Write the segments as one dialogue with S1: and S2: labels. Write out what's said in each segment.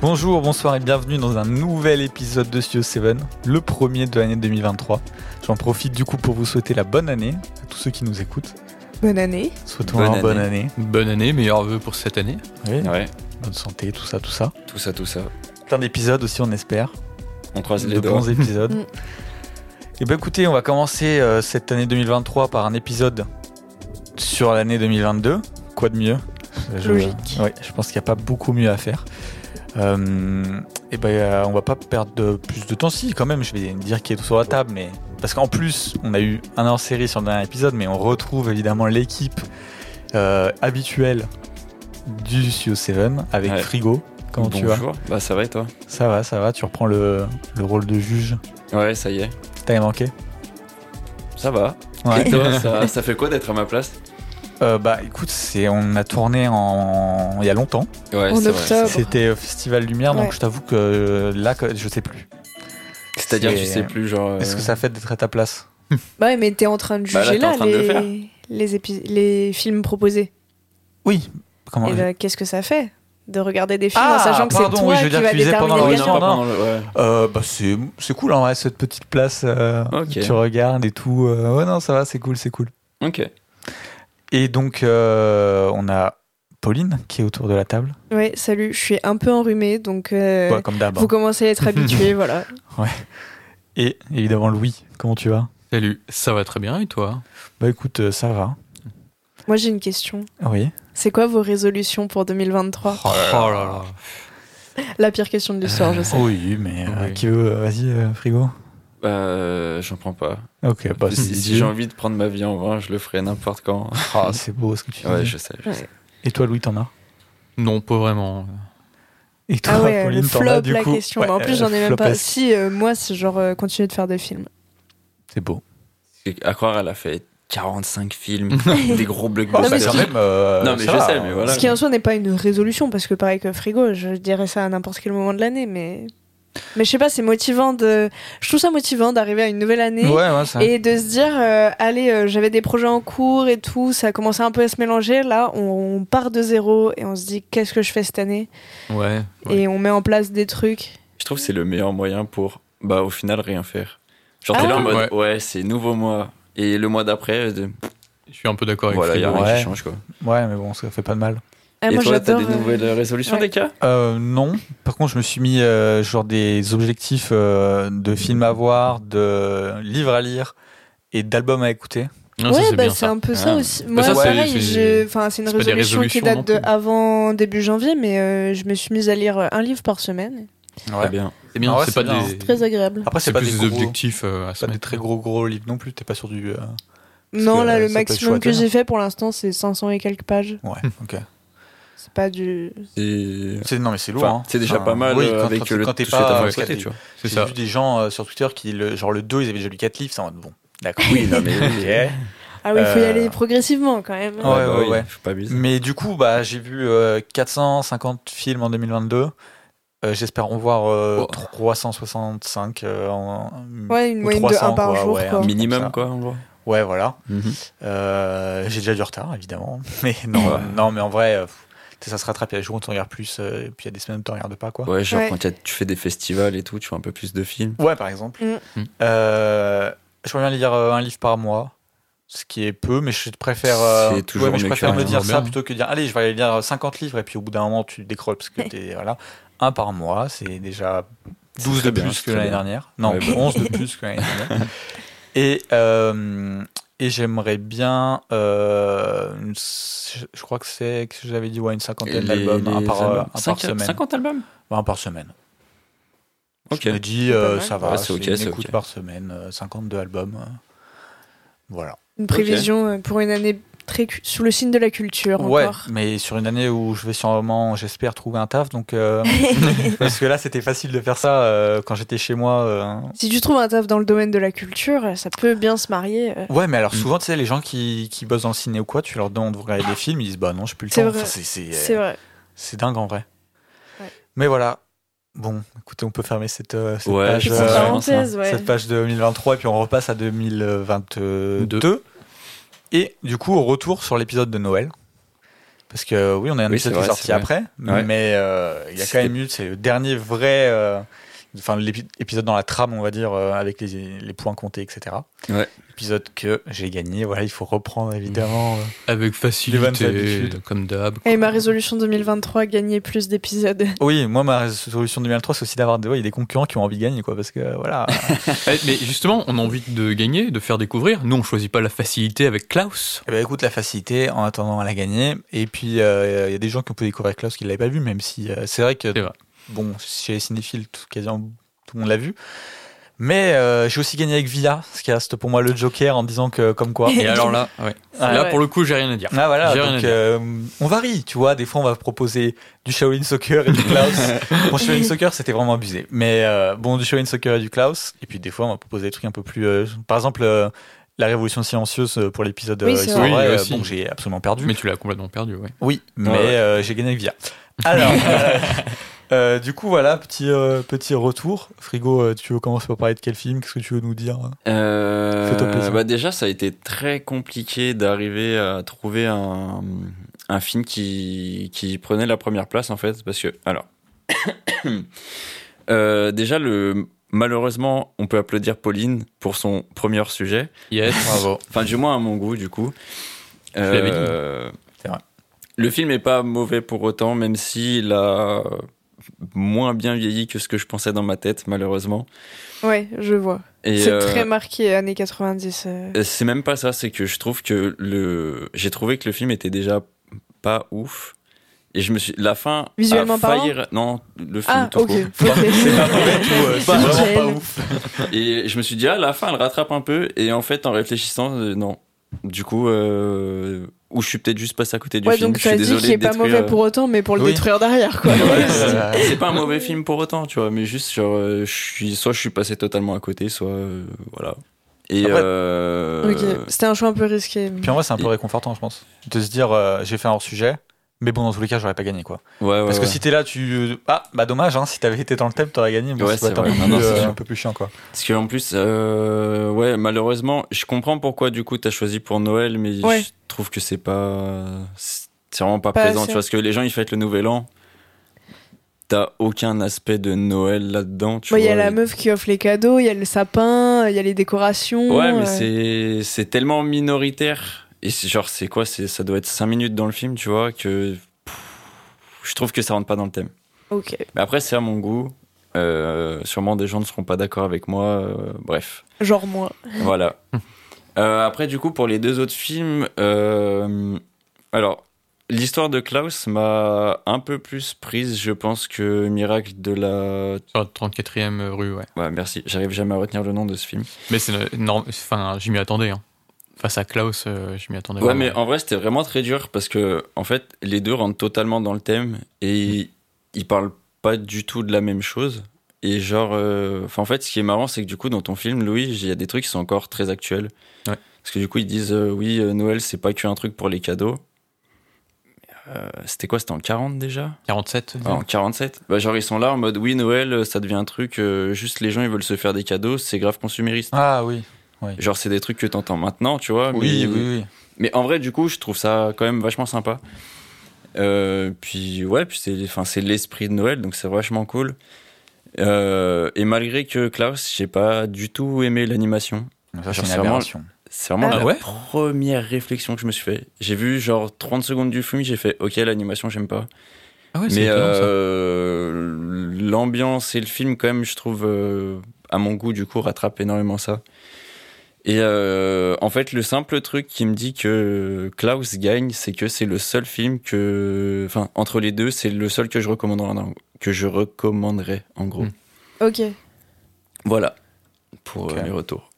S1: Bonjour, bonsoir et bienvenue dans un nouvel épisode de Studio 7, le premier de l'année 2023. J'en profite du coup pour vous souhaiter la bonne année à tous ceux qui nous écoutent.
S2: Bonne année.
S1: Souhaitons
S3: Bonne
S1: leur bonne année.
S4: Bonne année, meilleurs vœux pour cette année.
S1: Oui,
S3: Ah Ouais,
S1: Bonne santé, tout ça, tout ça.
S3: tout ça, tout ça.
S1: Plein d'épisodes aussi, on espère.
S3: On croise les
S1: de
S3: doigts.
S1: bons épisodes.
S2: Mm.
S1: Et ben écoutez, on va commencer euh, cette année 2023 par un épisode sur l'année 2022. Quoi de mieux Je-
S2: Logique.
S1: ouais, je pense qu'il n'y a pas beaucoup mieux à faire. Euh, et ben euh, on va pas perdre de- plus de temps si quand même. Je vais dire qui est sur la table, mais parce qu'en plus on a eu un hors série sur le dernier épisode, mais on retrouve évidemment l'équipe euh, habituelle du CEO 7 avec
S3: Ouais.
S1: Frigo. Comment tu vas
S3: Bonjour. Bah ça va et toi
S1: Ça va, ça va. Tu reprends le, le rôle de juge.
S3: Ouais, ça y est.
S1: T'avais manqué
S3: Ça va. Et toi, ça, ça fait quoi d'être à ma place
S1: Euh, bah écoute, c'est on a tourné en il y a longtemps.
S3: Ouais,
S2: En
S3: c'est
S2: octobre.
S3: vrai. c'est-
S1: C'était au Festival Lumière, donc
S2: Ouais.
S1: je t'avoue que euh, là, que- je sais plus.
S3: C'est-à-dire,
S1: C'est-
S3: tu sais plus, genre. euh,
S1: Est-ce que ça fait d'être à ta place
S2: Bah ouais, mais t'es en train de
S3: Bah là,
S2: juger
S3: t'es en
S2: là,
S3: train de le faire.
S2: les, les, épis- les films proposés.
S1: Oui. Comment
S2: Et
S1: je-
S2: bah, qu'est-ce que ça fait de regarder des films en
S1: Ah,
S2: sachant que
S1: pardon,
S2: c'est toi
S1: oui, je veux dire
S2: qui va
S1: qu'ils faisaient
S2: déterminer
S1: pendant
S3: non,
S2: le
S3: oui,
S1: l'enregistrement.
S2: film.
S3: non, pas pendant le- ouais.
S1: Euh, bah, c'est c'est cool en vrai cette petite place. euh,
S3: Ok.
S1: Tu regardes et tout. euh, ouais non, ça va, c'est cool, c'est cool.
S3: Ok.
S1: Et donc euh, on a Pauline qui est autour de la table,
S2: Ouais, salut, je suis un peu enrhumée, donc euh,
S1: Ouais, comme d'hab. hein.
S2: vous commencez à être habitué, voilà.
S1: Et évidemment Louis, comment tu vas
S4: Salut, ça va très bien et toi
S1: Bah écoute, euh, ça va.
S2: Moi j'ai une question.
S1: Oui.
S2: C'est quoi vos résolutions pour 2023
S4: Oh là là.
S2: La pire question de l'histoire, je sais.
S1: Oui, mais euh,
S4: Oui.
S1: qui veut euh, Vas-y, euh, frigo.
S3: Euh, J'en prends pas.
S1: Ok, bah,
S3: si si j'ai envie de prendre ma vie en vain, je le ferai n'importe quand.
S1: Ah, c'est beau ce que tu dis.
S3: Ouais, je sais. je sais.
S1: Et toi, Louis, t'en as
S4: Non, pas vraiment.
S1: Et toi,
S2: Ah ouais,
S1: Pauline,
S2: le
S1: t'en
S2: flop,
S1: as du
S2: la
S1: coup
S2: question.
S1: Ouais,
S2: Bah, en plus,
S1: euh,
S2: j'en ai même
S1: flop
S2: pas.
S1: S.
S2: Si, euh, moi, c'est genre euh, continuer de faire des films.
S1: C'est beau.
S3: Et À croire, elle a fait 45 films, des gros
S1: Ah,
S2: Non, Oh, mais
S3: blockbusters.
S2: quand
S1: euh,
S3: Non, mais ça je va. sais,
S1: hein.
S3: mais voilà.
S2: Ce qui en soi n'est pas une résolution, parce que pareil que Frigo, je dirais ça à n'importe quel moment de l'année, mais. Mais je sais pas, c'est motivant de. Je trouve ça motivant d'arriver à une nouvelle année.
S1: Ouais, ouais, ça.
S2: Et de se dire, euh, allez, euh, j'avais des projets en cours et tout, ça a commencé un peu à se mélanger. Là, on, on part de zéro et on se dit, qu'est-ce que je fais cette année
S4: Ouais. ouais.
S2: Et on met en place des trucs.
S3: Je trouve que c'est le meilleur moyen pour, bah, au final, rien faire. Genre,
S2: Ah
S3: t'es là en
S4: ouais
S3: mode, ouais, c'est nouveau mois. Et le mois d'après, de-
S4: Je suis un peu d'accord avec
S3: voilà, il y a
S4: Frigo.
S3: rien
S1: Ouais.
S3: qui change, quoi.
S1: Ouais, mais bon, ça fait pas de mal.
S2: Ah,
S3: Et
S2: moi,
S3: toi, t'as
S2: j'adore.
S3: des
S2: euh,
S3: nouvelles résolutions,
S2: ouais.
S3: des cas
S1: Euh, non. Par contre, je me suis mis euh, genre des objectifs euh, de films à voir, de livres à lire et d'albums à écouter.
S4: Non, ça,
S2: ouais,
S4: c'est
S2: bah,
S4: bien
S2: c'est
S4: ça.
S2: un peu ça
S3: Ah.
S2: aussi.
S4: Bah,
S2: Moi,
S4: ça, c'est-
S2: pareil,
S4: c'est-
S2: je- enfin, c'est une
S4: c'est pas des
S2: résolution qui
S4: résolutions
S2: date de
S4: non plus.
S2: avant début janvier, mais euh, je me suis mise à lire un livre par semaine.
S3: Très bien.
S4: C'est bien,
S1: Ah ouais,
S4: c'est pas
S1: c'est bien.
S4: des.
S2: Très agréable.
S1: Après, c'est
S4: C'est
S1: pas
S4: plus
S1: des,
S4: des
S1: gros,
S4: objectifs euh, à se
S1: pas des
S4: mettre.
S1: très gros gros livres non plus. T'es pas sur du. euh,
S2: Non,
S1: que, euh,
S2: là, le
S1: ça peut être
S2: maximum
S1: chouette,
S2: que
S1: hein.
S2: j'ai fait pour l'instant, c'est 500 et quelques pages.
S1: Ouais. Ok.
S2: C'est pas du.
S3: Et-
S1: C'est- Non, mais c'est lourd.
S3: Enfin,
S1: hein.
S3: c'est déjà
S1: Enfin,
S3: pas mal
S1: oui,
S3: euh,
S1: quand-
S3: avec
S1: quand-
S3: euh, le
S1: quand t'es
S3: tout ce que t'as
S1: pas
S3: fait
S1: euh,
S3: à côté, tu vois.
S4: C'est
S1: J'ai
S4: ça.
S1: vu des gens euh, sur Twitter qui, le, genre le 2, ils avaient déjà lu 4 livres, c'est en mode bon, d'accord.
S3: Oui, non, mais oui.
S1: Ok.
S2: Ah oui, il faut y
S1: Euh,
S2: aller progressivement quand même.
S1: Ouais, ouais, ouais.
S3: Faut pas abuser.
S1: Mais du coup, bah, j'ai vu euh, 450 films en 2022. Euh, J'espère en voir euh,
S4: Oh.
S1: 365 euh, en-
S2: Ouais, une
S1: ou
S2: moyenne de
S1: 300,
S2: un par
S1: quoi,
S2: jour.
S1: ouais,
S2: quoi.
S1: un mi-
S3: Minimum,
S1: ça. Mmh.
S3: quoi, en gros.
S1: Ouais, voilà. Euh, j'ai déjà du retard, évidemment. Mais non,
S3: Ouais.
S1: non mais en vrai, euh, pff, tu sais, ça se rattrape. Il y a des jours où tu regardes plus, euh, et puis il y a des semaines où tu regardes pas, quoi. Ouais,
S3: Ouais, genre
S2: Ouais.
S3: quand t'as- tu fais des festivals et tout, tu vois un peu plus de films.
S1: par exemple.
S2: Mm.
S4: Mm.
S1: Euh, je reviens lire euh, un livre par mois. Ce qui est peu, mais je préfère, euh,
S3: C'est
S1: ouais,
S3: toujours
S1: mais je
S3: mieux
S1: préfère
S3: que
S1: me
S4: rien.
S1: dire ça
S4: Bien.
S1: plutôt que dire allez, je vais aller lire 50 livres et puis au bout d'un moment tu décroles parce que t'es voilà un par mois, c'est déjà
S3: C'est
S1: 12 de
S3: très
S1: plus
S3: bien,
S1: que
S3: c'est
S1: l'année
S3: très bien.
S1: dernière. Non,
S3: Ouais, bah.
S1: 11 de plus que l'année dernière. Et, euh, et j'aimerais bien. euh, une- je je crois que c'est. Qu'est-ce que j'avais dit Ouais, une
S3: Et
S1: cinquantaine
S3: les-
S1: d'albums. Un
S3: les
S1: par, euh,
S3: albums.
S1: un par
S3: Cinq-
S1: semaine.
S3: 50 albums
S1: Ouais, un par semaine.
S3: Ok.
S1: Je me dis,
S2: pas
S1: euh,
S2: mal.
S1: ça va.
S3: Ouais, c'est
S1: c'est
S3: ok,
S1: une
S3: c'est
S1: écoute
S3: ok.
S1: par semaine. euh, 52 albums. euh, voilà.
S2: Une prévision euh, pour une année très cu- sous le signe de la culture
S1: Ouais,
S2: encore.
S1: mais sur une année où je vais sûrement, j'espère, trouver un taf. Donc, euh, parce que là, c'était facile de faire ça euh, quand j'étais chez moi. euh,
S2: Si tu trouves un taf dans le domaine de la culture, euh, ça peut bien se marier. euh.
S1: Ouais, mais alors
S3: Mm.
S1: souvent, tu sais, les gens qui, qui bossent dans le ciné ou quoi, tu leur demandes de regarder des films, ils disent bah non, j'ai plus le
S2: C'est
S1: temps.
S2: vrai.
S1: Enfin, c'est- c'est, euh,
S2: C'est vrai.
S1: c'est dingue en vrai.
S2: Ouais.
S1: Mais voilà. Bon, écoutez, on peut fermer cette, euh, cette
S3: Ouais,
S1: page,
S3: je
S2: Petite
S3: pense
S1: euh,
S3: vraiment ça.
S2: parenthèse, ouais.
S1: cette page de 2023 et puis on repasse à 2022. Et du coup, au retour sur l'épisode de Noël. Parce que oui, on a un
S3: Oui,
S1: épisode
S3: c'est
S1: qui est
S3: vrai,
S1: sorti
S4: c'est vrai.
S1: après,
S3: Ouais.
S1: mais euh, il y a quand
S3: C'était-
S1: même eu, c'est le dernier vrai, euh, enfin l'épi- épisode dans la trame, on va dire, euh, avec les, les points comptés, etc.
S3: Ouais.
S1: Épisode que j'ai gagné, voilà, il faut reprendre évidemment.
S4: Avec
S1: Les vannes
S4: facilité,
S1: d'habitude.
S4: comme d'hab.
S2: Et ma résolution 2023, gagner plus d'épisodes.
S1: oui, moi ma résolution 2023, c'est aussi d'avoir des, ouais, des concurrents qui ont envie de gagner, quoi, parce que euh, voilà.
S4: Eh, Mais justement, on a envie de gagner, de faire découvrir. Nous, on choisit pas la facilité avec Klaus.
S1: Eh ben, écoute, la facilité en attendant à la gagner. Et puis, euh, il y a des gens qui ont pu découvrir Klaus qui ne l'avaient pas vu, même si euh, c'est vrai que,
S4: C'est vrai.
S1: bon, chez les cinéphiles, tout, quasiment tout le monde l'a vu. Mais euh, j'ai aussi gagné avec Villa, ce qui reste pour moi le joker en disant que, comme quoi.
S4: Et alors là, ouais.
S1: Ah,
S4: là
S2: ouais.
S4: pour le coup, j'ai rien à dire.
S1: Ah voilà,
S4: J'ai rien à
S1: donc
S4: dire.
S1: euh, on varie, tu vois. Des fois, on va proposer du Shaolin Soccer et du Klaus. bon, Shaolin Soccer, c'était vraiment abusé. Mais euh, bon, du Shaolin Soccer et du Klaus. Et puis, des fois, on va proposer des trucs un peu plus. euh, par exemple, euh, la Révolution silencieuse euh, pour l'épisode.
S2: Oui,
S1: euh,
S2: c'est
S1: Histoire
S4: vrai. Oui,
S1: vraie, euh,
S4: aussi.
S1: bon, j'ai absolument perdu.
S4: Mais tu l'as complètement perdu, ouais.
S1: Oui, mais
S3: ouais.
S1: euh, j'ai gagné avec Via. Alors, euh, euh, du coup, voilà, petit, euh, petit retour. Frigo, euh, tu veux commencer par parler de quel film Qu'est-ce que tu veux nous dire
S3: Euh,
S1: Fais-toi plaisir.
S3: bah déjà, ça a été très compliqué d'arriver à trouver un, un film qui, qui prenait la première place, en fait, parce que, alors, euh, déjà, le, malheureusement, on peut applaudir Pauline pour son premier hors sujet,
S4: Yes.
S1: Bravo.
S3: enfin, du moins à mon goût, du coup. Je
S4: l'avais dit.
S1: C'est vrai.
S3: Le film est pas mauvais pour autant, même s'il a euh, moins bien vieilli que ce que je pensais dans ma tête, malheureusement.
S2: Ouais, je vois.
S3: Et,
S2: C'est
S3: euh,
S2: très marqué années 90. euh.
S3: Euh, C'est même pas ça, c'est que je trouve que le. J'ai trouvé que le film était déjà pas ouf. Et je me suis. La fin.
S2: Visuellement
S3: a failli...
S2: parlant
S3: ra- Non, le film
S2: Ah,
S3: tout
S2: ok.
S3: court.
S2: ok.
S1: C'est pas mauvais du tout, euh, c'est
S2: Bah,
S1: vraiment pas
S2: nickel.
S1: ouf.
S3: Et je me suis dit, ah, la fin, elle rattrape un peu. Et en fait, en réfléchissant, euh, non. Du coup, euh... ou je suis peut-être juste passé à côté du
S2: Ouais,
S3: film.
S2: donc
S3: je suis
S2: t'as dit
S3: désolé
S2: qu'il est
S3: de
S2: pas
S3: détruire,
S2: mauvais
S3: euh,
S2: pour autant, mais pour le
S1: Oui.
S2: détruire derrière, quoi.
S3: Ouais,
S1: Euh,
S3: C'est pas un mauvais film pour autant, tu vois, mais juste sur, euh, je suis, soit je suis passé totalement à côté, soit euh, voilà. Et
S1: Après-
S3: euh,
S2: Ok, c'était un choix un peu risqué.
S1: Puis en vrai, c'est un peu réconfortant, je pense, de se dire euh, j'ai fait un hors sujet. Mais bon, dans tous les cas, j'aurais pas gagné quoi.
S3: ouais, ouais,
S1: Parce que
S3: ouais.
S1: si t'es là, tu. Ah, bah dommage, hein, si t'avais été dans le thème, t'aurais gagné. Bon,
S3: Ouais,
S1: ça doit
S3: c'est
S1: être un
S3: vrai.
S1: peu
S3: Non, non,
S1: plus,
S3: c'est
S1: euh,
S3: sûr.
S1: un peu plus chiant quoi.
S3: Parce qu'en plus, euh, ouais, malheureusement, je comprends pourquoi du coup t'as choisi pour Noël, mais
S2: Ouais.
S3: je trouve que c'est pas, c'est vraiment pas,
S2: Pas
S3: présent.
S2: assez.
S3: Tu vois, parce que les gens ils fêtent le Nouvel An, t'as aucun aspect de Noël là-dedans. Tu
S2: Bon, Il y
S3: vois.
S2: a la meuf qui offre les cadeaux, il y a le sapin, il y a les décorations.
S3: Ouais,
S2: euh.
S3: mais c'est c'est tellement minoritaire et c'est genre c'est quoi, c'est ça doit être 5 minutes dans le film, tu vois, que pff, je trouve que ça rentre pas dans le thème.
S2: Ok.
S3: Mais après, c'est à mon goût. Euh, sûrement des gens ne seront pas d'accord avec moi. euh, bref.
S2: Genre moi.
S3: Voilà. Euh, après, du coup, pour les deux autres films, euh, alors, l'histoire de Klaus m'a un peu plus prise, je pense, que Miracle de la.
S4: Sur la 34e rue, ouais.
S3: Ouais, merci, j'arrive jamais à retenir le nom de ce film.
S4: Mais c'est énorme. Enfin, j'y m'y attendais. hein. Face à Klaus, euh, je m'y attendais.
S3: Ouais,
S4: vraiment.
S3: mais en vrai, c'était vraiment très dur parce que, en fait, les deux rentrent totalement dans le thème et ils, ils parlent pas du tout de la même chose. Et genre, euh, enfin, en fait, ce qui est marrant, c'est que du coup, dans ton film, Louis, il y a des trucs qui sont encore très actuels.
S4: Ouais.
S3: Parce que du coup, ils disent, euh, oui, euh, Noël, c'est pas que un truc pour les cadeaux. Euh, c'était quoi C'était en 40 déjà
S4: Mm. 47.
S3: ah, En 47 bah, Genre, ils sont là en mode, oui, Noël, euh, ça devient un truc, euh, juste les gens, ils veulent se faire des cadeaux, c'est grave consumériste.
S1: Ah oui.
S3: Genre, c'est des trucs que t'entends maintenant, tu vois.
S1: Oui, oui,
S3: mais-
S1: oui.
S3: mais en vrai, du coup, je trouve ça quand même vachement sympa. Euh, puis ouais, puis c'est enfin, c'est l'esprit de Noël, donc c'est vachement cool. Euh, et malgré que Klaus, j'ai pas du tout aimé l'animation.
S1: Ça, c'est une
S3: Genre, c'est vraiment-
S1: aberration.
S3: C'est vraiment
S4: Ah
S3: la
S4: ouais
S3: première réflexion que je me suis fait. J'ai vu genre 30 secondes du film, j'ai fait OK, l'animation, j'aime pas.
S4: Ah ouais, c'est
S3: Mais
S4: étonnant, ça.
S3: euh, l'ambiance et le film, quand même, je trouve, euh, à mon goût, du coup, rattrape énormément ça. Et euh, en fait, le simple truc qui me dit que Klaus gagne, c'est que c'est le seul film que, enfin, entre les deux, c'est le seul que je recommanderais, en- que je recommanderais en gros.
S4: Mm.
S2: Ok.
S3: Voilà pour euh,
S1: Ok.
S3: les retours.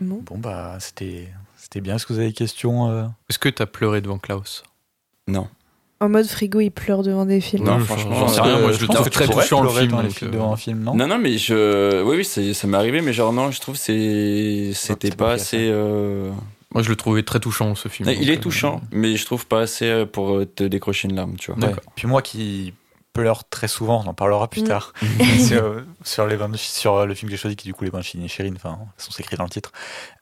S2: Bon.
S1: Bon, bah, c'était c'était bien. Est-ce que vous avez des questions euh
S4: Est-ce que t'as pleuré devant Klaus
S3: Non.
S2: En mode frigo, il pleure devant des films.
S3: Non,
S4: je-
S3: franchement,
S4: J'en sais
S3: euh,
S4: rien, moi, je le
S1: pense
S4: trouve
S1: que tu
S4: très
S1: pourrais
S4: touchant, le
S1: pleurer
S4: film.
S1: dans les
S4: donc,
S1: films-
S4: euh,
S1: devant un film, non
S3: Non, non, mais je, oui, oui, c'est- ça m'est arrivé, mais genre non, je trouve c'est, c'était
S1: c'est compliqué
S3: pas
S1: à faire.
S3: assez. euh,
S4: Moi, je le trouvais très touchant, ce film.
S3: Il
S4: donc,
S3: est
S4: euh,
S3: touchant, mais je trouve pas assez euh, pour euh, te décrocher une larme, tu vois.
S1: Ouais.
S4: D'accord.
S1: Puis moi qui pleure très souvent, on en parlera plus
S2: Mm.
S1: tard, sur, sur euh, les Banshees- sur le film que j'ai choisi, qui est du coup Les Banshees et Shirin, enfin, de toute façon, c'est écrit dans le titre.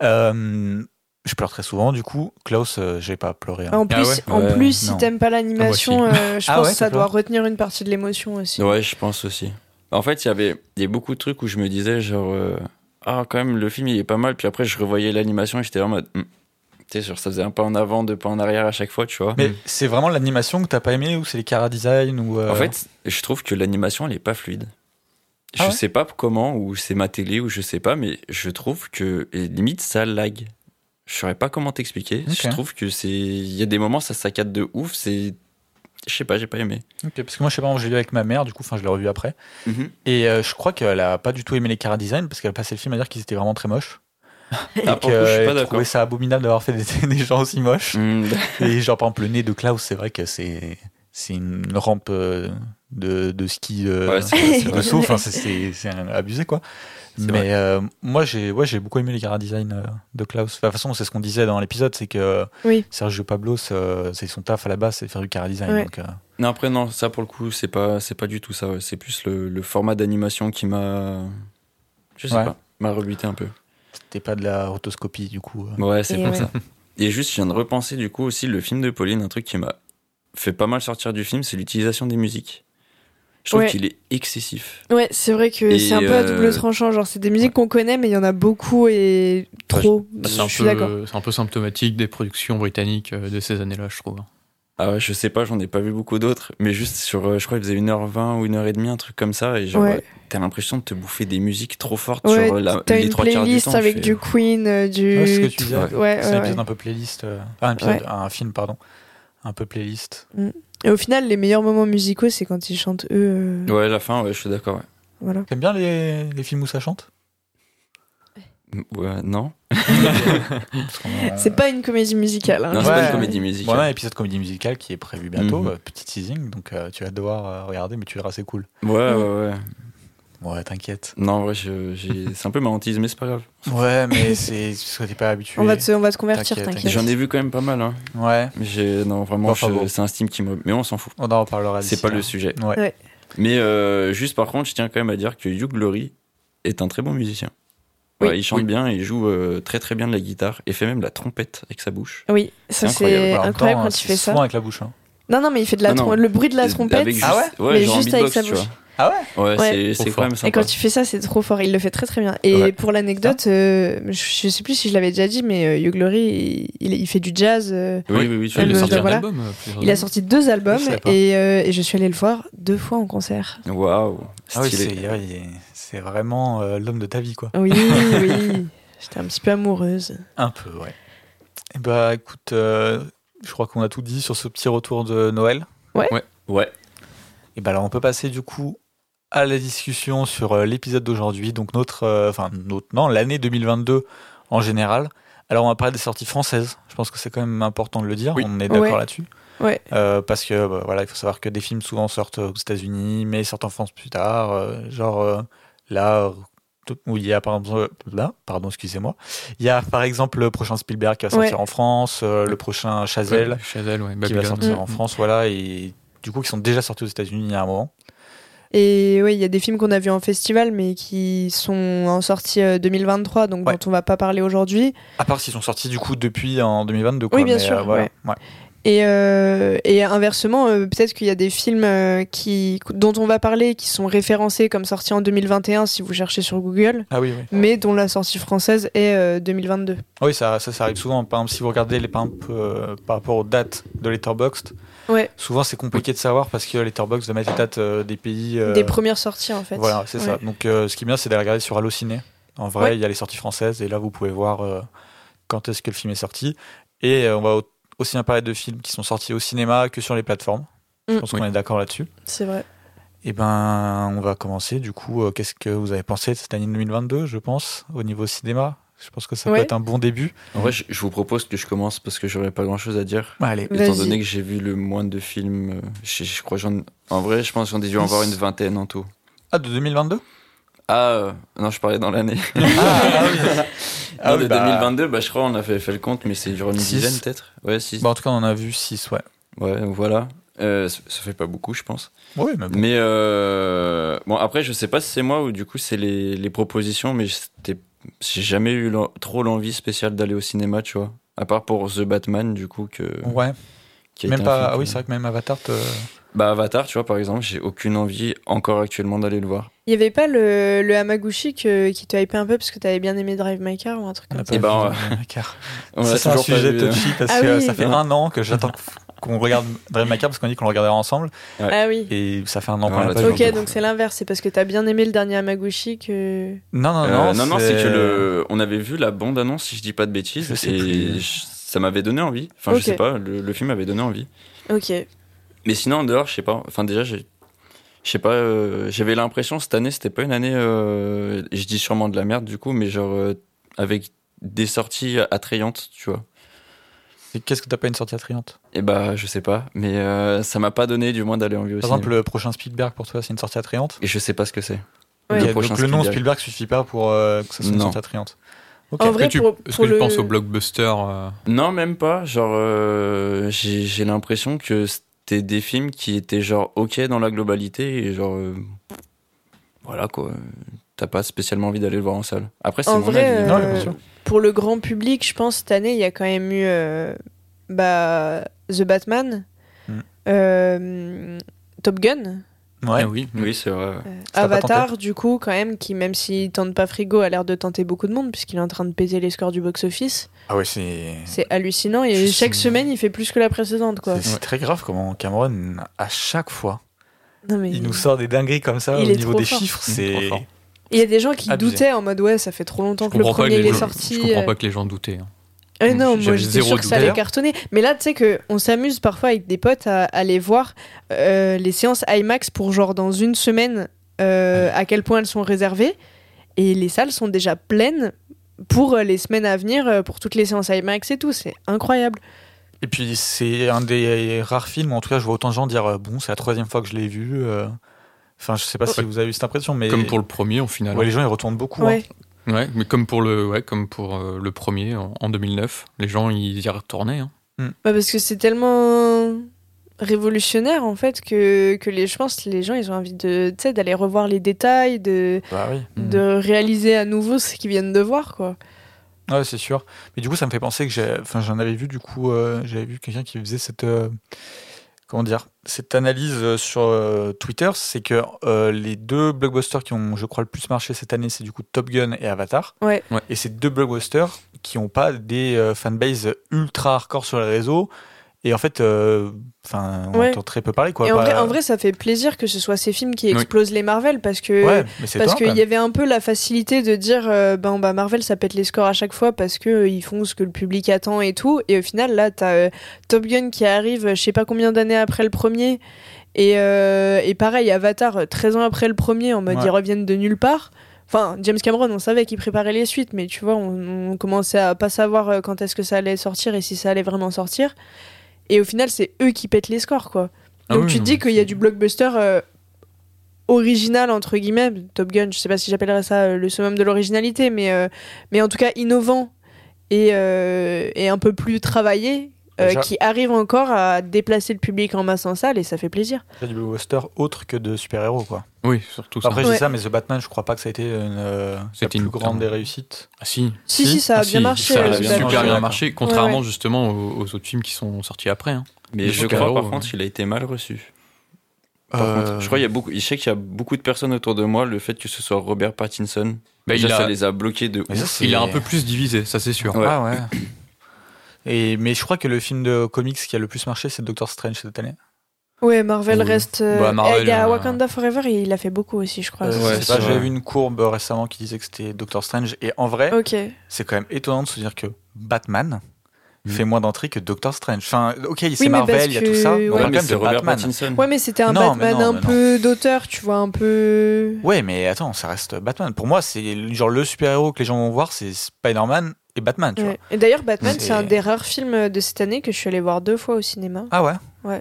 S1: Euh, je pleure très souvent. Du coup, Klaus, euh, j'ai pas pleuré. hein.
S2: Ah, En plus,
S4: ouais
S2: en
S3: Ah Ouais,
S2: plus si
S1: non.
S2: t'aimes pas l'animation, euh, je
S1: Ah
S2: pense
S1: ouais,
S2: que
S1: ça
S2: ça
S1: peut
S2: doit
S1: voir.
S2: retenir une partie de l'émotion aussi.
S3: Ouais, je pense aussi. En fait, il y avait il y a beaucoup de trucs où je me disais, genre, euh, ah, quand même, le film, il est pas mal. Puis après, je revoyais l'animation et j'étais en mode, hmm. tu sais, genre, ça faisait un pas en avant, deux pas en arrière à chaque fois, tu vois.
S1: Mais c'est vraiment l'animation que t'as pas aimé ou c'est les cara design ou. euh,
S3: En fait, je trouve que l'animation, elle est pas fluide. Je
S1: Ah ouais
S3: sais pas comment, ou c'est ma télé, ou je sais pas, mais je trouve que et limite ça lag. Je saurais pas comment t'expliquer. Je
S1: Ok.
S3: trouve que c'est. Il y a des moments, ça saccade de ouf, c'est. Je sais pas, j'ai pas aimé.
S1: ok, parce que moi, je sais pas, j'ai vu avec ma mère, du coup, enfin, je l'ai revu après. Et euh, je crois qu'elle a pas du tout aimé les cara design parce qu'elle passait le film à dire qu'ils étaient vraiment très moches.
S3: Ah, pour le coup, je suis pas
S1: Elle
S3: d'accord.
S1: trouvait ça abominable d'avoir fait des, des gens aussi moches.
S3: Hmm,
S1: Et genre, par exemple, le nez de Klaus, c'est vrai que c'est c'est une rampe euh, de, de ski euh,
S3: Ouais, c'est vrai, c'est
S1: de
S3: vrai.
S1: saut. Enfin, c'est- c'est c'est un- abusé, quoi.
S3: C'est vrai.
S1: Mais euh, moi, j'ai ouais, j'ai beaucoup aimé les cara design euh, de Klaus. Enfin, de toute façon, c'est ce qu'on disait dans l'épisode, c'est que euh,
S2: Oui.
S1: Sergio Pablos, euh, c'est son taf à la base, c'est de faire du cara design.
S2: Ouais.
S1: Donc, euh,
S3: Non, après, non, ça pour le coup, c'est pas, c'est pas du tout ça. ouais. C'est plus le, le format d'animation qui m'a. Je sais
S1: Ouais.
S3: pas, m'a rebuté un peu.
S1: c'était pas de la rotoscopie, du coup. euh.
S3: Ouais, c'est
S2: Et
S3: pour
S2: ouais.
S3: ça. Et juste, je viens de repenser du coup aussi le film de Pauline, un truc qui m'a fait pas mal sortir du film, c'est l'utilisation des musiques. Je trouve
S2: Ouais.
S3: qu'il est excessif.
S2: Ouais, c'est vrai que
S3: Et,
S2: c'est un peu à double
S3: euh,
S2: tranchant. Genre, c'est des musiques qu'on connaît, mais il y en a beaucoup et
S3: Bah,
S2: trop.
S4: C'est
S2: je
S4: un,
S2: suis d'accord.
S4: peu- c'est un peu symptomatique des productions britanniques euh, de ces années-là, je trouve.
S3: Ah ouais, je sais pas, j'en ai pas vu beaucoup d'autres, mais juste sur, euh, je crois qu'il faisait 1h20 ou 1h30, un truc comme ça, et genre,
S2: Ouais.
S3: euh, t'as l'impression de te bouffer des musiques trop fortes
S2: Ouais,
S3: sur euh, la,
S2: t'as
S3: les
S2: une
S3: trois quarts du
S2: playlist
S3: temps.
S2: avec
S3: je fais-
S2: du Queen, euh, du.
S1: Ouais, c'est ce que tu disais.
S2: Ouais, ouais,
S1: C'est un
S2: ouais.
S1: épisode un peu playlist. euh, ah, un, épisode, un film, pardon. Un peu playlist.
S2: Et au final, les meilleurs moments musicaux, c'est quand ils chantent eux. euh,
S3: Ouais, la fin, ouais, je suis d'accord, ouais.
S2: Voilà.
S1: T'aimes bien les, les films où ça chante
S3: M- ouais. Non,
S1: Parce qu'on en-
S2: C'est pas une comédie musicale. hein,
S3: non c'est
S2: je-
S3: pas
S1: Ouais.
S3: une comédie musicale.
S1: Voilà un épisode comédie musicale qui est prévu bientôt,
S3: Mhm.
S1: euh, petit teasing, donc euh, tu vas devoir euh, regarder, mais tu verras, c'est cool.
S3: Ouais, ouais, ouais.
S1: Ouais, t'inquiète.
S3: Non, ouais, je- j'ai- c'est un peu ma hantise, mais c'est pas grave.
S1: Ouais, mais c'est ce que t'es pas habitué.
S2: On va, te, on va te convertir,
S1: T'inquiète, Yes.
S2: t'inquiète.
S3: J'en ai vu quand même pas mal, hein.
S1: Ouais,
S3: J'ai, non, vraiment,
S1: Enfin
S3: je-
S1: bon.
S3: c'est un Steam qui me. Mais on s'en fout.
S1: on en reparlera
S3: C'est
S1: d'ici
S3: pas
S1: là.
S3: le sujet.
S1: Ouais.
S3: Mais euh, juste par contre, je tiens quand même à dire que Hugh Glory est un très bon musicien.
S2: Oui.
S3: Ouais, il chante
S1: Oui.
S3: bien, il joue euh, très très bien de la guitare et fait même la trompette avec sa bouche.
S2: Oui, ça
S3: C'est
S1: Bah,
S2: c'est
S3: incroyable.
S1: en même
S2: incroyable
S1: temps,
S2: quand
S1: hein,
S2: tu fais
S1: c'est
S2: ça.
S1: Souvent avec la bouche. hein.
S2: Non, non, mais il fait de la
S3: Non,
S2: trom-
S3: non.
S2: le bruit de la trompette.
S3: Avec juste,
S1: Ah
S3: ouais,
S2: Mais
S3: genre en
S2: juste avec
S3: beatbox,
S2: sa
S3: tu
S2: bouche.
S1: Ah ouais
S3: vois. Ouais,
S2: Ouais.
S3: c'est-
S4: Trop
S3: c'est
S4: fort.
S3: quand même
S2: Et
S3: sympa.
S2: quand tu fais ça, c'est trop fort. Il le fait très très bien. Et
S3: Ouais. Ah.
S2: pour l'anecdote, euh, je, je sais plus si je l'avais déjà dit, mais euh, Hugh Glory, il, il fait du jazz. euh,
S3: Oui, oui, oui, tu
S2: Elle
S3: l'as
S2: me-
S3: sorti.
S2: voilà.
S4: album. euh, plusieurs
S2: il a
S4: années.
S2: sorti deux albums
S1: Je savais pas.
S2: et, euh, et je suis allée le voir deux fois en concert.
S3: Waouh,
S1: Ah oui,
S3: stylé.
S1: c'est- ouais, il est- c'est vraiment euh, l'homme de ta vie, quoi.
S2: Oui, oui. J'étais un petit peu amoureuse.
S1: Un peu, ouais. Et bah écoute, euh, je crois qu'on a tout dit sur ce petit retour de Noël.
S3: ouais,
S1: Et ben alors on peut passer du coup à la discussion sur euh, l'épisode d'aujourd'hui, donc notre, euh, enfin notre, non, l'année 2022 en général. Alors on va parler des sorties françaises. Je pense que c'est quand même important de le dire.
S4: Oui.
S1: On est d'accord
S2: Ouais.
S1: là-dessus.
S2: Ouais.
S1: Euh, parce que bah, voilà, il faut savoir que des films souvent sortent aux États-Unis, mais sortent en France plus tard. euh, genre euh, là euh, tout- où il y a par exemple euh, là, pardon, excusez-moi, il y a par exemple le prochain Spielberg qui va sortir
S2: Ouais.
S1: en France, euh, le prochain Chazelle
S4: Ouais, Chazelle, ouais,
S1: qui va
S4: Babylone.
S1: sortir
S2: Mm.
S1: en France, voilà, et du coup qui sont déjà sortis aux États-Unis il y a un moment.
S2: Et oui, il y a des films qu'on a vus en festival, mais qui sont en sortie euh, 2023, donc
S1: Ouais.
S2: dont on va pas parler aujourd'hui.
S1: À part s'ils sont sortis du coup depuis en 2022. Quoi,
S2: Oui, bien
S1: mais,
S2: sûr,
S1: euh, voilà.
S2: ouais.
S1: Ouais.
S2: Et, euh, et inversement, euh, peut-être qu'il y a des films euh, qui, dont on va parler qui sont référencés comme sortis en 2021 si vous cherchez sur Google,
S1: Ah oui, oui.
S2: mais dont la sortie française est euh, 2022.
S1: Oui, ça, ça, ça arrive souvent. Par exemple, si vous regardez les par, exemple, euh, par rapport aux dates de Letterboxd,
S2: Ouais.
S1: souvent c'est compliqué de savoir parce que Letterboxd va mettre les dates euh, des pays. euh,
S2: Des premières sorties en fait.
S1: Voilà, c'est ça.
S2: Ouais.
S1: Donc euh, ce qui est bien, c'est d'aller regarder sur Allociné. En vrai,
S2: Ouais.
S1: il y a les sorties françaises et là, vous pouvez voir euh, quand est-ce que le film est sorti. Et euh, on va au- aussi bien parler de films qui sont sortis au cinéma que sur les plateformes. Je
S2: Mm.
S1: pense
S4: Oui.
S1: qu'on est d'accord là-dessus.
S2: C'est vrai.
S1: Eh ben, on va commencer. Du coup, euh, qu'est-ce que vous avez pensé de cette année 2022, je pense, au niveau cinéma Je pense que ça
S2: Ouais.
S1: peut être un bon début.
S3: En vrai, je, je vous propose que je commence parce que j'aurais pas grand chose à dire.
S1: Allez.
S2: Vas-y.
S3: Étant donné que j'ai vu le moins de films, euh, je, je crois que j'en. En vrai, je pense que j'en ai dû en voir une vingtaine en tout.
S1: Ah, de 2022
S3: Ah, euh, non, je parlais dans l'année.
S1: Ah, ah oui. Ah
S3: Non,
S1: oui,
S3: de
S1: bah,
S3: 2022, bah, je crois on a fait, fait le compte, mais c'est genre une
S1: Six.
S3: dizaine peut-être. Ouais, six.
S1: bah, en tout cas, on en a vu 6, ouais.
S3: Ouais, voilà. Euh, ça ça fait pas beaucoup, je pense.
S1: Oui, mais bon.
S3: Mais euh, bon, après, je sais pas si c'est moi ou du coup c'est les, les propositions, mais c'était j'ai jamais eu l'en- trop l'envie spéciale d'aller au cinéma, tu vois. À part pour The Batman, du coup, que.
S1: Ouais,
S3: qui est
S1: même
S3: un
S1: pas.
S3: film
S1: Ah oui,
S3: que-
S1: c'est vrai que même Avatar. te-
S3: Bah, Avatar, tu vois, par exemple, j'ai aucune envie encore actuellement d'aller le voir.
S2: Il y avait pas le, le Hamaguchi que- qui te hypait un peu parce que t'avais bien aimé Drive My Car ou un truc
S1: On
S2: comme
S1: n'a
S2: ça.
S1: pas
S3: Eh ben,
S1: vu, euh, car-
S3: On
S1: Ça,
S3: l'a
S1: c'est un
S3: toujours pas
S1: sujet
S3: vu, hein.
S1: touchy parce
S2: Ah
S1: que euh,
S2: oui.
S1: ça fait un an que j'attends qu'on regarde Drive My Car parce qu'on dit qu'on le regardera ensemble
S2: Ah oui.
S1: et ça fait un an
S3: Ah,
S1: qu'on l'a
S3: là,
S1: pas
S3: tu
S1: vu.
S2: Ok,
S3: toujours.
S2: donc c'est l'inverse, c'est parce que t'as bien aimé le dernier Hamaguchi que.
S1: Non, non, non.
S3: Euh, non, non, c'est que le, on avait vu la bande annonce, si je dis pas de bêtises,
S1: Je sais
S3: et
S1: plus.
S3: je- ça m'avait donné envie. Enfin,
S2: Ok.
S3: je sais pas, le, le film avait donné envie.
S2: Ok.
S3: Mais sinon, en dehors, je sais pas. Enfin, déjà, j'ai- je sais pas, euh, j'avais l'impression cette année, c'était pas une année, euh, je dis sûrement de la merde du coup, mais genre euh, avec des sorties attrayantes, tu vois.
S1: Et Qu'est-ce que t'as pas une sortie attrayante
S3: Et bah, je sais pas, mais euh, ça m'a pas donné du moins d'aller en vue au
S1: Par
S3: cinéma.
S1: exemple, le prochain Spielberg pour toi, c'est une sortie attrayante
S3: Et je sais pas ce que c'est.
S1: Ok,
S2: Ouais.
S3: Le
S1: donc
S3: prochain
S1: le nom
S3: Spielberg.
S1: Spielberg suffit pas pour euh, que ça soit une
S3: Non.
S1: sortie attrayante. Ok.
S2: En
S4: Est-ce que
S2: vrai,
S4: tu,
S2: pour,
S4: est-ce
S2: pour
S4: que tu
S2: le-
S4: penses au blockbuster euh,
S3: Non, même pas. Genre, euh, j'ai j'ai l'impression que c'était des films qui étaient genre ok dans la globalité et genre euh, voilà quoi. T'as pas spécialement envie d'aller le voir en salle. Après, c'est
S2: En
S3: mon
S2: vrai,
S3: avis. hein.
S2: euh,
S1: Non, mais bien sûr.
S2: pour le grand public, je pense cette année, il y a quand même eu euh, bah, The Batman,
S1: Mm.
S2: euh, Top Gun,
S1: Ouais.
S4: ah oui.
S3: Oui, c'est vrai.
S2: euh,
S1: Ça a pas
S2: Avatar, du coup, quand même, qui, même s'il tente pas frigo, a l'air de tenter beaucoup de monde, puisqu'il est en train de péter les scores du box-office.
S1: Ah ouais, c'est.
S2: C'est hallucinant, et
S1: Je
S2: chaque
S1: sais-
S2: semaine, il fait plus que la précédente, quoi.
S1: c'est- C'est très grave comment Cameron, à chaque fois,
S2: Non, mais...
S1: il nous sort des dingueries comme ça
S2: il
S1: au
S2: est
S1: niveau
S2: trop
S1: des
S2: fort.
S1: chiffres.
S3: Il est
S1: C'est
S3: trop fort.
S2: Il y a des gens qui
S1: Abusé.
S2: doutaient en mode, ouais, ça fait trop longtemps
S4: Je
S2: que le
S4: comprends, pas que
S2: premier
S4: les
S2: il est
S4: gens-
S2: sorti.
S4: je comprends
S2: euh,
S4: pas que les gens doutaient. hein.
S2: Eh non, moi
S4: J'avais
S2: j'étais
S4: zéro
S2: sûre que ça
S4: doute.
S2: allait cartonner. Mais là, tu sais que on s'amuse parfois avec des potes à aller voir euh, les séances IMAX pour genre dans une semaine euh, à quel point elles sont réservées. Et les salles sont déjà pleines pour euh, les semaines à venir, euh, pour toutes les séances IMAX et tout. C'est incroyable.
S1: Et puis c'est un des rares films, en tout cas je vois autant de gens dire euh, bon c'est la troisième fois que je l'ai vu. euh. Enfin je sais pas si
S4: Ouais.
S1: vous avez eu cette impression mais
S4: Comme pour le premier, au final.
S1: Ouais, les gens ils retournent beaucoup.
S2: Ouais.
S1: hein.
S4: Ouais, mais comme pour le, ouais, comme pour euh, le premier en, en 2009, les gens ils y retournaient. hein.
S2: Bah, parce que c'est tellement révolutionnaire en fait que, que les, je pense que les gens ils ont envie de tu sais, d'aller revoir les détails, de,
S1: Bah oui.
S4: Mm.
S2: de réaliser à nouveau ce qu'ils viennent de voir. quoi.
S1: Ouais, c'est sûr. Mais du coup, ça me fait penser que j'ai. Enfin, j'en avais vu, du coup, euh, j'avais vu quelqu'un qui faisait cette. euh, comment dire Cette analyse euh, sur euh, Twitter. C'est que euh, les deux blockbusters qui ont, je crois, le plus marché cette année, c'est du coup Top Gun et Avatar.
S2: Ouais.
S4: Ouais.
S1: Et ces deux blockbusters qui n'ont pas des euh, fanbases ultra hardcore sur les réseaux. Et en fait, euh, enfin, on
S2: Ouais.
S1: entend très peu parler, quoi.
S2: Et en
S1: Pas- bah,
S2: vrai, en vrai, ça fait plaisir que ce soit ces films qui
S4: Oui.
S2: explosent les Marvel parce que
S1: ouais, mais c'est
S2: parce
S1: toi, quand
S2: qu'il
S1: même.
S2: y avait un peu la facilité de dire euh, ben bah Marvel ça pète les scores à chaque fois parce que euh, ils font ce que le public attend et tout et au final là t'as euh, Top Gun qui arrive euh, je sais pas combien d'années après le premier et, euh, et pareil Avatar euh, 13 ans après le premier en mode
S1: Ouais.
S2: ils reviennent de nulle part enfin James Cameron on savait qu'il préparait les suites mais tu vois on, on commençait à pas savoir euh, quand est-ce que ça allait sortir et si ça allait vraiment sortir et au final c'est eux qui pètent les scores quoi
S4: Ah
S2: donc
S4: oui,
S2: tu te
S4: non,
S2: dis
S4: mais
S2: qu'il y a du blockbuster euh, original entre guillemets, Top Gun, je sais pas si j'appellerais ça euh, le summum de l'originalité, mais, euh, mais en tout cas innovant et, euh, et un peu plus travaillé, euh,
S1: Déjà-
S2: qui arrive encore à déplacer le public en masse en salle et ça fait plaisir.
S1: Il y a du blockbuster autre que de super-héros, quoi.
S4: Oui, surtout ça.
S1: Après, j'ai
S2: Ouais.
S1: ça, mais The Batman, je crois pas que ça a été une, euh, la
S4: C'était
S1: plus
S4: une-
S1: grande des réussites.
S4: Ah, si.
S2: Si, si, ça a
S4: Ah,
S2: bien marché.
S4: Ça
S2: euh,
S4: a
S2: The Batman.
S3: bien
S4: super
S1: marché.
S4: bien marché, contrairement
S2: Ouais,
S4: justement aux, aux autres films qui sont sortis après. hein.
S3: Mais
S4: Les
S3: je
S4: Joker,
S3: crois, par
S4: ouais.
S3: contre, il a été mal reçu. Par
S1: Euh,
S3: contre, je crois qu'il y a beaucoup. Je sais qu'il y a beaucoup de personnes autour de moi. Le fait que ce soit Robert Pattinson,
S4: Bah,
S3: déjà,
S4: il,
S3: ça
S4: a,
S3: les a bloqués de.
S1: Mais
S3: ouf.
S1: ça, c'est-
S4: il a un peu plus divisé, ça c'est sûr.
S3: Ouais.
S1: Ah ouais. Et, mais je crois que le film de comics qui a le plus marché, c'est Doctor Strange cette année.
S2: Ouais, Marvel
S4: Oui.
S2: reste. euh,
S4: Bah, Marvel,
S2: et il y a
S4: euh,
S2: Wakanda Forever, il a fait beaucoup aussi, je crois.
S1: Euh,
S3: ouais,
S1: je sais pas,
S3: c'est
S1: J'avais
S3: vrai.
S1: vu une courbe récemment qui disait que c'était Doctor Strange. Et en vrai,
S2: Ok.
S1: c'est quand même étonnant de se dire que Batman
S3: Mm.
S1: fait moins d'entrées que Doctor Strange. Enfin, ok, c'est
S2: mais
S1: Marvel,
S2: parce
S1: il y a
S2: que-
S1: tout ça. mais
S2: Ouais,
S1: on
S3: Ouais,
S1: parle
S3: mais
S1: quand même
S3: c'est
S1: de
S3: Robert
S1: Batman.
S3: Pattinson.
S2: Ouais, mais c'était un
S1: Non, mais
S2: Batman
S1: non,
S2: un
S1: mais
S2: peu d'auteur, tu vois, un peu.
S1: Ouais, mais attends, ça reste Batman. Pour moi, c'est genre le super-héros que les gens vont voir, c'est Spider-Man et Batman, tu
S2: Ouais.
S1: vois.
S2: Et d'ailleurs, Batman, c'est
S1: C'est-
S2: un des rares films de cette année que je suis allée voir deux fois au cinéma.
S1: Ah ouais
S2: Ouais.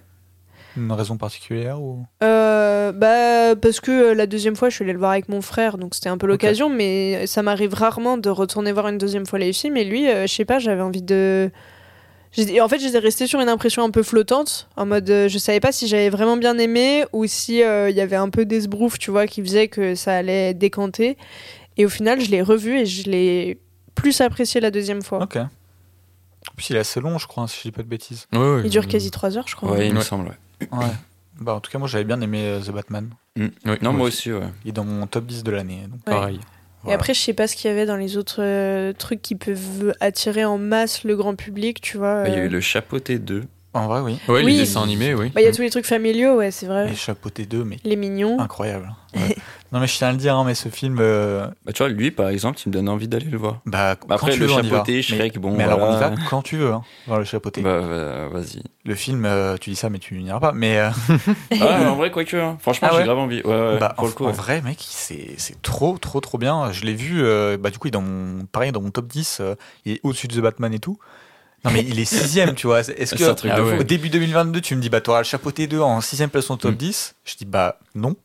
S1: Une raison particulière ou...
S2: Euh, bah, parce que euh, la deuxième fois, je suis allée le voir avec mon frère, donc c'était un peu l'occasion, mais ça m'arrive rarement de retourner voir une deuxième fois les films. Et lui, euh, je sais pas, j'avais envie de. j'ai- En fait, j'étais restée sur une impression un peu flottante, en mode euh, je savais pas si j'avais vraiment bien aimé ou si euh, il y avait un peu des sbroufs, tu vois, qui faisait que ça allait décanter. Et au final, je l'ai revu et je l'ai plus apprécié la deuxième fois.
S1: Ok. En plus, il est assez long, je crois, hein, si je dis pas de bêtises.
S4: Ouais, ouais,
S2: Il dure
S4: euh,
S2: quasi 3 heures, je crois.
S3: Ouais, il me
S4: Ouais.
S3: semble. ouais.
S1: Ouais. Bah, en tout cas, moi, j'avais bien aimé euh, The Batman.
S3: Mm.
S4: ouais,
S3: Non,
S4: ouais,
S3: moi aussi, ouais.
S1: Il est dans mon top 10 de l'année. donc.
S4: Pareil.
S2: Et après, je sais pas ce qu'il y avait dans les autres euh, trucs qui peuvent attirer en masse le grand public, tu vois.
S1: Bah,
S3: Il y a
S2: euh.
S3: eu le chapeauté 2.
S1: En vrai, oui.
S4: Ouais,
S2: Oui.
S4: les dessins animés, oui.
S2: Bah, il y a tous les trucs familiaux, ouais, c'est vrai.
S1: Et chapeauté 2, mais Ah,
S2: Les mignons.
S1: incroyable. Ouais. non, mais je tiens à le dire, hein, mais ce film, euh,
S3: Bah, tu vois, lui, par exemple, il me donne envie d'aller le voir.
S1: bah, quand
S3: Après,
S1: tu
S3: le
S1: veux, on y va.
S3: chapeauté,
S1: mais
S3: Shrek, bon.
S1: mais alors, on y
S3: voilà.
S1: va quand tu veux, hein, voir le chapeauté.
S3: Bah, bah, vas-y.
S1: Le film, euh, tu dis ça, mais tu n'iras pas. Mais euh,
S3: Ah, mais en vrai, quoique. hein. Franchement,
S1: Ah ouais
S3: j'ai grave envie. Ouais, ouais,
S1: bah,
S3: pour
S1: en,
S3: le coup.
S1: en
S3: ouais.
S1: vrai, mec, c'est c'est trop, trop, trop bien. Je l'ai vu, euh, bah, du coup, il est dans mon, pareil, dans mon top 10. euh, il est au-dessus de The Batman et tout. Non, mais il est sixième, tu vois. Est-ce
S3: C'est un
S1: que
S3: truc
S4: Ah
S3: de
S4: ouais.
S1: au
S3: fou.
S1: début 2022, tu me dis, bah, t'auras le chapeauté 2 en sixième place en top
S4: Mm.
S1: 10 Je dis, bah, non.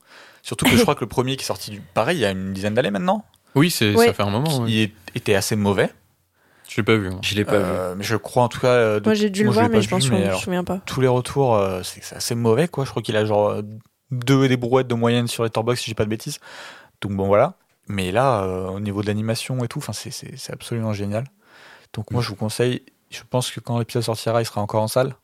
S1: Surtout que je crois que le premier qui est sorti du. Pareil, il y a une dizaine d'années maintenant.
S4: Oui, c'est
S2: Ouais.
S4: ça fait un moment. ouais.
S1: Il est- était assez mauvais.
S4: Je l'ai pas vu. hein.
S3: Je l'ai Oh, pas vu.
S1: Euh, mais je crois, en tout cas, euh, de
S2: Moi, j'ai dû
S1: Moi,
S2: le
S1: je l'ai
S2: voir, mais
S1: pas
S2: je
S1: vu,
S2: pense
S1: mais
S2: que je me
S1: alors-
S2: souviens pas.
S1: tous les retours, euh, c'est c'est assez mauvais, quoi. Je crois qu'il a genre euh, deux et des brouettes de moyenne sur les si je dis pas de bêtises. Donc bon, voilà. Mais là, euh, au niveau de l'animation et tout, 'fin, c'est- c'est c'est absolument génial. Donc moi, je vous conseille, je pense que quand l'épisode sortira, il sera encore en salle.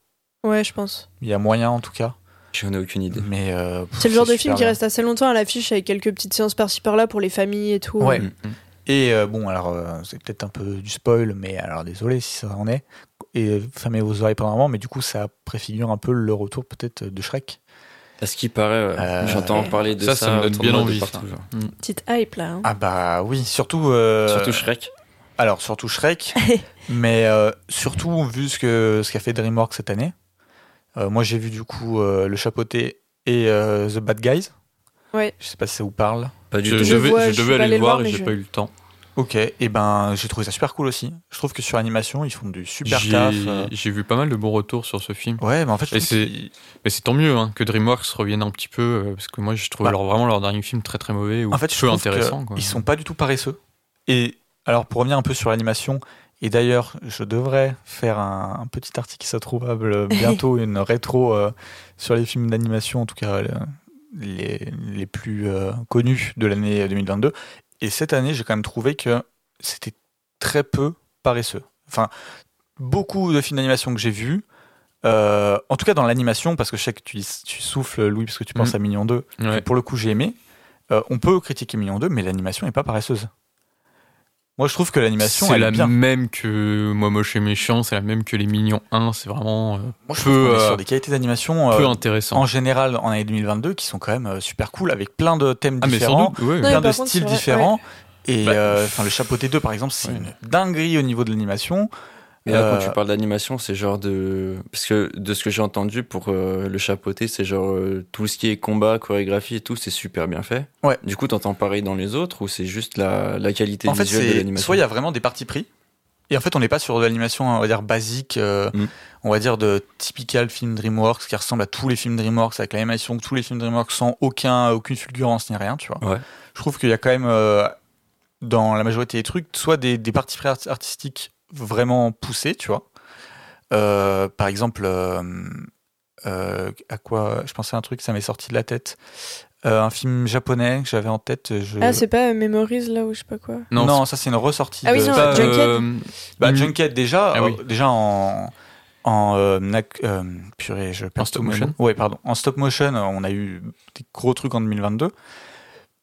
S2: Ouais, je pense.
S1: Il y a moyen, en tout cas.
S3: J'en ai aucune idée.
S1: Mais euh, pff,
S2: C'est le genre de film
S1: super
S2: qui
S1: bien.
S2: reste assez longtemps à l'affiche avec quelques petites séances par-ci par-là pour les familles et tout.
S1: Ouais.
S3: Mm.
S1: Et euh, bon, alors, euh, c'est peut-être un peu du spoil, mais alors désolé si ça en est. Et fermez vos oreilles pendant un moment, mais du coup, ça préfigure un peu le retour peut-être de Shrek.
S3: À ce qui paraît, ouais.
S1: Euh,
S3: j'entends parler de ça.
S4: ça, ça me donne
S3: autour
S4: bien
S3: de moi de
S4: envie,
S3: partout,
S4: ça.
S3: genre.
S2: Petite hype là. hein.
S1: Ah bah oui, surtout. euh,
S3: Surtout Shrek.
S1: Alors, surtout Shrek, mais euh, surtout vu ce qu'a ce qu'a fait DreamWorks cette année. Euh, moi, j'ai vu du coup euh, Le Chapeauté et euh, The Bad Guys.
S2: Ouais.
S1: Je sais pas si ça vous parle.
S3: Pas du
S4: Je,
S3: tout.
S2: Je
S4: je vais-
S2: vois,
S4: je
S2: je suis
S4: devais
S2: pas
S4: aller
S2: allée
S4: le voir
S2: le
S4: et
S2: voir,
S4: j'ai
S2: mais
S4: pas
S2: je-
S4: eu le temps.
S1: Ok, et ben j'ai trouvé ça super cool aussi. Je trouve que sur Animation, ils font du super
S4: J'ai-
S1: taf. euh.
S4: J'ai vu pas mal de bons retours sur ce film.
S1: Ouais, mais en fait, je
S4: Et
S1: trouve
S4: c'est-
S1: qu'ils-
S4: Mais c'est tant mieux hein, que DreamWorks revienne un petit peu, euh, parce que moi je trouve
S1: Bah.
S4: leur, vraiment leur dernier film très très mauvais ou
S1: En fait, je
S4: peu
S1: trouve que
S4: intéressant. quoi.
S1: Ils sont pas du tout paresseux. Et alors, pour revenir un peu sur l'animation, et d'ailleurs, je devrais faire un, un petit article, si ça trouvable, euh, bientôt, une rétro euh, sur les films d'animation, en tout cas euh, les, les plus euh, connus de l'année 2022. Et cette année, j'ai quand même trouvé que c'était très peu paresseux. Enfin, beaucoup de films d'animation que j'ai vus, euh, en tout cas dans l'animation, parce que je sais que tu, tu souffles, Louis, parce que tu penses
S4: Mhm.
S1: à Million 2,
S4: Ouais.
S1: que pour le coup j'ai aimé. Euh, on peut critiquer Million 2, mais l'animation est pas paresseuse. Moi, je trouve que l'animation,
S4: C'est
S1: elle
S4: la
S1: est bien.
S4: même que Moi Moche et Méchant, c'est la même que Les Mignons 1, c'est vraiment euh,
S1: Moi, je
S4: peu,
S1: trouve qu'on est
S4: euh,
S1: sur des qualités d'animation euh,
S4: peu intéressant.
S1: en général en année 2022 qui sont quand même euh, super cool avec plein de thèmes
S4: Ah mais sans
S1: différents,
S4: doute, ouais.
S2: Non,
S1: plein
S2: mais par
S1: de
S2: contre,
S1: styles
S2: c'est vrai,
S1: différents. Et
S4: Bah,
S1: euh, enfin, le chapeauté 2, par exemple, c'est
S4: ouais.
S1: une dinguerie au niveau de l'animation.
S3: Et là, quand
S1: Euh,
S3: tu parles d'animation, c'est genre de. Parce que de ce que j'ai entendu pour euh, le chapeauté, c'est genre euh, tout ce qui est combat, chorégraphie et tout, c'est super bien fait.
S1: Ouais.
S3: Du coup, t'entends pareil dans les autres ou c'est juste la, la qualité
S1: En fait,
S3: visuelle de
S1: c'est
S3: l'animation
S1: soit il y a vraiment des parties pris, et en fait, on n'est pas sur de l'animation, on va dire basique, euh,
S3: Mm.
S1: on va dire de typical film DreamWorks qui ressemble à tous les films DreamWorks avec l'animation que tous les films DreamWorks sans aucun aucune fulgurance ni rien, tu vois.
S3: Ouais.
S1: Je trouve qu'il y a quand même euh, dans la majorité des trucs, soit des, des parties pris art- artistiques vraiment poussées, tu vois. Euh, par exemple, euh, euh, à quoi je pensais à un truc, ça m'est sorti de la tête. Euh, un film japonais que j'avais en tête. Je...
S2: Ah, c'est pas euh, Memories là ou je sais pas quoi.
S1: non,
S4: Non, c'est
S1: ça c'est une ressortie.
S2: Ah oui,
S1: de-
S2: non,
S4: pas,
S2: Junkhead.
S4: euh,
S1: bah,
S4: Mm.
S1: Junkhead, déjà,
S4: Ah oui.
S1: euh, déjà en. En euh, nac- euh, purée, je perds
S4: En stop
S1: tous mes
S4: motion
S1: mots. Ouais, pardon. En stop motion, euh, on a eu des gros trucs en 2022.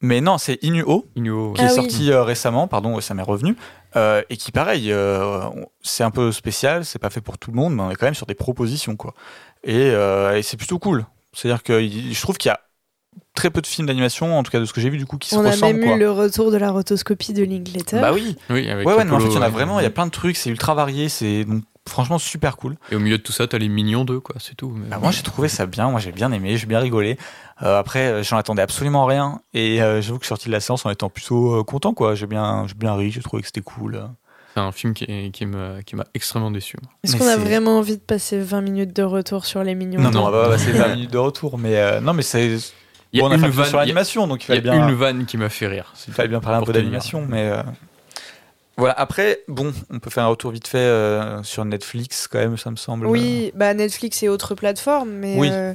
S1: Mais non, c'est Inuo
S4: Inuo, ouais.
S1: qui
S2: Ah
S1: est
S2: oui.
S1: sorti euh, récemment, pardon, ça m'est revenu, euh, et qui pareil, euh, on- c'est un peu spécial, c'est pas fait pour tout le monde, mais on est quand même sur des propositions quoi. Et, euh, et c'est plutôt cool. C'est-à-dire que il- je trouve qu'il y a très peu de films d'animation, en tout cas de ce que j'ai vu du coup, qui se
S2: On a
S1: ressemblent
S2: même
S1: quoi.
S2: eu le retour de la rotoscopie de Linklater.
S1: Bah oui.
S4: Oui, avec
S1: ouais ouais,
S4: Apollo,
S1: non, en fait, il y en a
S4: ouais.
S1: vraiment, il y a plein de trucs, c'est ultra varié, c'est donc franchement super cool.
S4: Et au milieu de tout ça, t'as Les Mignons 2, quoi, c'est tout. mais-
S1: Bah, moi j'ai trouvé ça bien, moi j'ai bien aimé, j'ai bien rigolé. Euh, après euh, j'en attendais absolument rien et euh, j'avoue que je suis sorti de la séance en étant plutôt euh, content quoi. J'ai bien, j'ai bien ri, j'ai trouvé que c'était cool.
S4: C'est un film qui, est- qui me- qui m'a extrêmement déçu.
S2: Est-ce
S1: mais
S2: qu'on a
S1: c'est-
S2: vraiment envie de passer 20 minutes de retour sur les mignons
S1: Non,
S4: Non.
S1: non, bah, bah, c'est 20 minutes de retour, mais euh, non, mais c'est.
S4: Il y a
S1: bon, on a
S4: une
S1: fait un film sur
S4: vanne- il y a-
S1: l'animation, donc il
S4: Il y a
S1: fallait bien, hein.
S4: une vanne qui m'a fait rire. c'est
S1: il fallait bien parler un
S4: pour
S1: peu
S4: te dire.
S1: d'animation, mais. euh, Voilà, après, bon, on peut faire un retour vite fait euh, sur Netflix quand même, ça me semble.
S2: Oui, bah Netflix et autres plateformes, mais
S1: Oui.
S2: euh,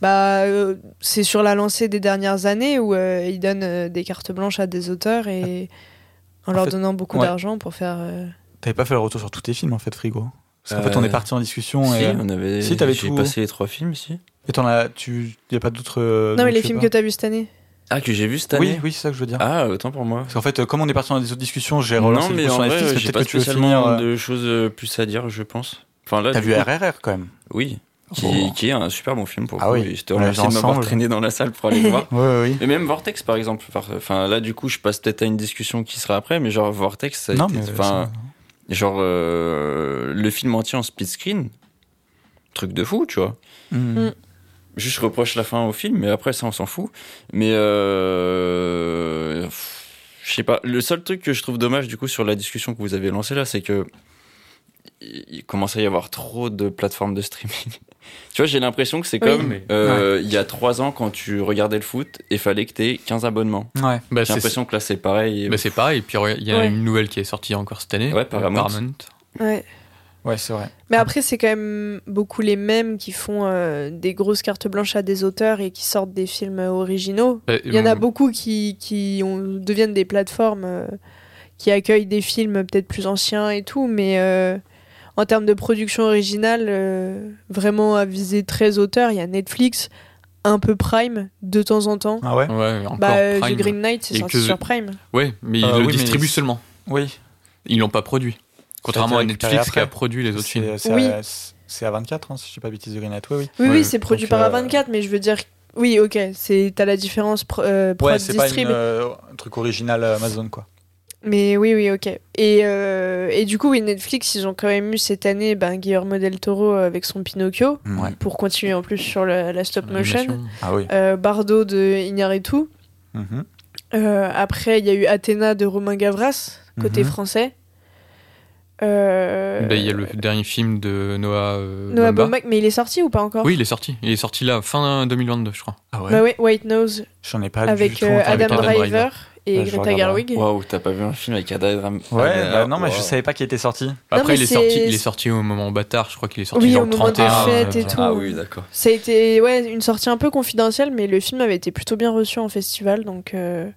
S2: bah, euh, c'est sur la lancée des dernières années où euh, ils donnent euh, des cartes blanches à des auteurs et en,
S1: En
S2: leur
S1: fait,
S2: donnant beaucoup
S1: ouais.
S2: d'argent pour faire. euh,
S1: T'avais pas fait le retour sur tous tes films en fait, Frigo. Parce qu'en fait,
S3: Euh,
S1: on est parti en discussion
S3: si,
S1: et euh,
S3: on avait.
S1: si, t'avais
S3: J'ai
S1: tout.
S3: passé les trois films, si.
S1: et t'en as, tu, y a pas d'autres. euh,
S2: Non, mais
S1: dont
S2: les
S1: tu
S2: films que
S1: sais
S2: t'as vus cette année.
S3: Ah, que j'ai vu cette
S1: pas
S3: année
S1: Oui, oui, c'est ça que je veux dire.
S3: Ah, autant pour moi.
S1: Parce qu'en fait, euh, comme on est parti dans des autres discussions, j'ai relancé
S3: Non,
S1: le
S3: mais
S1: coup
S3: en
S1: sur
S3: vrai,
S1: Netflix, mais
S3: j'ai
S1: peut-être
S3: pas
S1: que tu veux
S3: spécialement
S1: finir. euh,
S3: de choses euh, plus à dire, je pense. Enfin, là,
S1: T'as
S3: du
S1: vu
S3: coup-
S1: RRR quand même.
S3: Oui, qui,
S1: Bon.
S3: qui est un super bon film pour
S1: Ah
S3: vous.
S1: oui,
S3: et je te
S1: on l'a
S3: remercie
S1: vu
S3: de m'avoir
S1: ensemble.
S3: traîné dans la salle pour aller le voir.
S1: Oui, oui.
S3: Et même Vortex, par exemple. Par- Enfin, là, du coup, je passe peut-être à une discussion qui sera après, mais genre Vortex, ça a
S1: Non,
S3: été-
S1: mais.
S3: enfin, genre euh, le film entier en split screen, truc de fou, tu vois.
S1: c'est-
S2: Mm.
S1: Hmm.
S3: Juste je reproche la fin au film, mais après ça on s'en fout. Mais euh, pff, je sais pas. Le seul truc que je trouve dommage du coup sur la discussion que vous avez lancée là, c'est que il il commence à y avoir trop de plateformes de streaming. tu vois, j'ai l'impression que c'est
S2: Oui.
S3: comme euh, il y a trois ans quand tu regardais le foot et fallait que t'aies 15 abonnements.
S1: Ouais.
S4: Bah,
S3: J'ai
S4: c'est
S3: l'impression que là c'est pareil.
S4: bah, c'est pareil. Et puis il y en a
S2: Ouais.
S4: une nouvelle qui est sortie encore cette année.
S3: Ouais, Paramount.
S2: Ouais.
S1: Ouais, c'est vrai.
S2: Mais après, c'est quand même beaucoup les mêmes qui font euh, des grosses cartes blanches à des auteurs et qui sortent des films euh, originaux.
S4: Euh,
S2: Il y en a
S4: euh,
S2: beaucoup qui, qui ont- deviennent des plateformes euh, qui accueillent des films peut-être plus anciens et tout, mais euh, en termes de production originale, euh, vraiment à viser très auteur, il y a Netflix, un peu Prime de temps en temps.
S1: Ah ouais
S3: Mm.
S4: Ouais, encore
S2: bah, euh,
S4: Prime.
S2: The Green Knight, c'est
S4: Et
S2: sorti
S4: que-
S2: sur Prime.
S4: Ouais, mais ils
S1: Euh,
S4: le
S1: oui, mais
S4: distribuent
S1: c'est-
S4: seulement.
S1: Oui.
S4: Ils l'ont pas produit. Contrairement à
S1: récupéré
S4: Netflix qui a
S1: après.
S4: produit les autres films.
S1: C'est euh, c'est
S2: Oui.
S1: à- c'est à 24, hein, si je dis pas de bêtises de Green Hat. Oui, oui.
S2: Oui,
S4: Ouais,
S2: oui, c'est produit
S1: donc,
S2: par
S1: euh,
S2: A24, mais je veux dire, oui, ok, c'est t'as la différence pro, euh, prod
S1: Ouais, c'est pas
S2: distrib.
S1: une, euh, un truc original euh, Amazon, quoi.
S2: Mais oui, oui, ok. Et, euh, et du coup, oui, Netflix, ils ont quand même eu cette année ben, Guillermo del Toro euh, avec son Pinocchio,
S4: Mm.
S1: Ouais.
S2: pour continuer en plus sur le- la stop motion.
S4: L'animation.
S1: Ah oui.
S2: Euh, Bardo de Iñárritu.
S1: Mhm.
S2: Euh, après, il y a eu Athéna de Romain Gavras, côté
S1: Mhm.
S2: français. Euh,
S4: Bah, Mm-hmm. Il y a le dernier film de Noah, euh,
S2: Noah
S4: Baumbach.
S2: Baumbach, mais il est sorti ou pas encore
S4: Oui, il est sorti. Il est sorti là, fin 2022, je crois.
S1: Ah ouais.
S2: Bah ouais, White Nose
S1: J'en ai pas
S4: Ah,
S1: du
S2: avec
S1: tout
S2: euh,
S1: entendu
S2: Adam,
S4: Adam
S1: parler.
S2: Driver,
S4: Driver.
S2: et
S1: Bah, je
S2: Greta
S1: regarderai.
S2: Gerwig.
S3: Waouh, t'as pas vu un film avec Ada Dram
S1: Ouais, bah non, mais je savais pas qui était sorti.
S4: Après,
S2: mais
S4: il, est
S2: c'est-
S4: sorti, il est sorti au moment bâtard, je crois qu'il est sorti
S2: Oui,
S4: genre
S2: au
S4: le
S2: moment des
S4: 31.
S2: fêtes et
S4: euh,
S2: tout.
S3: Ah oui, d'accord.
S2: Ça a été ouais, une sortie un peu confidentielle, mais le film avait été plutôt bien reçu en festival, donc, euh,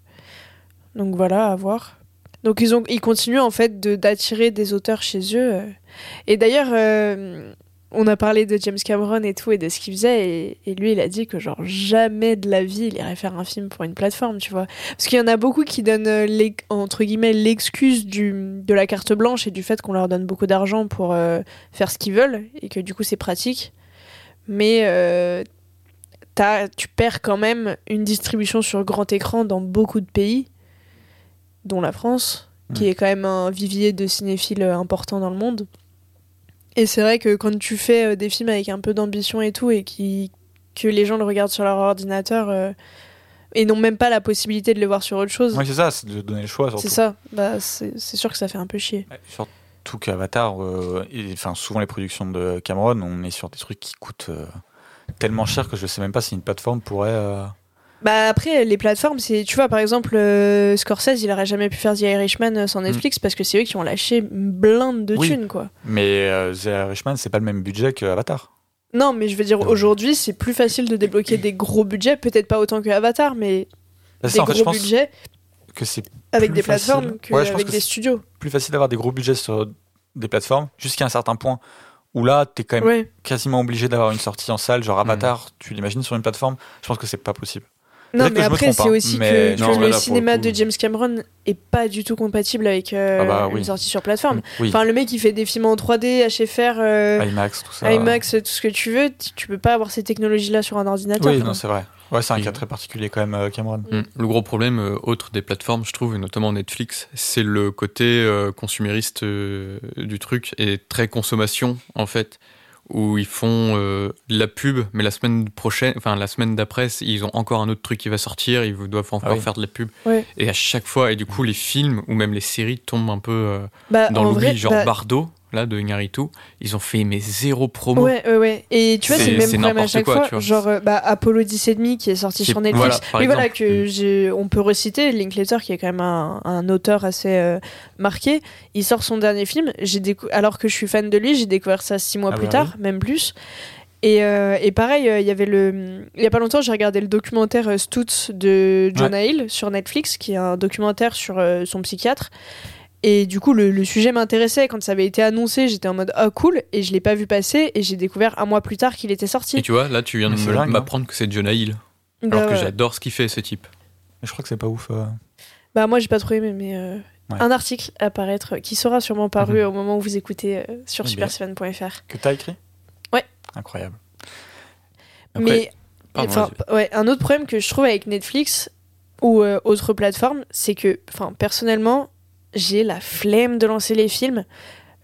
S2: donc voilà, à voir. Donc ils, ont, ils continuent en fait de- d'attirer des auteurs chez eux. euh. Et d'ailleurs, euh, on a parlé de James Cameron et tout, et de ce qu'il faisait, et, et lui, il a dit que genre jamais de la vie, il irait faire un film pour une plateforme, tu vois. Parce qu'il y en a beaucoup qui donnent, euh, les, entre guillemets, l'excuse du- de la carte blanche et du fait qu'on leur donne beaucoup d'argent pour euh, faire ce qu'ils veulent, et que du coup c'est pratique mais euh, t'as- tu perds quand même une distribution sur grand écran dans beaucoup de pays, dont la France, qui est quand même un vivier de cinéphiles euh, important dans le monde. Et c'est vrai que quand tu fais euh, des films avec un peu d'ambition et tout, et qui, que les gens le regardent sur leur ordinateur euh, et n'ont même pas la possibilité de le voir sur autre chose,
S1: Ouais, c'est ça, c'est de donner le choix. Surtout.
S2: c'est ça, bah, c'est c'est sûr que ça fait un peu chier.
S1: Ouais, Surtout qu'Avatar, euh, et- enfin, souvent les productions de Cameron, on est sur des trucs qui coûtent euh, tellement cher que je sais même pas si une plateforme pourrait. euh,
S2: Bah après les plateformes c'est tu vois par exemple euh, Scorsese il aurait jamais pu faire The Irishman euh, sans Netflix parce que c'est eux qui ont lâché une blinde de
S1: Mm. Oui.
S2: thunes quoi.
S1: Mais euh, The Irishman, c'est pas le même budget qu'Avatar.
S2: Non mais je veux dire
S1: Ouais.
S2: aujourd'hui c'est plus facile de débloquer des gros budgets peut-être pas autant que Avatar mais
S1: C'est
S2: des
S1: ça, en fait, je
S2: gros
S1: pense
S2: budgets
S1: que c'est
S2: avec
S1: plus
S2: des plateformes
S1: facile.
S2: que
S1: Ouais, je pense
S2: avec
S1: que
S2: des
S1: c'est-
S2: studios.
S1: plus facile d'avoir des gros budgets sur des plateformes jusqu'à un certain point où là, t'es quand même
S2: Ouais.
S1: quasiment obligé d'avoir une sortie en salle, genre Avatar, tu l'imagines sur une plateforme, je pense que c'est pas possible.
S2: Non
S1: Peut-être que
S2: mais
S1: je me
S2: après
S1: trompe,
S2: c'est
S1: hein,
S2: aussi
S1: mais-
S2: que,
S3: Non,
S2: que
S3: mais là,
S2: le
S3: pour le
S2: cinéma
S3: coup,
S2: de
S3: oui.
S2: James Cameron est pas du tout compatible avec euh,
S1: Ah bah,
S2: une
S1: oui.
S2: sortie sur plateforme.
S1: Oui,
S2: Enfin le mec il fait des films en 3D, HFR, euh,
S1: IMAX, tout ça.
S2: IMAX, tout ce que tu veux, tu tu peux pas avoir ces technologies là sur un ordinateur.
S1: Oui, non,
S2: quoi.
S1: c'est vrai. Ouais, c'est un
S4: Oui.
S1: cas très particulier quand même, euh, Cameron.
S4: Mm. Le gros problème, euh, autre des plateformes, je trouve, et notamment Netflix, c'est le côté euh, consumériste euh, du truc et très consommation, en fait, où ils font euh, de la pub, mais la semaine prochaine, enfin la semaine d'après, c'est- ils ont encore un autre truc qui va sortir, ils doivent encore
S1: Ah oui.
S4: faire de la pub.
S2: Ouais.
S4: Et à chaque fois, et du coup, les films ou même les séries tombent un peu euh,
S2: Bah,
S4: dans
S2: en
S4: l'oubli,
S2: vrai,
S4: genre
S2: bah,
S4: Bardo, là, de Iñárritu, ils ont fait mais zéro promo.
S2: Ouais, ouais, ouais. Et tu vois, c'est
S4: C'est-
S2: le même
S4: c'est
S2: problème à
S4: n'importe
S2: chaque
S4: quoi,
S2: fois.
S4: tu vois.
S2: Genre, euh, bah, Apollo 10 et demi qui est sorti
S4: C'est-
S2: sur Netflix.
S4: voilà, par
S2: oui, voilà,
S4: exemple. Mm.
S2: que j'ai- on peut reciter Linklater, qui est quand même un, un auteur assez euh, marqué. Il sort son dernier film. J'ai décou- Alors que je suis fan de lui, j'ai découvert ça six mois
S1: Ah
S2: plus
S1: bah
S2: tard, même plus. Et, euh, et pareil, euh, il y avait le. Il y a pas longtemps, j'ai regardé le documentaire euh, Stutz de Jonah Hill sur Netflix, qui est un documentaire sur euh, son psychiatre. Et du coup, le, le sujet m'intéressait. Quand ça avait été annoncé, j'étais en mode ah cool, et je l'ai pas vu passer. Et j'ai découvert un mois plus tard qu'il était
S4: Et
S2: sorti.
S4: tu vois, là, tu viens de
S1: C'est
S4: me-
S1: dingue, hein.
S4: m'apprendre que c'est Jonah Hill.
S2: Bah,
S4: Alors que
S2: ouais.
S4: j'adore ce qu'il fait, ce type.
S1: Je crois que c'est pas ouf. euh.
S2: Bah moi j'ai pas trop aimé, mais euh,
S1: Ouais.
S2: un article à paraître qui sera sûrement paru
S4: Mhm.
S2: au moment où vous écoutez euh, sur
S1: Eh bien.
S2: superseven.fr.
S1: Que t'as écrit
S2: Ouais.
S1: Incroyable.
S4: Après-
S2: Mais
S4: Pardon,
S2: Enfin,
S4: vas-y.
S2: p- ouais, un autre problème que je trouve avec Netflix ou euh, autres plateformes, c'est que, enfin, personnellement, j'ai la flemme de lancer les films,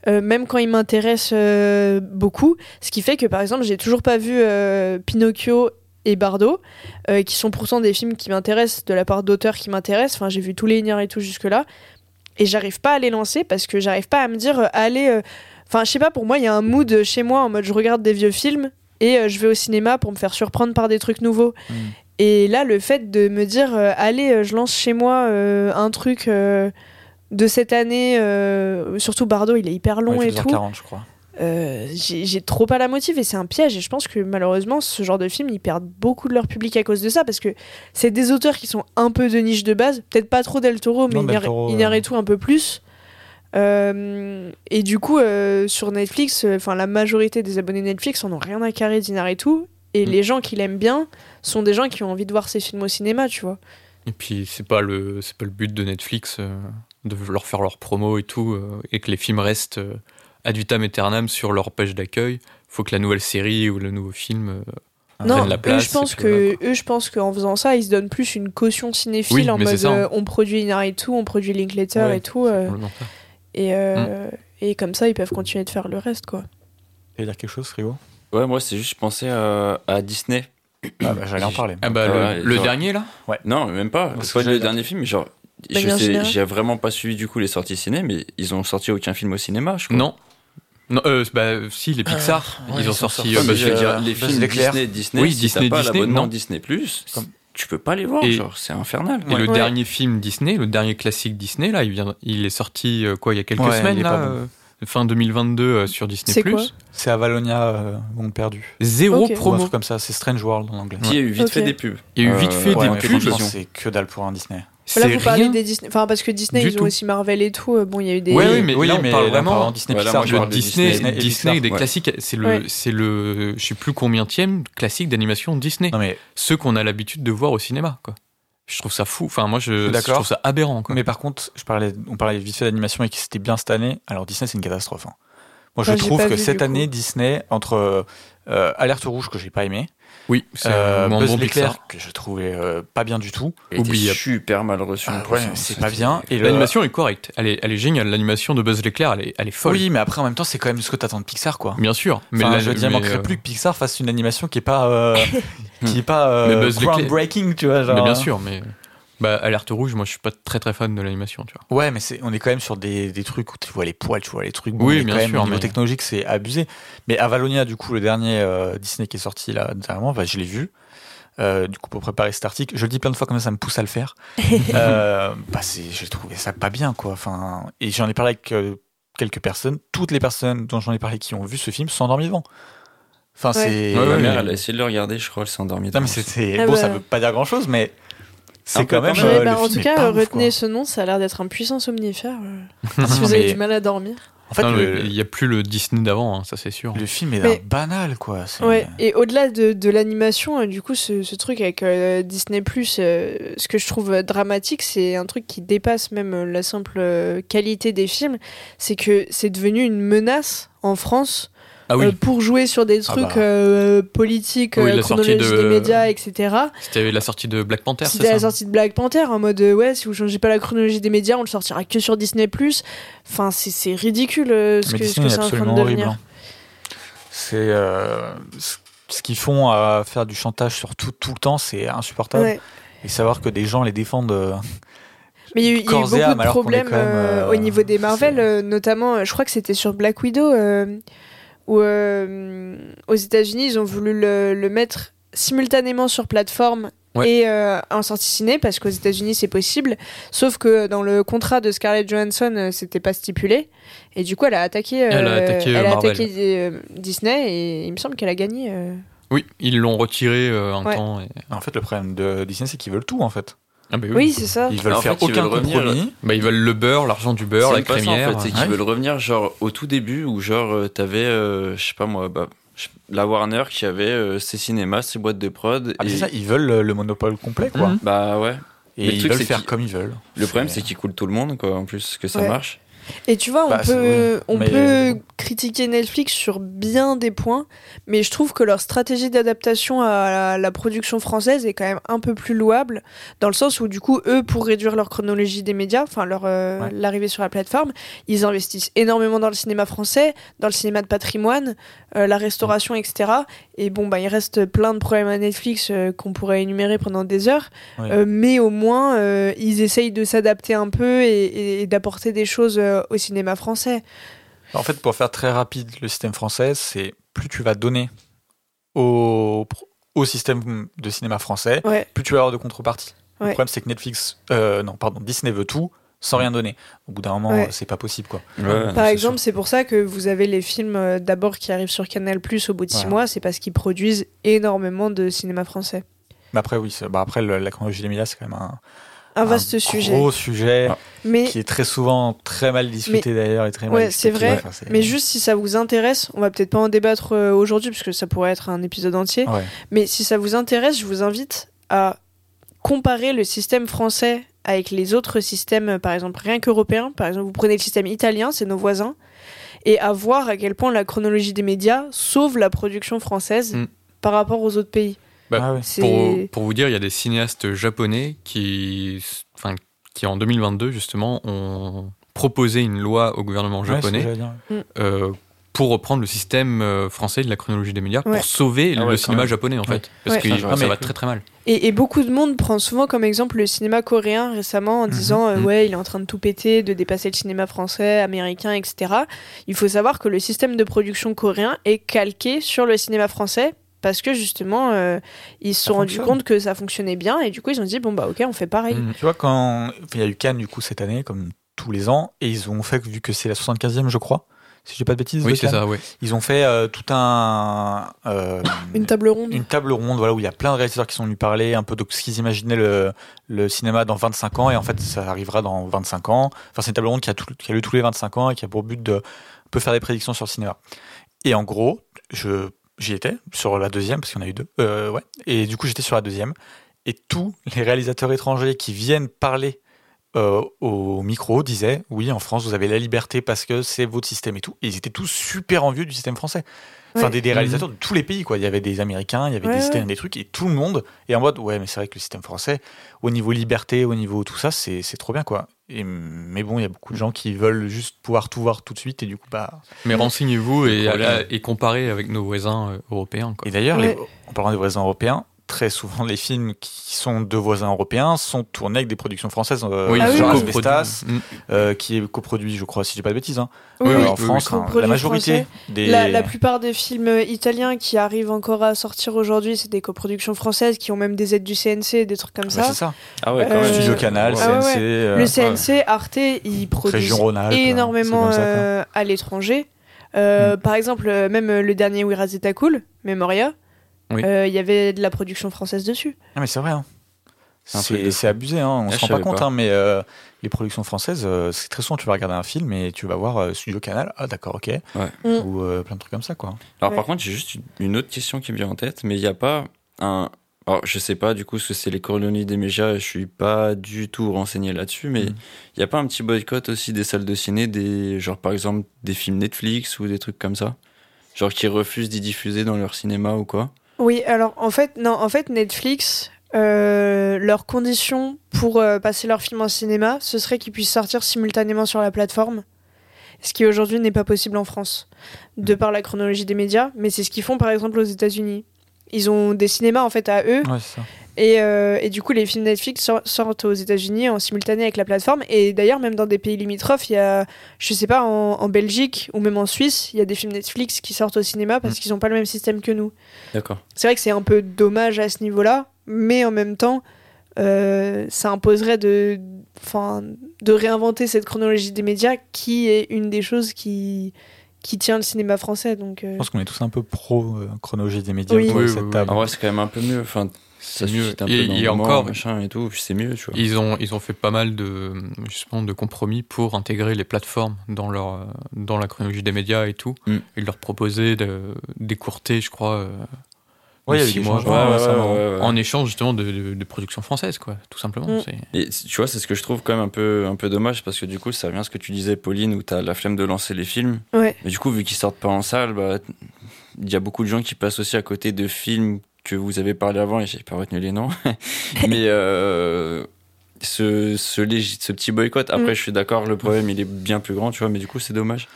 S2: euh, même quand ils m'intéressent euh, beaucoup. Ce qui fait que, par exemple, j'ai toujours pas vu euh, Pinocchio et Bardo, euh, qui sont pourtant des films qui m'intéressent de la part d'auteurs qui m'intéressent. Enfin, j'ai vu tous les Ignares et tout jusque-là. Et j'arrive pas à les lancer parce que j'arrive pas à me dire, euh, allez. euh, Enfin, je sais pas, pour moi, il y a un mood euh, chez moi en mode je regarde des vieux films et euh, je vais au cinéma pour me faire surprendre par des trucs nouveaux.
S1: Mm.
S2: Et là, le fait de me dire, euh, allez, euh, je lance chez moi euh, un truc euh, de cette année, euh, surtout Bardo, il est hyper long
S1: Ouais,
S2: et tout.
S1: 2h40, je crois.
S2: Euh, j'ai j'ai trop pas la motive et c'est un piège et je pense que malheureusement ce genre de film ils perdent beaucoup de leur public à cause de ça parce que c'est des auteurs qui sont un peu de niche de base peut-être pas trop Del Toro mais
S1: Non,
S2: il
S1: Del
S2: y a-
S1: Toro,
S2: il y en
S1: euh,
S2: a tout un peu plus Euh, et du coup euh, sur Netflix enfin la majorité des abonnés Netflix en ont rien à carrer d'Inaritu et
S4: Mm.
S2: les gens qui l'aiment bien sont des gens qui ont envie de voir ces films au cinéma tu vois
S4: Et puis, c'est pas, le, c'est pas le but de Netflix euh, de leur faire leur promo et tout, euh, et que les films restent euh, ad vitam aeternam sur leur page d'accueil. Faut que la nouvelle série ou le nouveau film euh,
S2: non
S4: prennent la
S2: eux
S4: place,
S2: je pense
S4: et puis voilà,
S2: que eux je pense qu'en faisant ça ils se donnent plus une caution cinéphile
S4: Oui,
S2: en
S4: mais c'est
S2: mode
S4: ça.
S2: euh, on produit Inaritu on produit Linklater
S1: Ouais,
S2: et tout euh,
S4: complètement ça.
S2: Et,
S4: Hmm.
S2: euh, et comme ça, ils peuvent continuer de faire le reste, quoi.
S1: Tu veux dire quelque chose, Frigo
S3: Ouais, moi, c'est juste, je pensais à, à Disney.
S1: Ah bah, J'allais en parler.
S4: Ah bah, le-
S3: Ouais,
S4: le,
S3: ouais.
S4: dernier, là
S3: Non, même pas.
S1: Parce que
S3: C'est pas
S1: j'avais-
S3: le dernier film, mais genre,
S2: Manière
S3: je sais,
S2: générale.
S3: j'ai vraiment pas suivi du coup les sorties ciné, mais ils ont sorti aucun film au cinéma, je crois.
S4: Non. Non, euh, bah, si, les Pixar,
S1: ouais,
S4: ils ont
S1: ils sont
S4: sorti.
S1: sortis.
S4: euh,
S3: Ouais,
S4: bah,
S3: mais
S1: je
S3: je
S1: veux
S3: veux
S1: euh,
S3: dire, les
S1: Buzz
S3: films
S1: l'éclair.
S3: Disney, Disney,
S4: Oui,
S3: si
S4: Disney,
S3: t'as pas
S4: Disney,
S3: l'abonnement
S4: non.
S3: Disney+,
S1: Comme-
S3: tu peux pas les voir,
S4: Et-
S3: genre, c'est infernal.
S4: Et le
S2: Ouais.
S4: dernier film Disney, le dernier classique Disney, là, il, vient, il est sorti euh, quoi, il y a quelques
S1: Ouais, il
S4: semaines,
S1: est
S4: là,
S1: pas bon.
S4: euh, fin 2022 euh, sur Disney.
S2: C'est quoi
S1: C'est Avalonia, euh, Monde Perdu.
S4: Zéro
S2: Ok.
S1: Ou un
S4: promo.
S1: truc comme ça, c'est Strange World en anglais.
S3: Qui a eu vite
S2: Ok.
S3: fait des pubs.
S4: Il y a eu vite
S3: Euh,
S4: fait
S3: ouais,
S4: des
S3: en
S1: mais franchement,
S4: pubs.
S3: compétition.
S1: C'est que dalle pour un Disney.
S4: C'est
S2: Là, vous parlez
S4: rien.
S2: des Disney. Enfin, parce que Disney,
S4: Du
S2: ils
S4: tout.
S2: ont aussi Marvel et tout. euh, Bon, il y a eu des.
S4: Ouais, oui, mais là, on parle
S1: là,
S4: vraiment-
S1: en Disney
S3: Voilà,
S1: Pixar.
S3: moi, je
S1: tu
S4: Le
S1: vois.
S3: parle de
S4: Disney,
S1: Disney
S4: Disney,
S1: et Pixar,
S4: des
S3: ouais.
S4: classiques, c'est le,
S2: Ouais.
S4: c'est le, je sais plus combienième classique d'animation Disney,
S1: Non mais,
S4: ceux qu'on a l'habitude de voir au cinéma, quoi. Je trouve ça fou. Enfin, moi, je,
S1: suis
S4: je
S1: d'accord.
S4: trouve ça aberrant, quoi.
S1: mais par contre, je parlais, on parlait vite fait d'animation et que c'était bien cette année. Alors Disney, c'est une catastrophe. hein. Moi, je
S2: Ouais, j'ai
S1: trouve
S2: pas
S1: que
S2: vu,
S1: cette
S2: du coup.
S1: année, Disney, entre euh, Alerte Rouge que j'ai pas aimé,
S4: oui, c'est
S1: euh,
S4: un moment
S1: Buzz
S4: bon Pixar. Ah,
S1: l'éclair que je trouvais euh, pas bien du tout,
S3: Il était
S4: Oubliable.
S3: super mal reçu.
S1: Ah
S3: en
S1: ouais,
S3: plus, hein,
S1: c'est
S3: ça,
S1: pas bien. Et le-
S4: L'animation est correcte. Elle est, elle est géniale. L'animation de Buzz l'éclair, elle est, elle est folle.
S1: Oui, mais après en même temps, c'est quand même ce que t'attends de Pixar, quoi.
S4: Bien sûr. Mais
S1: Mais enfin,
S4: la-
S1: je veux dire, il
S4: mais,
S1: manquerait
S4: euh,
S1: plus que Pixar fasse une animation qui est pas, euh, qui est pas euh,
S4: Mais Buzz l'éclair-
S1: groundbreaking, tu vois. Genre,
S4: Mais bien sûr, mais bah, alerte rouge, moi je suis pas très très fan de l'animation, tu vois.
S1: Ouais, mais c'est, on est quand même sur des, des trucs où tu vois les poils, tu vois les trucs.
S4: Oui,
S1: on est
S4: bien
S1: quand même,
S4: sûr,
S1: Au niveau
S4: mais-
S1: technologique, c'est abusé. Mais Avalonia, du coup, le dernier euh, Disney qui est sorti là dernièrement, bah, je l'ai vu. Euh, du coup, pour préparer cet article, je le dis plein de fois comme ça, ça me pousse à le faire. Euh, bah, c'est, j'ai trouvé ça pas bien, quoi. Enfin, et j'en ai parlé avec euh, quelques personnes. Toutes les personnes dont j'en ai parlé qui ont vu ce film s'endorment vivants. Enfin,
S2: Ouais.
S1: c'est.
S3: Ma
S4: Ouais,
S3: mère,
S4: mais-
S3: elle a essayé de le regarder, je crois, elle s'est endormie.
S1: Non, mais
S3: devant.
S1: c'est, c'est-
S2: Ah
S1: bon,
S2: bah.
S1: ça veut pas dire grand chose, mais c'est
S3: peu
S1: quand même.
S3: quand
S2: Ouais,
S3: même.
S1: euh,
S2: bah,
S1: le
S2: en
S1: film
S2: tout
S1: est
S2: cas,
S1: pas
S2: euh,
S1: ouf, quoi.
S2: retenez ce nom, ça a l'air d'être un puissant somnifère. euh, si
S1: Non,
S2: vous avez
S1: mais-
S2: du mal à dormir.
S1: En fait,
S4: Non, mais
S1: le-
S4: il y a plus le Disney d'avant, hein, ça c'est sûr.
S1: Le film est
S2: Mais-
S1: d'un banal, quoi. C'est-
S2: Ouais, et au-delà de, de l'animation, euh, du coup, ce, ce truc avec euh, Disney, euh, ce que je trouve euh, dramatique, c'est un truc qui dépasse même euh, la simple euh, qualité des films. C'est que c'est devenu une menace en France
S4: Ah oui,
S2: euh, pour jouer sur des
S1: Ah
S2: trucs
S1: bah.
S2: euh, politiques,
S4: Oui,
S2: euh,
S4: la sortie
S2: chronologie
S4: de-
S2: des médias, etc.
S4: c'était la sortie de Black Panther, c'est
S2: C'était la
S4: ça
S2: sortie de Black Panther en mode euh, ouais, si vous changez pas la chronologie des médias, on le sortira que sur Disney. Enfin, c'est- c'est ridicule euh, ce
S1: Mais
S2: que ce
S1: Disney
S2: que
S1: est
S2: c'est en train de
S1: absolument horrible.
S2: devenir.
S1: hein. C'est euh, ce ce qu'ils font à faire du chantage sur tout, tout le temps, c'est insupportable.
S2: Ouais.
S1: Et savoir que des gens les défendent. euh,
S2: Mais il y a eu, il y a eu
S1: Corps et âme,
S2: beaucoup de
S1: alors qu'on est
S2: problèmes
S1: quand même,
S2: euh,
S1: euh,
S2: au niveau des Marvel,
S1: c'est-
S2: euh, notamment, euh, je crois que c'était sur Black Widow, euh, où euh, aux États-Unis, ils ont voulu le, le mettre simultanément sur plateforme
S4: Ouais.
S2: et euh, en sortie ciné parce qu'aux États-Unis c'est possible. Sauf que dans le contrat de Scarlett Johansson, euh, c'était pas stipulé. Et du coup, elle a attaqué, euh,
S4: Elle a attaqué, euh,
S2: elle a
S4: Marvel.
S2: attaqué, euh, Disney et il me semble qu'elle a gagné. euh.
S4: Oui, ils l'ont retiré euh, un
S2: Ouais.
S4: temps. et-
S1: En fait, le problème de Disney, c'est qu'ils veulent tout en fait.
S4: Ah, bah oui.
S2: Oui, c'est ça.
S1: Ils veulent
S3: En
S1: faire
S3: fait, ils
S1: aucun
S3: veulent
S1: compromis.
S3: revenir,
S4: Bah, ils veulent le beurre, l'argent du
S3: C'est
S4: beurre, la
S3: même pas ça,
S4: crémière.
S3: en fait, c'est qu'ils
S1: ouais.
S3: veulent revenir genre au tout début où genre euh, t'avais, euh, je sais pas moi, bah, je- la Warner qui avait euh, ses cinémas, ses boîtes de prod.
S1: Ah, mais
S3: et-
S1: c'est ça, ils veulent le, le monopole complet quoi.
S4: Mhm.
S3: Bah ouais.
S1: Et
S3: Mais le
S1: ils
S3: truc,
S1: veulent
S3: c'est
S1: faire
S3: qu'ils-
S1: comme ils veulent.
S3: Le problème c'est qu'ils coulent tout le monde quoi. En plus que ça
S2: Ouais.
S3: marche.
S2: Et tu vois, on
S1: Bah, c'est-
S2: peut, on
S1: mais- euh,
S2: peut critiquer Netflix sur bien des points, mais je trouve que leur stratégie d'adaptation à la, la production française est quand même un peu plus louable, dans le sens où du coup, eux, pour réduire leur chronologie des médias, enfin leur euh,
S1: Ouais.
S2: l'arrivée sur la plateforme, ils investissent énormément dans le cinéma français, dans le cinéma de patrimoine, euh, la restauration, etc. Et bon, bah, il reste plein de problèmes à Netflix euh, qu'on pourrait énumérer pendant des heures.
S1: Ouais.
S2: Euh, mais au moins, euh, ils essayent de s'adapter un peu et, et- et d'apporter des choses euh, au cinéma français.
S1: En fait, pour faire très rapide, le système français, c'est plus tu vas donner au, pro- au système de cinéma français,
S2: Ouais.
S1: plus tu vas avoir de contrepartie.
S2: Ouais.
S1: Le problème, c'est que Netflix, euh, non, pardon, Disney veut tout sans rien donner. Au bout d'un moment,
S2: Ouais.
S1: euh, c'est pas possible, quoi.
S3: Ouais.
S2: Par
S1: Ah, c'est
S2: exemple, c'est pour ça que vous avez les films euh, d'abord qui arrivent sur Canal Plus au bout de six
S1: Voilà.
S2: mois, c'est parce qu'ils produisent énormément de cinéma français.
S1: Mais après, oui, c'est- bah après, le- la chronologie des médias, c'est quand même un,
S2: Un vaste
S1: un
S2: sujet.
S1: Ah, gros sujet
S3: Ah.
S2: Mais,
S1: qui est très souvent très mal discuté d'ailleurs et très mal
S2: Ouais, c'est
S1: expliqué.
S2: vrai,
S1: Enfin, c'est-
S2: mais juste si ça vous intéresse, on va peut-être pas en débattre euh, aujourd'hui parce que ça pourrait être un épisode entier.
S1: Ouais.
S2: Mais si ça vous intéresse, je vous invite à comparer le système français avec les autres systèmes, euh, par exemple rien qu'européens. Par exemple, vous prenez le système italien, c'est nos voisins, et à voir à quel point la chronologie des médias sauve la production française
S4: Mm.
S2: par rapport aux autres pays.
S4: Bah,
S1: Ah ouais.
S2: C'est-
S4: Pour, pour vous dire, il y a des cinéastes japonais qui, enfin, qui en 2022, justement, ont proposé une loi au gouvernement
S1: Ouais, c'est ce que
S4: japonais
S1: j'allais dire.
S4: euh, pour reprendre le système euh, français de la chronologie des médias,
S2: Ouais.
S4: pour sauver
S3: Ah ouais,
S4: le
S3: quand
S4: cinéma
S3: même.
S4: japonais, en
S1: Ouais.
S4: fait. Parce
S2: Ouais.
S4: que
S3: Ah, j'aurais
S4: ça
S1: pas
S4: va
S1: cru.
S4: très très mal.
S2: Et, et beaucoup de monde prend souvent comme exemple le cinéma coréen récemment en
S1: Mhm,
S2: disant euh,
S4: mhm.
S2: ouais il est en train de tout péter, de dépasser le cinéma français, américain, etc. Il faut savoir que le système de production coréen est calqué sur le cinéma français parce que justement euh, ils se
S1: Ça
S2: sont rendus
S1: fonctionne. Mhm.
S2: compte que ça fonctionnait bien et du coup ils ont dit bon bah ok on fait pareil.
S4: Mm.
S1: Tu vois, quand enfin, il y a eu Cannes, du coup, cette année, comme tous les ans, et ils ont fait, vu que c'est la 75e, je crois, si je dis pas de bêtises, de
S4: Oui, c'est
S1: Cannes,
S4: ça, ouais.
S1: ils ont fait euh, tout un. euh,
S2: Une table ronde.
S1: une table ronde voilà, où il y a plein de réalisateurs qui sont venus parler un peu de ce qu'ils imaginaient le, le cinéma dans 25 ans, et en fait, ça arrivera dans 25 ans. Enfin, c'est une table ronde qui a, tout- qui a lieu tous les 25 ans et qui a pour but de on peut faire des prédictions sur le cinéma. Et en gros, je. J'y étais sur la deuxième parce qu'on a eu deux. Euh, ouais. Et du coup, j'étais sur la deuxième et tous les réalisateurs étrangers qui viennent parler euh, au micro disaient oui en France vous avez la liberté parce que c'est votre système et tout et ils étaient tous super envieux du système français enfin
S2: Ouais. Mhm.
S1: des, des réalisateurs de tous les pays quoi il y avait des américains il y avait
S2: Ouais,
S1: des Italiens
S2: ouais.
S1: des trucs et tout le monde est en mode ouais mais c'est vrai que le système français au niveau liberté au niveau tout ça c'est c'est trop bien quoi et, mais bon il y a
S2: Mm.
S1: beaucoup de gens qui veulent juste pouvoir tout voir tout de suite et du coup bah
S4: Mais
S3: Mm.
S4: renseignez-vous et,
S1: Problème.
S4: allez- et comparez avec nos voisins euh, européens. Quoi.
S1: Et d'ailleurs,
S2: Ouais.
S1: les- en parlant des voisins européens, très souvent les films qui sont de voisins européens sont tournés avec des productions françaises. euh,
S2: Ah oui,
S1: genre
S2: oui.
S1: Asbestas,
S4: Mm.
S1: euh, qui est coproduit, je crois, si je dis pas de bêtises. hein.
S2: Oui,
S1: Euh,
S2: oui.
S1: en
S4: oui,
S1: France,
S2: oui.
S1: hein,
S2: Coproduit
S1: la majorité des.
S2: La, la plupart des films euh, italiens qui arrivent encore à sortir aujourd'hui, c'est des coproductions françaises qui ont même des aides du CNC, des trucs comme
S1: Ouais,
S2: ça.
S1: Bah, c'est ça.
S3: Ah ouais. Quand
S2: Euh,
S3: même.
S1: Studio Canal,
S2: ouais,
S1: CNC,
S2: ouais.
S1: euh,
S2: Le CNC, Arte, ils produisent
S1: Région Rhône-Alpes. hein,
S2: énormément
S1: c'est comme ça, quoi. Mm.
S2: euh, à l'étranger. Euh, Par exemple, euh, même euh, le dernier We Rise It A Cool, Memoria, euh, il
S4: Oui.
S2: y avait de la production française dessus.
S1: Ah, mais c'est vrai. hein.
S3: C'est un truc
S1: C'est
S3: de
S1: c'est abusé, hein, on
S3: Ah,
S1: se
S3: je
S1: rend pas
S3: savais
S1: compte,
S3: pas.
S1: hein, mais euh, les productions françaises, euh, c'est très souvent, tu vas regarder un film et tu vas voir euh, Studio Canal, ah d'accord, ok,
S2: Mm.
S1: ou euh, plein de trucs comme ça, quoi.
S3: Alors
S2: Ouais.
S3: par contre, j'ai juste une- une autre question qui me vient en tête, mais il n'y a pas un... Alors je sais pas du coup ce que c'est les colonies des médias, je suis pas du tout renseigné là-dessus, mais il
S1: Mhm.
S3: n'y a pas un petit boycott aussi des salles de ciné, des genre par exemple des films Netflix ou des trucs comme ça Genre qui refusent d'y diffuser dans leur cinéma ou quoi
S2: Oui, alors en fait, non, en fait Netflix, euh, leurs conditions pour euh, passer leur film en cinéma, ce serait qu'ils puissent sortir simultanément sur la plateforme, ce qui aujourd'hui n'est pas possible en France, de
S1: Mm.
S2: par la chronologie des médias, mais c'est ce qu'ils font par exemple aux États-Unis. Ils ont des cinémas en fait à eux
S1: Ouais, c'est ça.
S2: Et, euh, et du coup, les films Netflix sor- sortent aux États-Unis en simultané avec la plateforme. Et d'ailleurs, même dans des pays limitrophes, il y a, je sais pas, en, en Belgique ou même en Suisse, il y a des films Netflix qui sortent au cinéma parce qu'ils n'ont pas le même système que nous.
S3: D'accord.
S2: C'est vrai que c'est un peu dommage à ce niveau-là, mais en même temps, euh, ça imposerait de, enfin, de réinventer cette chronologie des médias qui est une des choses qui, qui tient le cinéma français. Donc, euh,
S1: Je pense qu'on est tous un peu pro euh, chronologie des médias
S2: Oui.
S1: autour de
S4: Oui,
S1: cette
S4: oui, oui.
S1: table.
S3: En vrai, c'est quand même un peu mieux. Enfin, ça
S4: C'est
S3: suscite
S4: mieux.
S3: un peu
S4: Et-
S3: dans
S4: et
S3: le moment,
S4: encore-
S3: machin et tout. puis c'est mieux, tu vois.
S4: Ils ont, ils ont fait pas mal de, justement, de compromis pour intégrer les plateformes dans, leur, euh, dans la chronologie des médias et tout.
S3: Mm.
S4: Ils leur proposaient de- d'écourter, je crois, euh,
S1: Ouais, il y
S4: de
S1: avait
S4: six
S1: des
S4: mois,
S1: changements,
S4: ouais,
S1: ouais, ça, non.
S3: ouais, ouais.
S4: en échange justement de, de, de production française, quoi, tout simplement.
S2: Mm.
S4: C'est-
S3: Et c- tu vois, c'est ce que je trouve quand même un peu, un peu dommage parce que du coup, ça revient à ce que tu disais, Pauline, où t'as la flemme de lancer les films.
S2: ouais.
S3: Mais du coup, vu qu'ils sortent pas en salle, bah, il y a beaucoup de gens qui passent aussi à côté de films que vous avez parlé avant et j'ai pas retenu les noms. Mais euh, ce, ce, légi- ce petit boycott, après,
S2: Mm.
S3: je suis d'accord, le problème il est bien plus grand, tu vois, mais du coup, c'est dommage.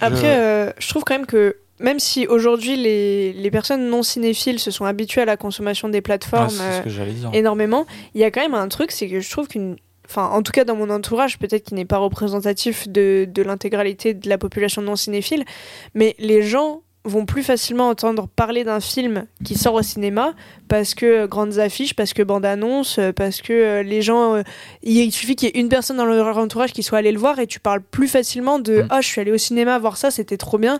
S2: Après, euh, je trouve quand même que même si aujourd'hui les, les personnes non cinéphiles se sont habituées à la consommation des
S1: Ah,
S2: plateformes
S1: c'est
S2: euh,
S1: ce que j'allais dire.
S2: énormément, il y a quand même un truc, c'est que je trouve qu'une... Enfin, en tout cas dans mon entourage, peut-être qu'il n'est pas représentatif de, de l'intégralité de la population non cinéphile, mais les gens vont plus facilement entendre parler d'un film qui sort au cinéma parce que euh, grandes affiches, parce que bande-annonce, euh, parce que euh, les gens... euh, il il suffit qu'il y ait une personne dans leur entourage qui soit allée le voir et tu parles plus facilement de
S4: Mm.
S2: Ah, je suis allé au cinéma voir ça, c'était trop bien »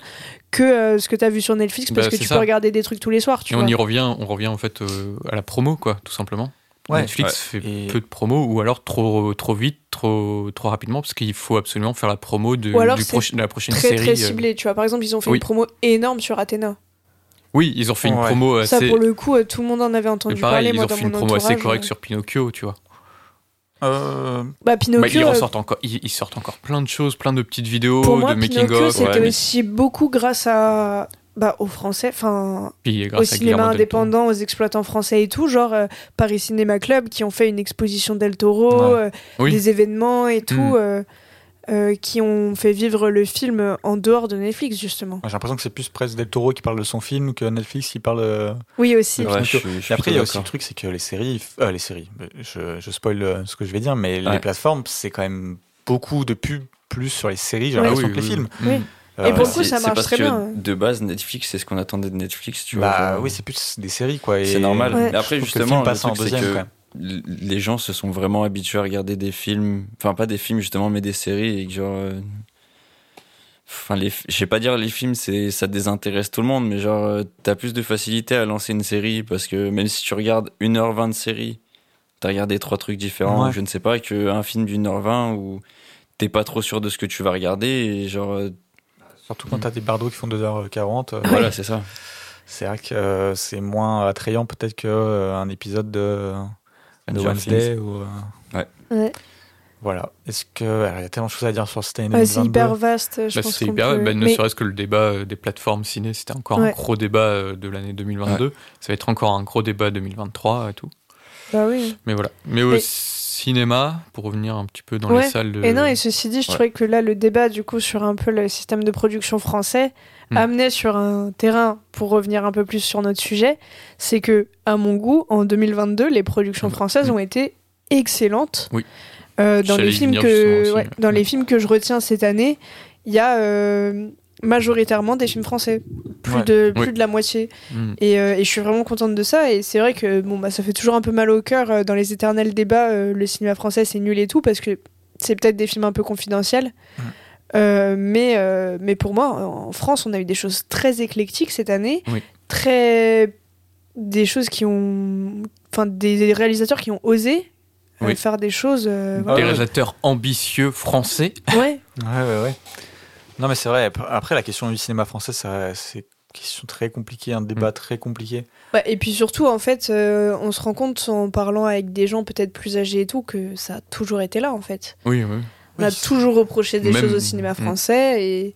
S2: que euh, ce que tu as vu sur Netflix parce
S4: Bah,
S2: que
S4: c'est
S2: tu
S4: ça.
S2: peux regarder des trucs tous les soirs, tu
S4: Et on
S2: vois.
S4: y revient, on revient en fait euh, à la promo, quoi, tout simplement.
S1: Ouais,
S4: Netflix fait
S1: Et-
S4: peu de promos ou alors trop, trop vite, trop, trop rapidement, parce qu'il faut absolument faire la promo de,
S2: Ou alors
S4: du
S2: c'est
S4: proche- de la prochaine
S2: très
S4: série.
S2: très
S4: euh.
S2: ciblé. Tu vois, par exemple, ils ont fait
S4: oui.
S2: une promo énorme sur Athéna.
S4: Oui, ils ont fait une
S1: Ouais.
S4: promo assez.
S2: Ça, pour le coup, euh, tout le monde en avait entendu
S4: Bah, pareil,
S2: parler.
S4: ils
S2: moi,
S4: ont
S2: dans
S4: fait une
S2: mon
S4: promo assez
S2: entourage,
S4: correcte
S2: euh.
S4: sur Pinocchio, tu vois.
S1: Euh,
S2: Bah,
S4: Bah, ils,
S2: Pinocchio. euh,
S4: ressortent encore, ils, ils sortent encore plein de choses, plein de petites vidéos,
S2: pour moi,
S4: de making
S2: Pinocchio,
S4: of.
S2: c'était
S3: ouais, mais-
S2: aussi beaucoup grâce à bah, aux Français, enfin
S4: Puis, grâce
S2: au
S4: à
S2: cinéma
S4: Guillermo del Toro.
S2: indépendant, aux exploitants français et tout, genre euh, Paris Cinéma Club qui ont fait une exposition Del Toro,
S1: Ouais.
S2: euh,
S4: Oui.
S2: des événements et tout,
S4: Mm.
S2: euh, euh, qui ont fait vivre le film en dehors de Netflix justement.
S1: J'ai l'impression que c'est plus Presse Del Toro qui parle de son film que Netflix qui parle. euh,
S2: Oui aussi.
S1: Ouais,
S3: Ouais,
S1: plutôt.
S3: je suis- je suis
S1: Et après, il y a
S3: plutôt
S1: aussi le
S3: d'accord.
S1: truc, c'est que les séries, euh, les séries, je, je spoil euh, ce que je vais dire, mais les
S3: Ouais.
S1: plateformes, c'est quand même beaucoup de pubs plus sur les séries, j'ai
S2: Ouais.
S1: l'impression
S4: Ah oui,
S1: que les
S4: oui,
S1: films.
S4: oui.
S2: Oui.
S4: Mm.
S2: Et
S1: Euh,
S2: pour le coup,
S3: Ah C'est-
S2: ça
S3: c'est
S2: marche
S3: parce
S2: très
S3: que
S2: bien.
S3: De base, Netflix, c'est ce qu'on attendait de Netflix, tu vois.
S1: bah
S3: genre. euh,
S1: oui, c'est plus des séries, quoi. et
S3: C'est normal.
S2: Ouais.
S1: je
S3: Mais après,
S1: trouve que
S3: justement,
S1: le film passe en
S3: truc, c'est
S1: deuxième,
S3: que
S1: quand même.
S3: l- les gens se sont vraiment habitués à regarder des films, enfin pas des films justement, mais des séries et que genre, euh, enfin les, f- je sais pas dire les films, c'est ça désintéresse tout le monde, mais genre euh, t'as plus de facilité à lancer une série parce que même si tu regardes 1h20 de série, t'as regardé trois trucs différents,
S1: Ouais.
S3: je ne sais pas, qu'un film d'une heure 20 où t'es pas trop sûr de ce que tu vas regarder et genre euh,
S1: Surtout quand t'as des bardos qui font 2h40, euh,
S3: voilà c'est ça.
S1: c'est vrai que euh, c'est moins attrayant peut-être qu'un épisode de, de
S3: Stranger
S1: Wednesday ou. euh,
S2: Ouais.
S1: Voilà. Est-ce que. alors, Il y a tellement de choses à dire sur Stain
S2: Ouais, Ah, c'est hyper vaste. Je
S4: Bah,
S2: pense
S4: c'est
S2: qu'on
S4: hyper-
S2: peut-
S4: bah, ne
S2: Mais-
S4: serait-ce que le débat euh, des plateformes ciné, c'était encore un
S2: Ouais.
S4: gros débat euh, de l'année 2022. Ça va être encore un gros débat 2023 et tout.
S2: bah oui.
S4: Mais voilà. Mais au
S2: Mais-
S4: cinéma, pour revenir un petit peu dans
S2: Ouais.
S4: les salles de.
S2: Et non, et ceci dit, je
S3: ouais.
S2: trouvais que là, le débat, du coup, sur un peu le système de production français,
S4: Hmm.
S2: amenait sur un terrain, pour revenir un peu plus sur notre sujet, c'est que, à mon goût, en 2022, les productions
S4: Ah bah,
S2: françaises
S4: hmm.
S2: ont été excellentes.
S4: Oui.
S2: Euh, dans
S4: J'allais
S2: les
S4: y
S2: films
S4: venir
S2: que,
S4: justement aussi,
S2: ouais,
S4: ouais. Hmm.
S2: dans les
S4: Ouais.
S2: films que je retiens cette année, il y a euh, majoritairement des films français, plus
S1: Ouais.
S2: de plus
S4: Oui.
S2: de la moitié.
S4: Mm.
S2: Et, euh, et je suis vraiment contente de ça. Et c'est vrai que bon, bah, ça fait toujours un peu mal au cœur euh, dans les éternels débats. euh, le cinéma français, c'est nul et tout, parce que c'est peut-être des films un peu confidentiels.
S1: Mm.
S2: Euh, mais, euh, mais pour moi, en France, on a eu des choses très éclectiques cette année.
S4: Oui.
S2: Très. des choses qui ont. Enfin, des réalisateurs qui ont osé euh,
S4: Oui.
S2: faire des choses. euh,
S1: Bah,
S4: Des
S1: ouais.
S2: voilà.
S4: réalisateurs ambitieux français.
S2: Ouais,
S1: Ouais, ouais, ouais. Non, mais c'est vrai. ap- Après, la question du cinéma français, ça, c'est une question très compliquée, un débat très compliqué.
S2: Ouais, et puis surtout, en fait, euh, on se rend compte en parlant avec des gens peut-être plus âgés et tout que ça a toujours été là, en fait.
S4: Oui, oui.
S2: On a
S1: Oui.
S2: toujours reproché des
S4: Même-
S2: choses au cinéma
S4: Mm.
S2: français et,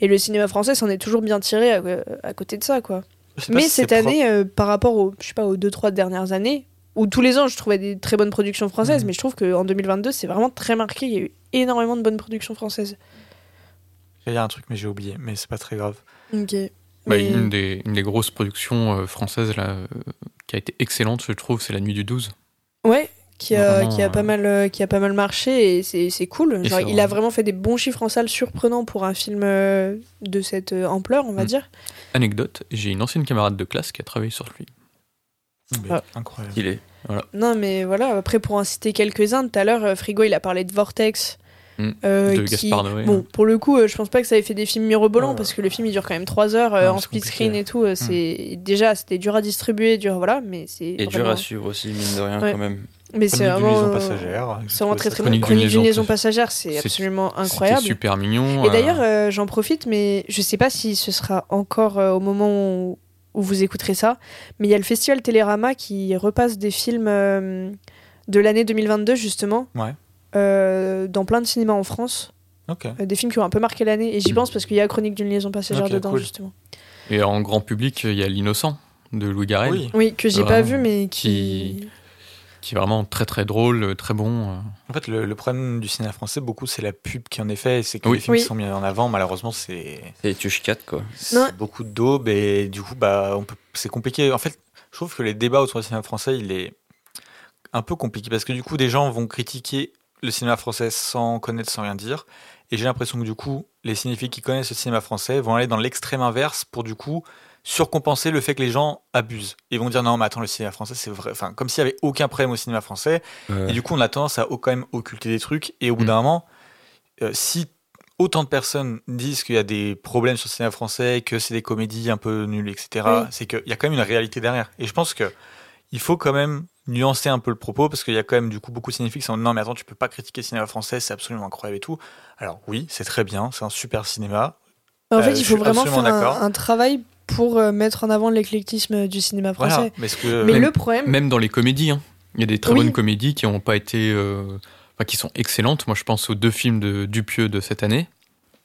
S2: et le cinéma français s'en est toujours bien tiré à, à côté de ça quoi.
S1: Je sais pas
S2: Mais
S1: si c'est
S2: cette année euh, par rapport aux je sais pas aux deux trois dernières années où tous les ans je trouvais des très bonnes productions françaises
S1: Mm.
S2: mais je trouve qu'en 2022 c'est vraiment très marqué il y a eu énormément de bonnes productions françaises.
S1: Il y a un truc, mais j'ai oublié, mais c'est pas très grave.
S2: Ok.
S4: Bah,
S2: Mais-
S4: une, des, une des grosses productions euh, françaises là, euh, qui a été excellente, je trouve, c'est La Nuit du 12.
S2: Ouais. Qui a,
S4: Vraiment,
S2: qui, a pas
S4: euh,
S2: mal, euh, qui a pas mal marché et c'est c'est cool.
S4: Et
S2: Genre,
S4: c'est
S2: il a
S4: vraiment-
S2: vraiment fait des bons chiffres en salle surprenants pour un film euh, de cette euh, ampleur, on va
S4: Mm.
S2: dire.
S4: Anecdote, j'ai une ancienne camarade de classe qui a travaillé sur lui.
S1: Mais
S2: Ah.
S1: Incroyable.
S3: Il est.
S2: Non, mais voilà, après, pour en citer quelques-uns, tout à l'heure, euh, Frigo, il a parlé de Vortex.
S4: Mm,
S2: euh,
S4: de Gaspard Noé,
S2: Bon,
S4: hein.
S2: pour le coup, euh, je pense pas que ça ait fait des films mirobolants,
S1: Ouais.
S2: parce que le film, il dure quand même 3 heures euh,
S1: Non,
S2: en
S1: c'est
S2: split
S1: compliqué. Hmm.
S2: screen et tout. euh, c'est Déjà, c'était dur à distribuer, dur, voilà, mais c'est.
S3: Et dur
S2: vraiment-
S3: à suivre aussi, mine de rien,
S2: Ouais.
S3: quand même.
S2: Mais c'est
S1: Chronique d'une
S2: vraiment.
S1: liaison
S2: euh,
S1: passagère.
S2: C'est vraiment très très bon.
S4: Chronique d'une
S2: Chronique d'une
S4: liaison
S2: liaison
S4: passagère.
S2: passagère, c'est
S4: C'est-
S2: absolument
S4: C'était
S2: incroyable.
S4: super mignon.
S2: Et
S4: euh,
S2: d'ailleurs, euh, j'en profite, mais je sais pas si ce sera encore euh, au moment où, où vous écouterez ça, mais il y a le festival Télérama qui repasse des films euh, de l'année 2022, justement,
S1: Ouais.
S2: euh, dans plein de cinémas en France,
S1: Ok.
S2: euh, des films qui ont un peu marqué l'année, et j'y pense parce qu'il y a Chronique d'une liaison passagère
S1: Ok,
S2: dedans,
S1: cool.
S2: justement.
S4: et en grand public, il y a L'innocent de Louis Garrel,
S1: Oui.
S2: Oui, que j'ai
S4: Ah,
S2: pas vu, mais
S4: qui-
S2: qui.
S4: qui est vraiment très très drôle, euh, très bon. euh.
S1: En fait, le, le problème du cinéma français, beaucoup, c'est la pub qui en est faite. C'est que
S4: Oui.
S1: les films
S2: Oui.
S1: qui sont mis en avant, malheureusement, c'est
S3: C'est Tuche 4, quoi.
S1: c'est
S2: Non.
S1: beaucoup de daube et du coup, bah, on peut- c'est compliqué. En fait, je trouve que les débats autour du cinéma français, il est un peu compliqué parce que du coup, des gens vont critiquer le cinéma français sans connaître, sans rien dire. Et j'ai l'impression que du coup, les cinéphiles qui connaissent le cinéma français vont aller dans l'extrême inverse pour du coup surcompenser le fait que les gens abusent. Ils vont dire non, mais attends, le cinéma français, c'est vrai. Enfin, comme s'il n'y avait aucun problème au cinéma français. Et du coup, on a tendance à au- quand même occulter des trucs. Et au bout
S4: Mm.
S1: d'un moment, euh, si autant de personnes disent qu'il y a des problèmes sur le cinéma français, que c'est des comédies un peu nulles, etc.,
S2: Oui.
S1: c'est qu'il y a quand même une réalité derrière. Et je pense que il faut quand même nuancer un peu le propos parce qu'il y a quand même du coup beaucoup de cinéphiles qui sont non mais attends tu peux pas critiquer le cinéma français c'est absolument incroyable et tout alors oui c'est très bien c'est un super cinéma
S2: En
S1: Euh,
S2: fait,
S1: je
S2: il
S1: suis
S2: faut vraiment faire
S1: absolument d'accord.
S2: un, un travail pour euh, mettre en avant l'éclectisme du cinéma français.
S1: voilà Euh, mais ce que
S2: Mais
S4: Même-
S2: le problème,
S4: Même dans les comédies, hein. il y a des très
S2: Oui.
S4: bonnes comédies qui n'ont pas été, euh, enfin, qui sont excellentes. Moi, je pense aux deux films de Dupieux de cette année.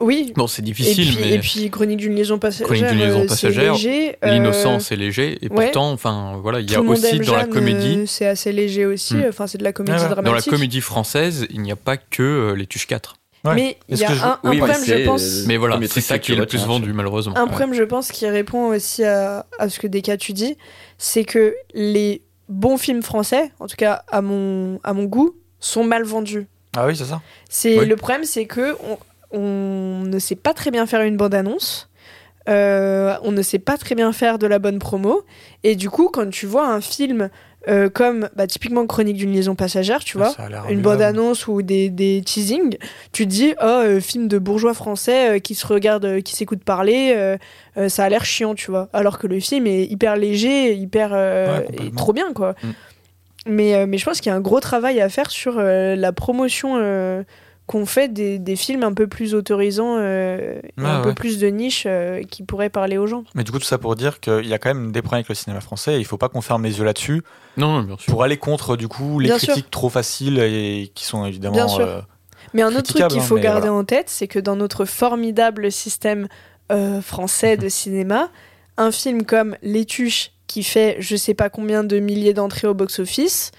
S2: oui,
S4: Bon, c'est
S2: Et
S4: difficile,
S2: puis,
S4: mais
S2: et puis Chronique d'une liaison passagère.
S4: Chronique d'une liaison
S2: euh, c'est
S4: passagère,
S2: léger, euh,
S4: l'innocence est léger. Et
S2: ouais.
S4: pourtant, enfin, voilà, il y
S2: Tout le
S4: a
S2: monde
S4: aussi
S2: aime
S4: dans la
S2: Jeanne,
S4: comédie.
S2: euh, c'est assez léger aussi.
S4: Hmm.
S2: Enfin, c'est de la comédie
S1: Ouais, ouais.
S2: dramatique.
S4: Dans la comédie française, il n'y a pas que euh, les Tuches 4.
S1: Ouais.
S2: Mais il y
S1: Est-ce
S2: a
S1: que je-
S2: un, un
S3: Oui, mais
S2: problème, je
S3: c'est,
S2: pense.
S3: euh,
S4: Ah, Mais voilà,
S3: Premier
S4: c'est
S3: truc
S4: ça
S3: que
S4: qui est
S3: tu
S4: le plus
S3: retiens,
S4: vendu, malheureusement.
S2: Un problème, je pense, qui répond aussi à, à ce que Deka tu dis, c'est que les bons films français, en tout cas à mon, à mon goût, sont mal vendus.
S1: ah oui c'est ça
S2: C'est
S4: Oui.
S2: le problème, c'est que on, on ne sait pas très bien faire une bande annonce. euh, on ne sait pas très bien faire de la bonne promo et du coup quand tu vois un film euh, comme bah, typiquement Chronique d'une liaison passagère tu
S1: Ah,
S2: vois
S1: ça a l'air
S2: une
S1: mieux.
S2: bande annonce ou des, des teasings tu te dis oh euh, film de bourgeois français euh, qui se regarde euh, qui s'écoute parler euh, euh, ça a l'air chiant tu vois alors que le film est hyper léger hyper euh,
S1: Ouais, complètement.
S2: et trop bien quoi
S4: Mm.
S2: mais, euh, mais je pense qu'il y a un gros travail à faire sur euh, la promotion euh, qu'on fait des, des films un peu plus autorisants euh, et
S1: Ouais,
S2: un
S1: Ah
S2: peu
S1: ouais.
S2: plus de niche euh, qui pourraient parler aux gens
S1: mais du coup tout ça pour dire qu'il y a quand même des problèmes avec le cinéma français et il faut pas qu'on ferme les yeux là-dessus
S4: Non, non, bien sûr.
S1: pour aller contre du coup les
S2: Bien sûr.
S1: critiques trop faciles et qui sont évidemment
S2: Bien sûr.
S1: euh,
S2: Mais un autre truc
S1: critiquable,
S2: qu'il
S1: hein,
S2: faut
S1: mais
S2: garder en tête, c'est que dans notre formidable système euh, français de cinéma, un film comme Les Tuches, qui fait je sais pas combien de milliers d'entrées au box-office,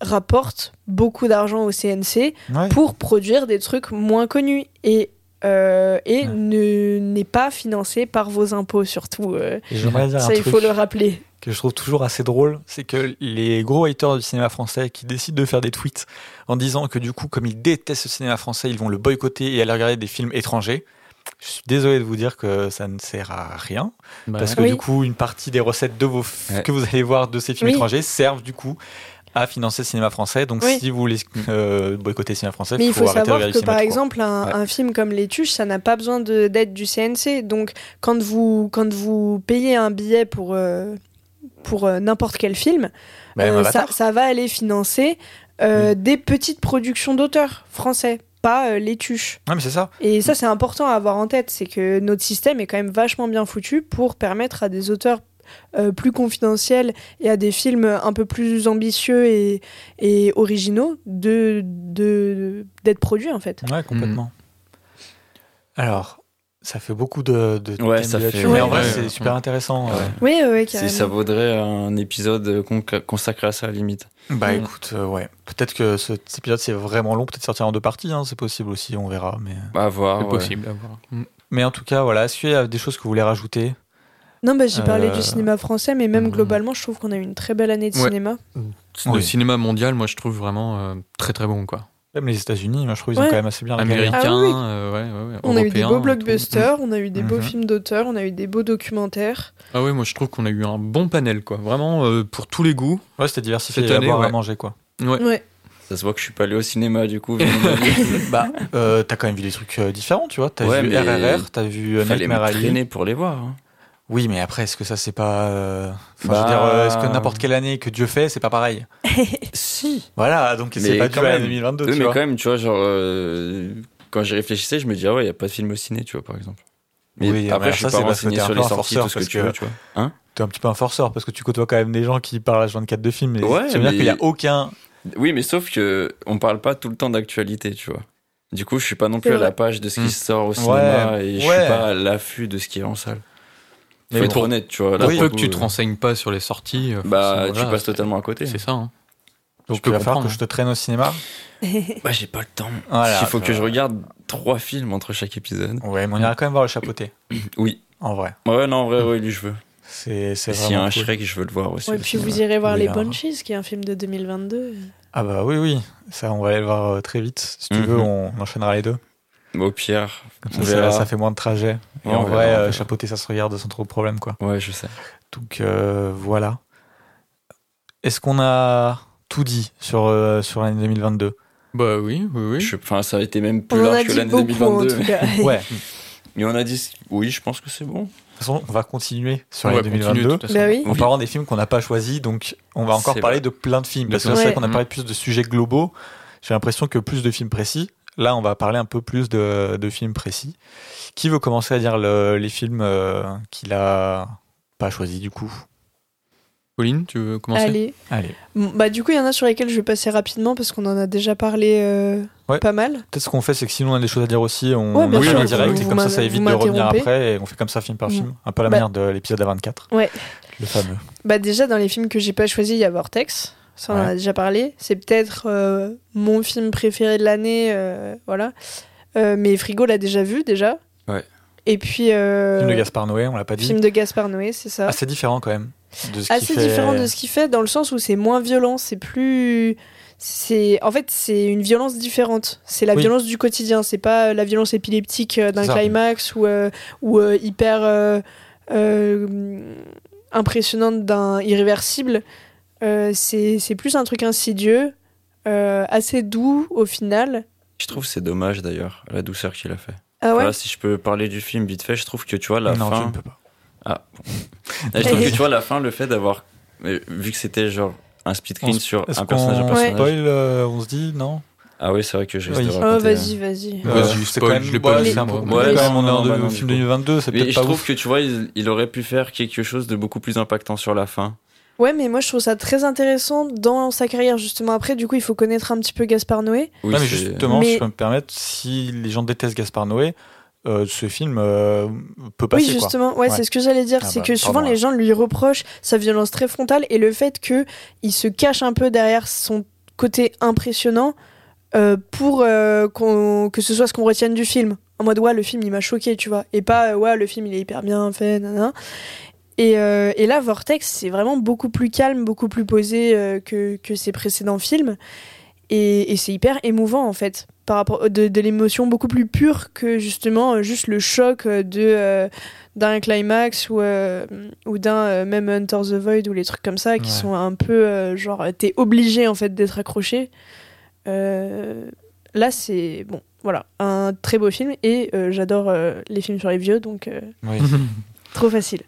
S2: rapporte beaucoup d'argent au CNC
S1: ouais.
S2: pour produire des trucs moins connus et, euh, et
S1: Ouais.
S2: ne- n'est pas financé par vos impôts surtout. euh.
S1: Et j'aimerais dire
S2: ça,
S1: un
S2: il
S1: truc
S2: faut le rappeler.
S1: que je trouve toujours assez drôle, c'est que les gros haters du cinéma français qui décident de faire des tweets en disant que du coup, comme ils détestent le cinéma français, ils vont le boycotter et aller regarder des films étrangers. Je suis désolé de vous dire que ça ne sert à rien,
S4: Bah,
S1: parce que
S2: Oui.
S1: du coup, une partie des recettes de vos f-
S3: Ouais.
S1: que vous allez voir de ces films
S2: Oui.
S1: étrangers servent du coup à financer le cinéma français. Donc
S2: Oui.
S1: si vous voulez euh, boycotter le cinéma français,
S2: Mais il faut
S1: arrêter de
S2: savoir
S1: regarder le
S2: que
S1: cinéma
S2: par
S1: tout court.
S2: exemple un,
S1: Ouais.
S2: un film comme Les Tuches, ça n'a pas besoin de- d'aide du CNC. Donc quand vous quand vous payez un billet pour euh, pour euh, n'importe quel film,
S1: Bah,
S2: euh, ça,
S1: Avatar.
S2: ça va aller financer euh, des petites productions d'auteurs français, pas euh, Les Tuches.
S1: Non, mais c'est ça.
S2: Et ça c'est important à avoir en tête, c'est que notre système est quand même vachement bien foutu pour permettre à des auteurs euh, plus confidentiels et à des films un peu plus ambitieux et, et originaux de de- d'être produits en fait.
S1: Ouais, complètement. Mm. Alors, ça fait beaucoup de, de
S3: Ouais,
S1: thèmes
S3: ça
S1: de
S3: fait-
S1: là-dessus, mais
S2: Ouais.
S1: en vrai,
S4: Ouais.
S1: c'est super intéressant.
S3: Ouais.
S1: euh.
S2: Oui, oui, oui,
S3: C'est-
S2: carrément.
S3: Ça vaudrait un épisode con- consacré à ça, à la limite.
S1: Bah
S4: Mm.
S1: écoute, euh, ouais. Peut-être que ce- cet épisode, c'est vraiment long, peut-être sortir en deux parties, hein, c'est possible aussi, on verra. Mais,
S3: À voir.
S4: c'est
S3: Ah ouais.
S4: possible. à voir. Mm.
S1: mais en tout cas, voilà, est-ce qu'il y a des choses que vous voulez rajouter
S2: Non, bah, j'ai parlé
S1: Euh,
S2: du cinéma français, mais même
S4: hmm.
S2: globalement, je trouve qu'on a eu une très belle année de
S4: Ouais.
S2: cinéma.
S4: Le
S1: Oui.
S4: cinéma mondial, moi, je trouve vraiment euh, très très bon, quoi.
S1: Même les États-Unis, moi, je trouve qu'ils ont
S2: Ouais.
S1: quand même assez bien régalé.
S4: Américain,
S2: Ah oui, oui.
S4: euh, ouais, ouais, ouais,
S2: On a eu des
S4: européen,
S2: beaux
S4: tout.
S2: blockbusters, on a eu des beaux
S1: Mhm.
S2: films d'auteur, on a eu des beaux documentaires.
S4: Ah oui, moi je trouve qu'on a eu un bon panel, quoi. Vraiment euh, pour tous les goûts.
S1: Ouais, c'était diversifié
S4: Cette
S1: à
S4: année,
S1: boire, à
S4: ouais.
S1: manger, quoi.
S4: Ouais.
S2: Ouais.
S3: Ça se voit que je suis pas allé au cinéma du coup.
S1: bah, euh, t'as quand même vu des trucs euh, différents, tu vois. T'as
S3: Ouais,
S1: vu
S3: mais
S1: RRR, t'as vu euh,
S3: Il fallait me
S1: Nightmare Alley.
S3: traîner pour les voir. hein.
S1: Oui, mais après, est-ce que ça, c'est pas. euh, enfin, je veux
S3: Bah.
S1: dire, euh, est-ce que n'importe quelle année que Dieu fait, c'est pas pareil
S3: Si.
S1: Voilà, donc
S3: Mais
S1: c'est pas
S3: quand
S1: dû à
S3: même.
S1: 2022,
S3: Oui,
S1: tu
S3: mais
S1: vois.
S3: quand même, tu vois, genre euh, quand j'y réfléchissais, je me dis ah ouais, il y a pas de film au ciné, tu vois par exemple. Mais
S1: Oui,
S3: après,
S1: mais
S3: je suis
S1: ça,
S3: pas
S1: c'est parce que
S3: renseigné
S1: t'es un
S3: sur
S1: peu
S3: les
S1: un
S3: sorties,
S1: forceur,
S3: tout ce que
S1: parce
S3: tu
S1: que-
S3: veux, tu vois.
S1: T'es un petit peu un forceur parce que tu côtoies quand même des gens qui parlent H24 de films. Et
S3: Ouais,
S1: ça veut dire
S3: mais-
S1: qu'il n'y a aucun.
S3: Oui, mais sauf que on parle pas tout le temps d'actualité, tu vois. Du coup, je suis pas non plus
S2: C'est
S3: à la
S2: vrai.
S3: page de ce qui
S4: Mm.
S3: sort au cinéma et je suis
S1: Hmm. ouais.
S3: pas à l'affû de ce qui est en salle. Faut
S1: Mais
S3: être
S1: bon.
S3: honnête, tu vois. là,
S4: Pour
S1: Oui.
S3: pour
S4: peu
S3: le
S4: que
S3: coup,
S4: tu te
S3: euh,
S4: renseignes pas sur les sorties. euh,
S3: Bah,
S4: forcément,
S3: tu
S4: voilà,
S3: passes
S4: c'est-
S3: totalement à côté.
S4: C'est ça. hein.
S1: Donc
S4: peux
S1: il va falloir
S4: comprendre.
S1: que je te traîne au cinéma.
S3: Bah, j'ai pas le temps.
S1: Voilà.
S3: Il faut que je regarde trois films entre chaque épisode.
S1: Ouais, mais on ira quand même voir le chapeauté.
S3: Oui.
S1: En vrai.
S3: Ouais, non, en vrai, ouais, lui, je veux.
S1: C'est c'est
S3: Et S'il y a
S1: vraiment.
S3: un
S1: cool.
S3: Shrek, je veux le voir aussi.
S2: Ouais,
S3: au
S2: puis
S3: cinéma.
S2: vous irez voir
S1: Oui,
S2: Les
S1: hein.
S2: Bunchies, qui est un film de 2022.
S1: Ah bah oui, oui. Ça, on va aller le voir euh, très vite. Si tu
S3: Mhm.
S1: veux, on on enchaînera les deux.
S3: Au pire.
S1: Comme
S3: On
S1: ça, ça,
S3: verra.
S1: ça fait moins de trajet. Et
S3: Ouais,
S1: en
S3: on verra,
S1: vrai,
S3: on
S1: euh,
S3: verra.
S1: chapeauter, ça se regarde sans trop de problème, quoi.
S3: Ouais, je sais.
S1: Donc euh, voilà. Est-ce qu'on a tout dit sur, euh, sur l'année 2022
S4: Bah oui, oui, oui.
S3: Je- Enfin, ça a été même plus
S2: On en a
S3: large que
S2: dit
S3: l'année
S2: beaucoup en
S3: 2022.
S2: tout cas.
S1: Ouais. De toute
S3: Mais on a dit, oui, je pense que c'est bon.
S1: façon, on va continuer sur
S4: On va
S1: l'année
S4: continuer,
S1: 2022.
S4: de toute façon.
S2: bah oui.
S1: En
S3: Oui.
S1: parlant des films qu'on n'a pas choisis, donc on va encore
S3: C'est
S1: parler
S3: vrai.
S1: de plein de films.
S4: De
S1: Parce que
S4: plein
S1: c'est
S2: de
S1: vrai
S2: films.
S1: qu'on a
S4: Mhm.
S1: parlé plus de sujets globaux. J'ai l'impression que plus de films précis. Là, on va parler un peu plus de, de films précis. Qui veut commencer à dire le- les films euh, qu'il a pas choisis du coup
S4: Pauline, tu veux commencer
S2: Allez.
S1: Allez,
S2: Bon, Bah, du coup, il y en a sur lesquels je vais passer rapidement parce qu'on en a déjà parlé euh,
S1: Ouais.
S2: pas mal.
S1: peut-être ce qu'on fait, c'est que sinon on a des choses à dire aussi, on
S2: Ouais, bien
S1: enchaîne
S4: sûr,
S1: en
S4: vous-
S1: direct et
S2: vous
S1: comme ça,
S2: m'in-
S1: ça évite
S2: vous
S1: de revenir
S2: m'interrompez.
S1: après et on fait comme ça film par
S2: Mm.
S1: film, un peu à la
S2: Bah-
S1: manière de l'épisode A24.
S2: Ouais.
S1: Le fameux.
S2: Bah déjà dans les films que j'ai pas choisis, il y a Vortex. Ça on en
S1: Ouais.
S2: a déjà parlé. C'est peut-être euh, mon film préféré de l'année, euh, voilà. Euh, mais Frigo l'a déjà vu déjà.
S3: Ouais.
S2: Et puis euh,
S1: Film de Gaspard Ah, Noé, on l'a pas dit.
S2: film de Gaspard Noé, c'est ça.
S1: Assez différent quand même. De ce qu'il
S2: Assez
S1: fait-
S2: différent de ce qu'il fait dans le sens où c'est moins violent, c'est plus, c'est en fait c'est une violence différente. C'est la
S1: Oui.
S2: violence du quotidien, c'est pas euh, la violence épileptique euh, d'un
S1: C'est ça.
S2: climax ou euh, ou euh, hyper euh, euh, impressionnante d'un irréversible. Euh, c'est c'est plus un truc insidieux, euh, assez doux au final.
S3: Je trouve que c'est dommage d'ailleurs, la douceur qu'il a fait.
S2: Ah ouais.
S3: Voilà, si je peux parler du film vite fait, je trouve que tu vois la
S1: non, tu ne
S3: fin.
S1: peux pas.
S3: Je trouve que tu vois la fin, le fait d'avoir euh, vu que c'était genre un speed
S1: On
S3: screen
S1: se-
S3: sur
S1: Est-ce
S3: un personnage, un
S1: qu'on
S3: personnage.
S1: spoil, euh, on se dit, non
S3: Ah oui, c'est vrai que je risque
S1: Oui.
S3: de
S1: Oh,
S2: Oh
S3: raconter.
S2: vas-y vas-y.
S4: Vas-y, spoil,
S1: c'est quand même,
S4: je l'ai pas
S1: ouais,
S2: vu,
S1: c'est un peu
S4: moi.
S1: compliqué
S3: Ouais,
S1: quand même, on est
S3: non,
S1: en
S3: bah
S1: de-
S3: non, du
S1: film
S3: coup.
S1: 2022, c'est
S3: Mais
S1: peut-être
S3: je
S1: pas
S3: trouve
S1: ouf.
S3: que tu vois, il, il aurait pu faire quelque chose de beaucoup plus impactant sur la fin.
S2: Ouais mais moi je trouve ça très intéressant dans sa carrière justement. Après du coup il faut connaître un petit peu Gaspard Noé.
S3: Oui,
S1: Non, mais
S3: c'est-
S1: justement, si
S2: Mais-
S1: je peux me permettre, si les gens détestent Gaspard Noé, euh, ce film euh, peut passer.
S2: oui,
S1: quoi.
S2: justement, ouais,
S1: Ouais.
S2: c'est ce que j'allais dire.
S1: Ah
S2: c'est
S1: bah,
S2: que souvent,
S1: pardon,
S2: les gens lui reprochent sa violence très frontale et le fait que il se cache un peu derrière son côté impressionnant euh, pour euh, qu'on- que ce soit ce qu'on retienne du film. En mode, ouais, le film, il m'a choqué, tu vois. Et pas, euh, ouais, le film, il est hyper bien fait, nanana. Et, euh, et là, Vortex, c'est vraiment beaucoup plus calme, beaucoup plus posé euh, que, que ses précédents films. Et, et c'est hyper émouvant, en fait, par rapport euh, de, de l'émotion beaucoup plus pure que justement euh, juste le choc euh, de. euh, d'un climax ou, euh, ou d'un euh, même Hunter the Void ou les trucs comme ça qui
S1: Ouais.
S2: sont un peu euh, genre euh, t'es obligé en fait d'être accroché. Euh, là c'est bon voilà un très beau film et euh, j'adore euh, les films sur les vieux donc euh,
S1: Oui.
S2: trop facile.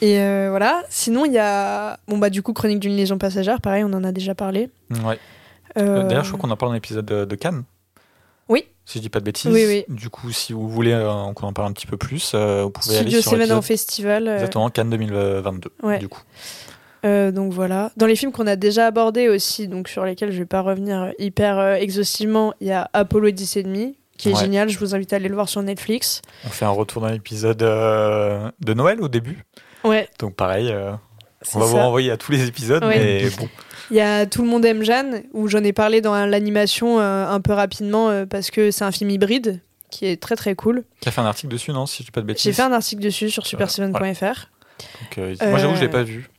S2: Et euh, voilà sinon il y a bon bah du coup Chronique d'une légion passagère pareil on en a déjà parlé.
S1: Ouais.
S2: Euh,
S1: D'ailleurs, je crois qu'on en parle dans l'épisode de, de Cannes.
S2: Oui.
S1: Si je dis pas de bêtises.
S2: Oui, oui.
S1: Du coup, si vous voulez euh, qu'on en parle un petit peu plus, euh, vous pouvez
S2: Studio
S1: aller sur
S2: Seven en
S1: l'épisode
S2: festival. euh,
S1: exactement Cannes 2022.
S2: ouais.
S1: Du coup.
S2: Euh, donc voilà. Dans les films qu'on a déjà abordés aussi, donc sur lesquels je vais pas revenir euh, hyper euh, exhaustivement, il y a Apollo 10 et demi qui est
S1: Ouais.
S2: génial. Je vous invite à aller le voir sur Netflix.
S1: On fait un retour dans l'épisode euh, de Noël au début.
S2: Ouais,
S1: Donc pareil, euh,
S2: c'est
S1: on va vous
S2: ça.
S1: renvoyer à tous les épisodes,
S2: Ouais.
S1: mais Eh, bon.
S2: Il y a Tout le monde aime Jeanne où j'en ai parlé dans l'animation euh, un peu rapidement euh, parce que c'est un film hybride qui est très très cool.
S1: Tu as fait un article dessus, non Si je dis pas de bêtises.
S2: J'ai fait un article dessus sur super7.fr.
S1: Donc, euh, Moi, j'avoue, je l'ai
S2: Euh,
S1: pas vu.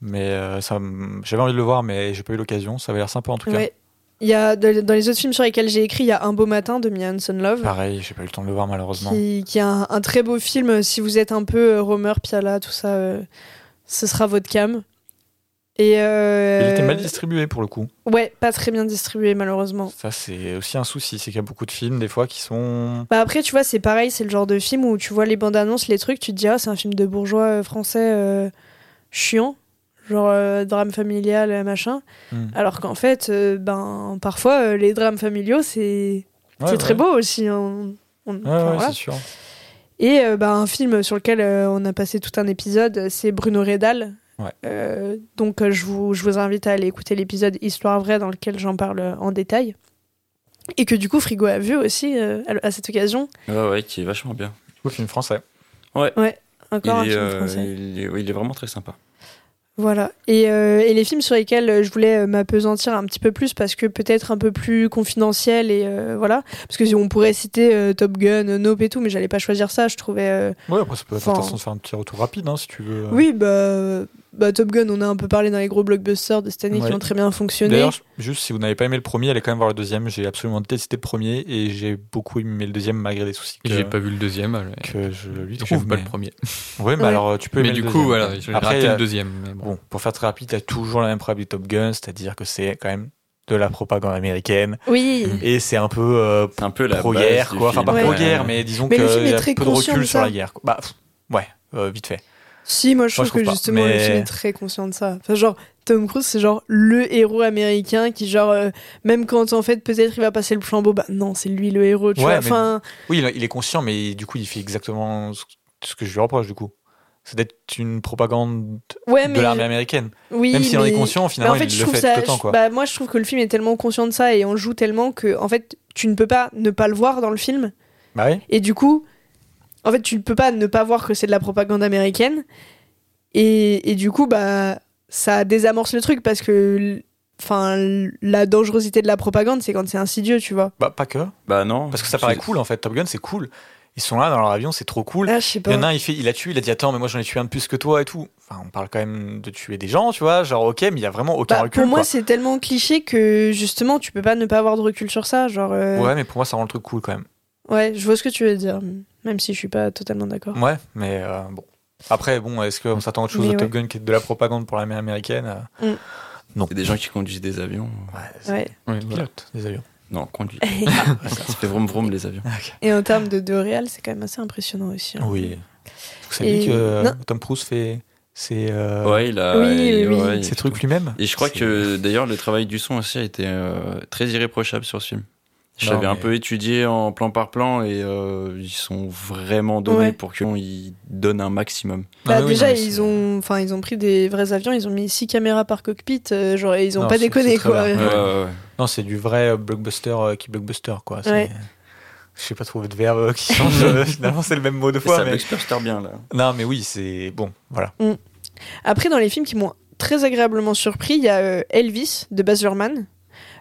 S1: Mais euh, ça m- j'avais envie de le voir, mais j'ai pas eu l'occasion. Ça avait l'air sympa en tout cas.
S2: Ouais. Il y a, dans dans les autres films sur lesquels j'ai écrit, il y a Un beau matin de Mia Hanson Love.
S1: Pareil, j'ai pas eu le temps de le voir malheureusement.
S2: qui, qui est un, un très beau film. euh, Si vous êtes un peu euh, Romer, Piala, tout ça, euh, ce sera votre cam. Et euh,
S1: Il était mal distribué pour le coup.
S2: Ouais, pas très bien distribué malheureusement.
S1: Ça, c'est aussi un souci. C'est qu'il y a beaucoup de films, des fois, qui sont.
S2: Bah après, tu vois, c'est pareil, c'est le genre de film où tu vois les bandes annonces, les trucs, tu te dis ah c'est un film de bourgeois euh, français euh, chiant, genre euh, drame familial euh, machin.
S1: Hmm.
S2: Alors qu'en fait, euh, ben parfois euh, les drames familiaux c'est
S1: Ouais,
S2: c'est très
S1: ouais.
S2: beau aussi. hein. On-
S1: Ouais,
S2: enfin,
S1: ouais,
S2: voilà.
S1: c'est sûr.
S2: Et euh, bah, un film sur lequel euh, on a passé tout un épisode, c'est Bruno Redal.
S1: Ouais.
S2: Euh, donc euh, je, vous, je vous invite à aller écouter l'épisode Histoire vraie dans lequel j'en parle euh, en détail. Et que du coup Frigo a vu aussi euh, à- à cette occasion.
S3: Ouais, ouais, qui est vachement bien.
S1: Ou film français.
S3: Il
S2: Encore un
S3: est,
S2: film
S3: euh,
S2: français.
S3: il est- oui, il est vraiment très sympa.
S2: Voilà. Et, euh, et les films sur lesquels euh, je voulais euh, m'apesantir un petit peu plus parce que peut-être un peu plus confidentiel et euh, voilà. Parce que si on pourrait citer euh, Top Gun, euh, Nope et tout, mais j'allais pas choisir ça. Je trouvais euh,
S1: Ouais, après, ça peut être
S2: Enfin-
S1: intéressant de faire un petit retour rapide, hein, si tu veux.
S2: Oui, bah, bah, Top Gun, on a un peu parlé dans les gros blockbusters de cette année
S1: Ouais.
S2: qui ont très bien fonctionné.
S1: D'ailleurs, je- juste si vous n'avez pas aimé le premier, allez quand même voir le deuxième. J'ai absolument détesté le premier et j'ai beaucoup aimé le deuxième malgré des soucis que,
S4: J'ai pas vu le deuxième. alors, euh,
S1: que je lui
S4: Je
S1: trouve.
S4: trouve pas
S1: mais-
S4: le premier.
S1: Ouais, mais
S2: Ouais.
S1: alors euh, tu peux
S4: Mais
S1: aimer
S4: du
S1: le
S4: coup,
S1: deuxième.
S4: voilà, j'ai
S1: Après,
S4: raté
S1: euh,
S4: le deuxième. mais bon.
S1: Bon, pour faire très rapide, t'as toujours la même probabilité de Top Guns, c'est-à-dire que c'est quand même de la propagande américaine
S2: Oui,
S4: Mm.
S1: et c'est un peu euh,
S3: C'est un peu la base
S1: pro-guerre,
S3: du
S1: quoi. Enfin,
S3: film. euh,
S1: pas
S2: Ouais.
S1: pro-guerre, mais disons
S2: Mais
S1: qu'il
S2: le film
S1: y
S2: est
S1: a
S2: très
S1: peu de
S2: conscient
S1: recul
S2: de
S1: sur
S2: ça.
S1: la guerre. quoi. Bah, pff, ouais, euh, vite fait.
S2: si, moi je
S1: Moi,
S2: trouve
S1: je trouve
S2: que
S1: pas,
S2: justement,
S1: mais-
S2: le film est très conscient de ça. Enfin, genre, Tom Cruise, c'est genre le héros américain qui, genre, euh, même quand en fait, peut-être il va passer le flambeau, bah non, c'est lui le héros, tu
S1: Ouais,
S2: vois.
S1: mais-
S2: Enfin,
S1: Oui, il- il est conscient, mais du coup, il fait exactement ce- ce que je lui reproche, du coup. C'est d'être une propagande
S2: ouais, mais.
S1: de l'armée américaine.
S2: Oui,
S1: Même s'il en est
S2: mais-
S1: conscient,
S2: Bah,
S1: finalement,
S2: en fait,
S1: il
S2: je
S1: le
S2: trouve
S1: fait
S2: ça.
S1: tout le temps,
S2: je-
S1: quoi.
S2: bah, moi, je trouve que le film est tellement conscient de ça et on joue tellement que, en fait, tu ne peux pas ne pas le voir dans le film.
S1: Bah ouais.
S2: Et du coup, en fait, tu ne peux pas ne pas voir que c'est de la propagande américaine. Et, et du coup, bah, ça désamorce le truc parce que l- enfin, l- la dangerosité de la propagande, c'est quand c'est insidieux, tu vois.
S1: Bah, pas que.
S3: Bah non.
S1: Parce que ça paraît
S3: c'est-
S1: cool en fait. Top Gun, c'est cool. Ils sont là dans leur avion, c'est trop cool.
S2: Là, Ah, je sais
S1: Il y en a
S2: pas.
S1: un, il, fait, il a tué, il a dit Attends, mais moi j'en ai tué un de plus que toi et tout. Enfin, on parle quand même de tuer des gens, tu vois. Genre, ok, mais il y a vraiment aucun
S2: Bah,
S1: recul.
S2: pour moi,
S1: quoi.
S2: c'est tellement cliché que justement, tu peux pas ne pas avoir de recul sur ça. Genre, euh, ouais.
S1: Ouais, mais pour moi, ça rend le truc cool quand même.
S2: je vois ce que tu veux dire, même si je suis pas totalement d'accord.
S1: Ouais, mais euh, bon. Après, bon, est-ce qu'on s'attend à autre chose
S2: Mm. Mais
S1: de Top Gun qui est de la propagande pour l'armée américaine euh,
S2: Mm.
S1: Non.
S3: Il y a des gens qui conduisent des avions.
S1: Ouais, c'est
S2: Ouais.
S4: Ouais, voilà.
S1: pilote des avions.
S3: Non, conduisent.
S2: et
S3: ça fait vroom vroom les avions.
S2: en termes de, de réel, c'est quand même assez impressionnant aussi. hein.
S1: Oui. Vous saviez
S2: Et-
S1: que euh,
S2: Non.
S1: Tom Cruise fait ses, euh,
S3: Ouais, il a.
S2: Oui,
S3: il-
S2: oui.
S3: ouais,
S1: ses
S3: il-
S1: trucs lui-même
S3: Et je crois
S1: C'est-
S3: que d'ailleurs le travail du son aussi a été euh, très irréprochable sur ce film. Je
S1: Non,
S3: l'avais un
S1: mais-
S3: peu étudié en plan par plan et euh, ils sont vraiment donnés
S2: Ouais.
S3: pour qu'ils donnent un maximum.
S1: Non,
S2: Bah,
S1: mais Ah oui,
S2: déjà,
S1: non, mais c'est-
S2: ils, ont, enfin, ils ont pris des vrais avions, ils ont mis six caméras par cockpit, euh, genre, et ils ont
S1: Non,
S2: pas
S1: c'est-
S2: déconné,
S1: c'est très
S2: quoi.
S1: bien. Ouais.
S3: Ouais, ouais, ouais.
S1: Non, c'est du vrai euh, blockbuster euh, qui blockbuster, quoi. C'est-
S2: Ouais.
S1: Je sais pas trouver de verbe euh, qui change. euh, Finalement, c'est le même mot deux
S3: ça
S1: fois. Mais...
S3: m'experte bien là.
S1: Non, mais oui, c'est bon. Voilà.
S2: Après, dans les films qui m'ont très agréablement surpris, il y a euh, Elvis de Baz Luhrmann.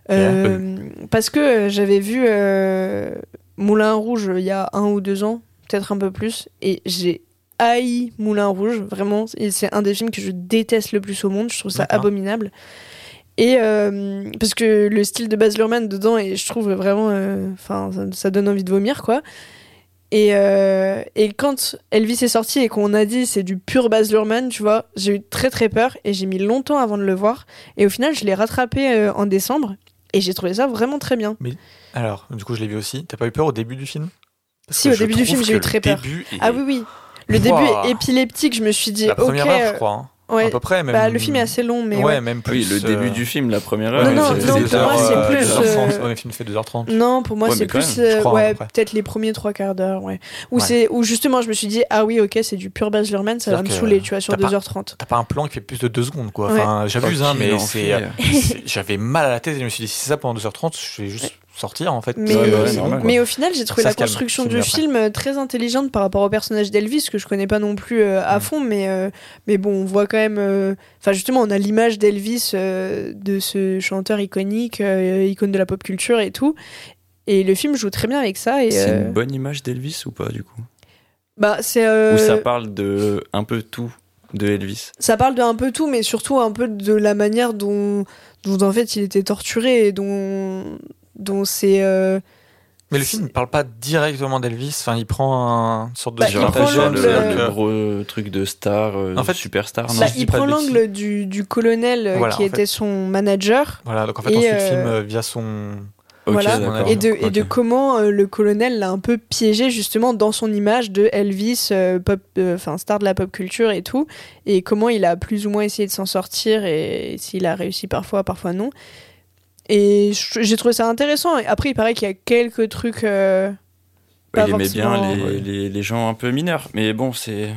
S2: Euh, Parce que euh, j'avais vu euh, Moulin Rouge il y a un ou deux ans, peut-être un peu plus, et j'ai haï Moulin Rouge, vraiment. Et C'est un des films que je déteste le plus au monde, je trouve ça
S1: D'accord.
S2: abominable. Et euh, parce que le style de Baz Luhrmann dedans, et je trouve vraiment. euh, Enfin, ça, ça donne envie de vomir, quoi. Et, euh, et quand Elvis est sorti et qu'on a dit c'est du pur Baz Luhrmann, tu vois, j'ai eu très très peur et j'ai mis longtemps avant de le voir. Et au final, je l'ai rattrapé euh, en décembre et j'ai trouvé ça vraiment très bien.
S1: Alors, du coup, je l'ai vu aussi. T'as pas eu peur au début du film
S2: Si, au début du film, j'ai eu très peur. Ah oui, oui. Le
S1: Ouah.
S2: début est épileptique, je me suis dit,
S1: La première
S2: ok.
S1: heure,
S2: euh,
S1: je crois. hein.
S2: ouais.
S1: À peu près. Même...
S2: Bah, le film est assez long, mais
S1: ouais,
S2: ouais.
S1: même plus.
S3: Oui, le début
S1: euh,
S3: du film, la première
S1: ouais,
S3: heure.
S2: Non,
S1: c'est
S3: c'est-
S2: non,
S1: deux
S2: pour moi,
S1: heures,
S2: c'est
S1: euh,
S2: plus,
S1: deux heures
S2: euh, Mm.
S1: trente. Ouais, le film fait 2h30.
S2: Non, pour moi,
S3: Ouais,
S2: c'est
S3: mais quand
S2: plus
S1: même, je
S2: euh,
S1: crois, à
S2: ouais,
S1: peu près.
S2: peut-être les premiers trois quarts d'heure, ouais. Où
S1: Ouais.
S2: c'est où justement je me suis dit ah oui, OK, c'est du pur Baz Luhrmann, ça va me
S1: C'est-à-dire que
S2: saouler, tu vois, sur
S1: t'as pas-
S2: 2h30.
S1: T'as pas un plan qui fait plus de 2 secondes, quoi. Enfin, j'abuse, hein,
S3: Ok,
S1: mais
S3: non,
S1: c'est.
S3: fait,
S1: euh, c'est- J'avais mal à la tête et je me suis dit, si c'est ça pendant 2h30, je vais juste sortir, en fait.
S2: Mais, euh,
S1: parce que
S3: ouais,
S1: c'est bon,
S3: normal.
S1: quoi.
S2: Mais au final, j'ai trouvé
S1: Ça
S2: la
S1: se calme,
S2: construction
S1: c'est
S2: du
S1: mieux après.
S2: film euh, très intelligente par rapport au personnage d'Elvis, que je connais pas non plus euh, à
S1: Mm.
S2: fond, mais, euh, mais bon, on voit quand même. euh, Enfin, justement, on a l'image d'Elvis, euh, de ce chanteur iconique, euh, icône de la pop culture et tout. Et le film joue très bien avec ça. Et,
S3: C'est
S2: euh,
S3: une bonne image d'Elvis ou pas du coup
S2: bah, c'est. euh,
S3: Ou ça parle de un peu tout de Elvis.
S2: Ça parle de un peu tout, mais surtout un peu de la manière dont, dont en fait il était torturé et dont, dont c'est. euh,
S1: Mais le film ne parle pas directement d'Elvis, enfin, il prend un- une sorte de
S2: Bah,
S3: Genre,
S2: il prend euh,
S3: genre le,
S2: l'angle-
S3: le gros truc de star, euh,
S1: En fait,
S3: superstar, non
S1: Bah,
S2: Bah,
S1: je dis
S2: il
S1: pas
S2: prend
S1: de
S2: l'angle du, du colonel euh,
S1: Voilà,
S2: qui
S1: en
S2: était
S1: fait.
S2: son manager.
S1: Voilà, donc en fait,
S2: Et,
S1: on suit le
S2: euh,
S1: film euh, via son.
S3: Ok,
S2: voilà.
S3: d'accord.
S2: Et de, et
S1: Ok.
S2: de comment euh, le colonel l'a un peu piégé justement dans son image de Elvis, euh, pop, euh, enfin star de la pop culture et tout, et comment il a plus ou moins essayé de s'en sortir et s'il a réussi parfois, parfois non. Et je- j'ai trouvé ça intéressant. Et Après, il paraît qu'il y a quelques trucs. euh,
S3: Bah,
S2: pas
S3: il aimait bien
S2: forcément-
S3: les,
S1: Ouais.
S3: les- les gens un peu mineurs, mais bon, c'est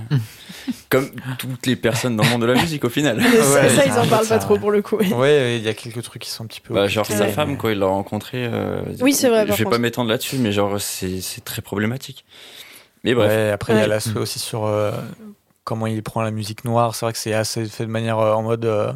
S3: comme toutes les personnes dans le monde de la musique au final.
S2: mais ça,
S1: ouais,
S2: ça, ils
S1: ça,
S2: en parlent
S1: ça.
S2: pas trop pour le coup.
S1: Ouais, il y a quelques trucs qui sont un petit peu.
S3: Bah, genre
S1: occultés,
S3: sa
S1: mais-
S3: femme, quoi, il l'a rencontré. euh,
S2: Oui, c'est vrai, par
S3: Je vais pas
S2: contre.
S3: m'étendre là-dessus, mais genre, c'est c'est très problématique. Mais bref,
S1: Ouais, après, il y a
S2: Ouais.
S1: l'aspect aussi sur euh, comment il prend la musique noire. C'est vrai que c'est assez fait de manière euh, en mode euh,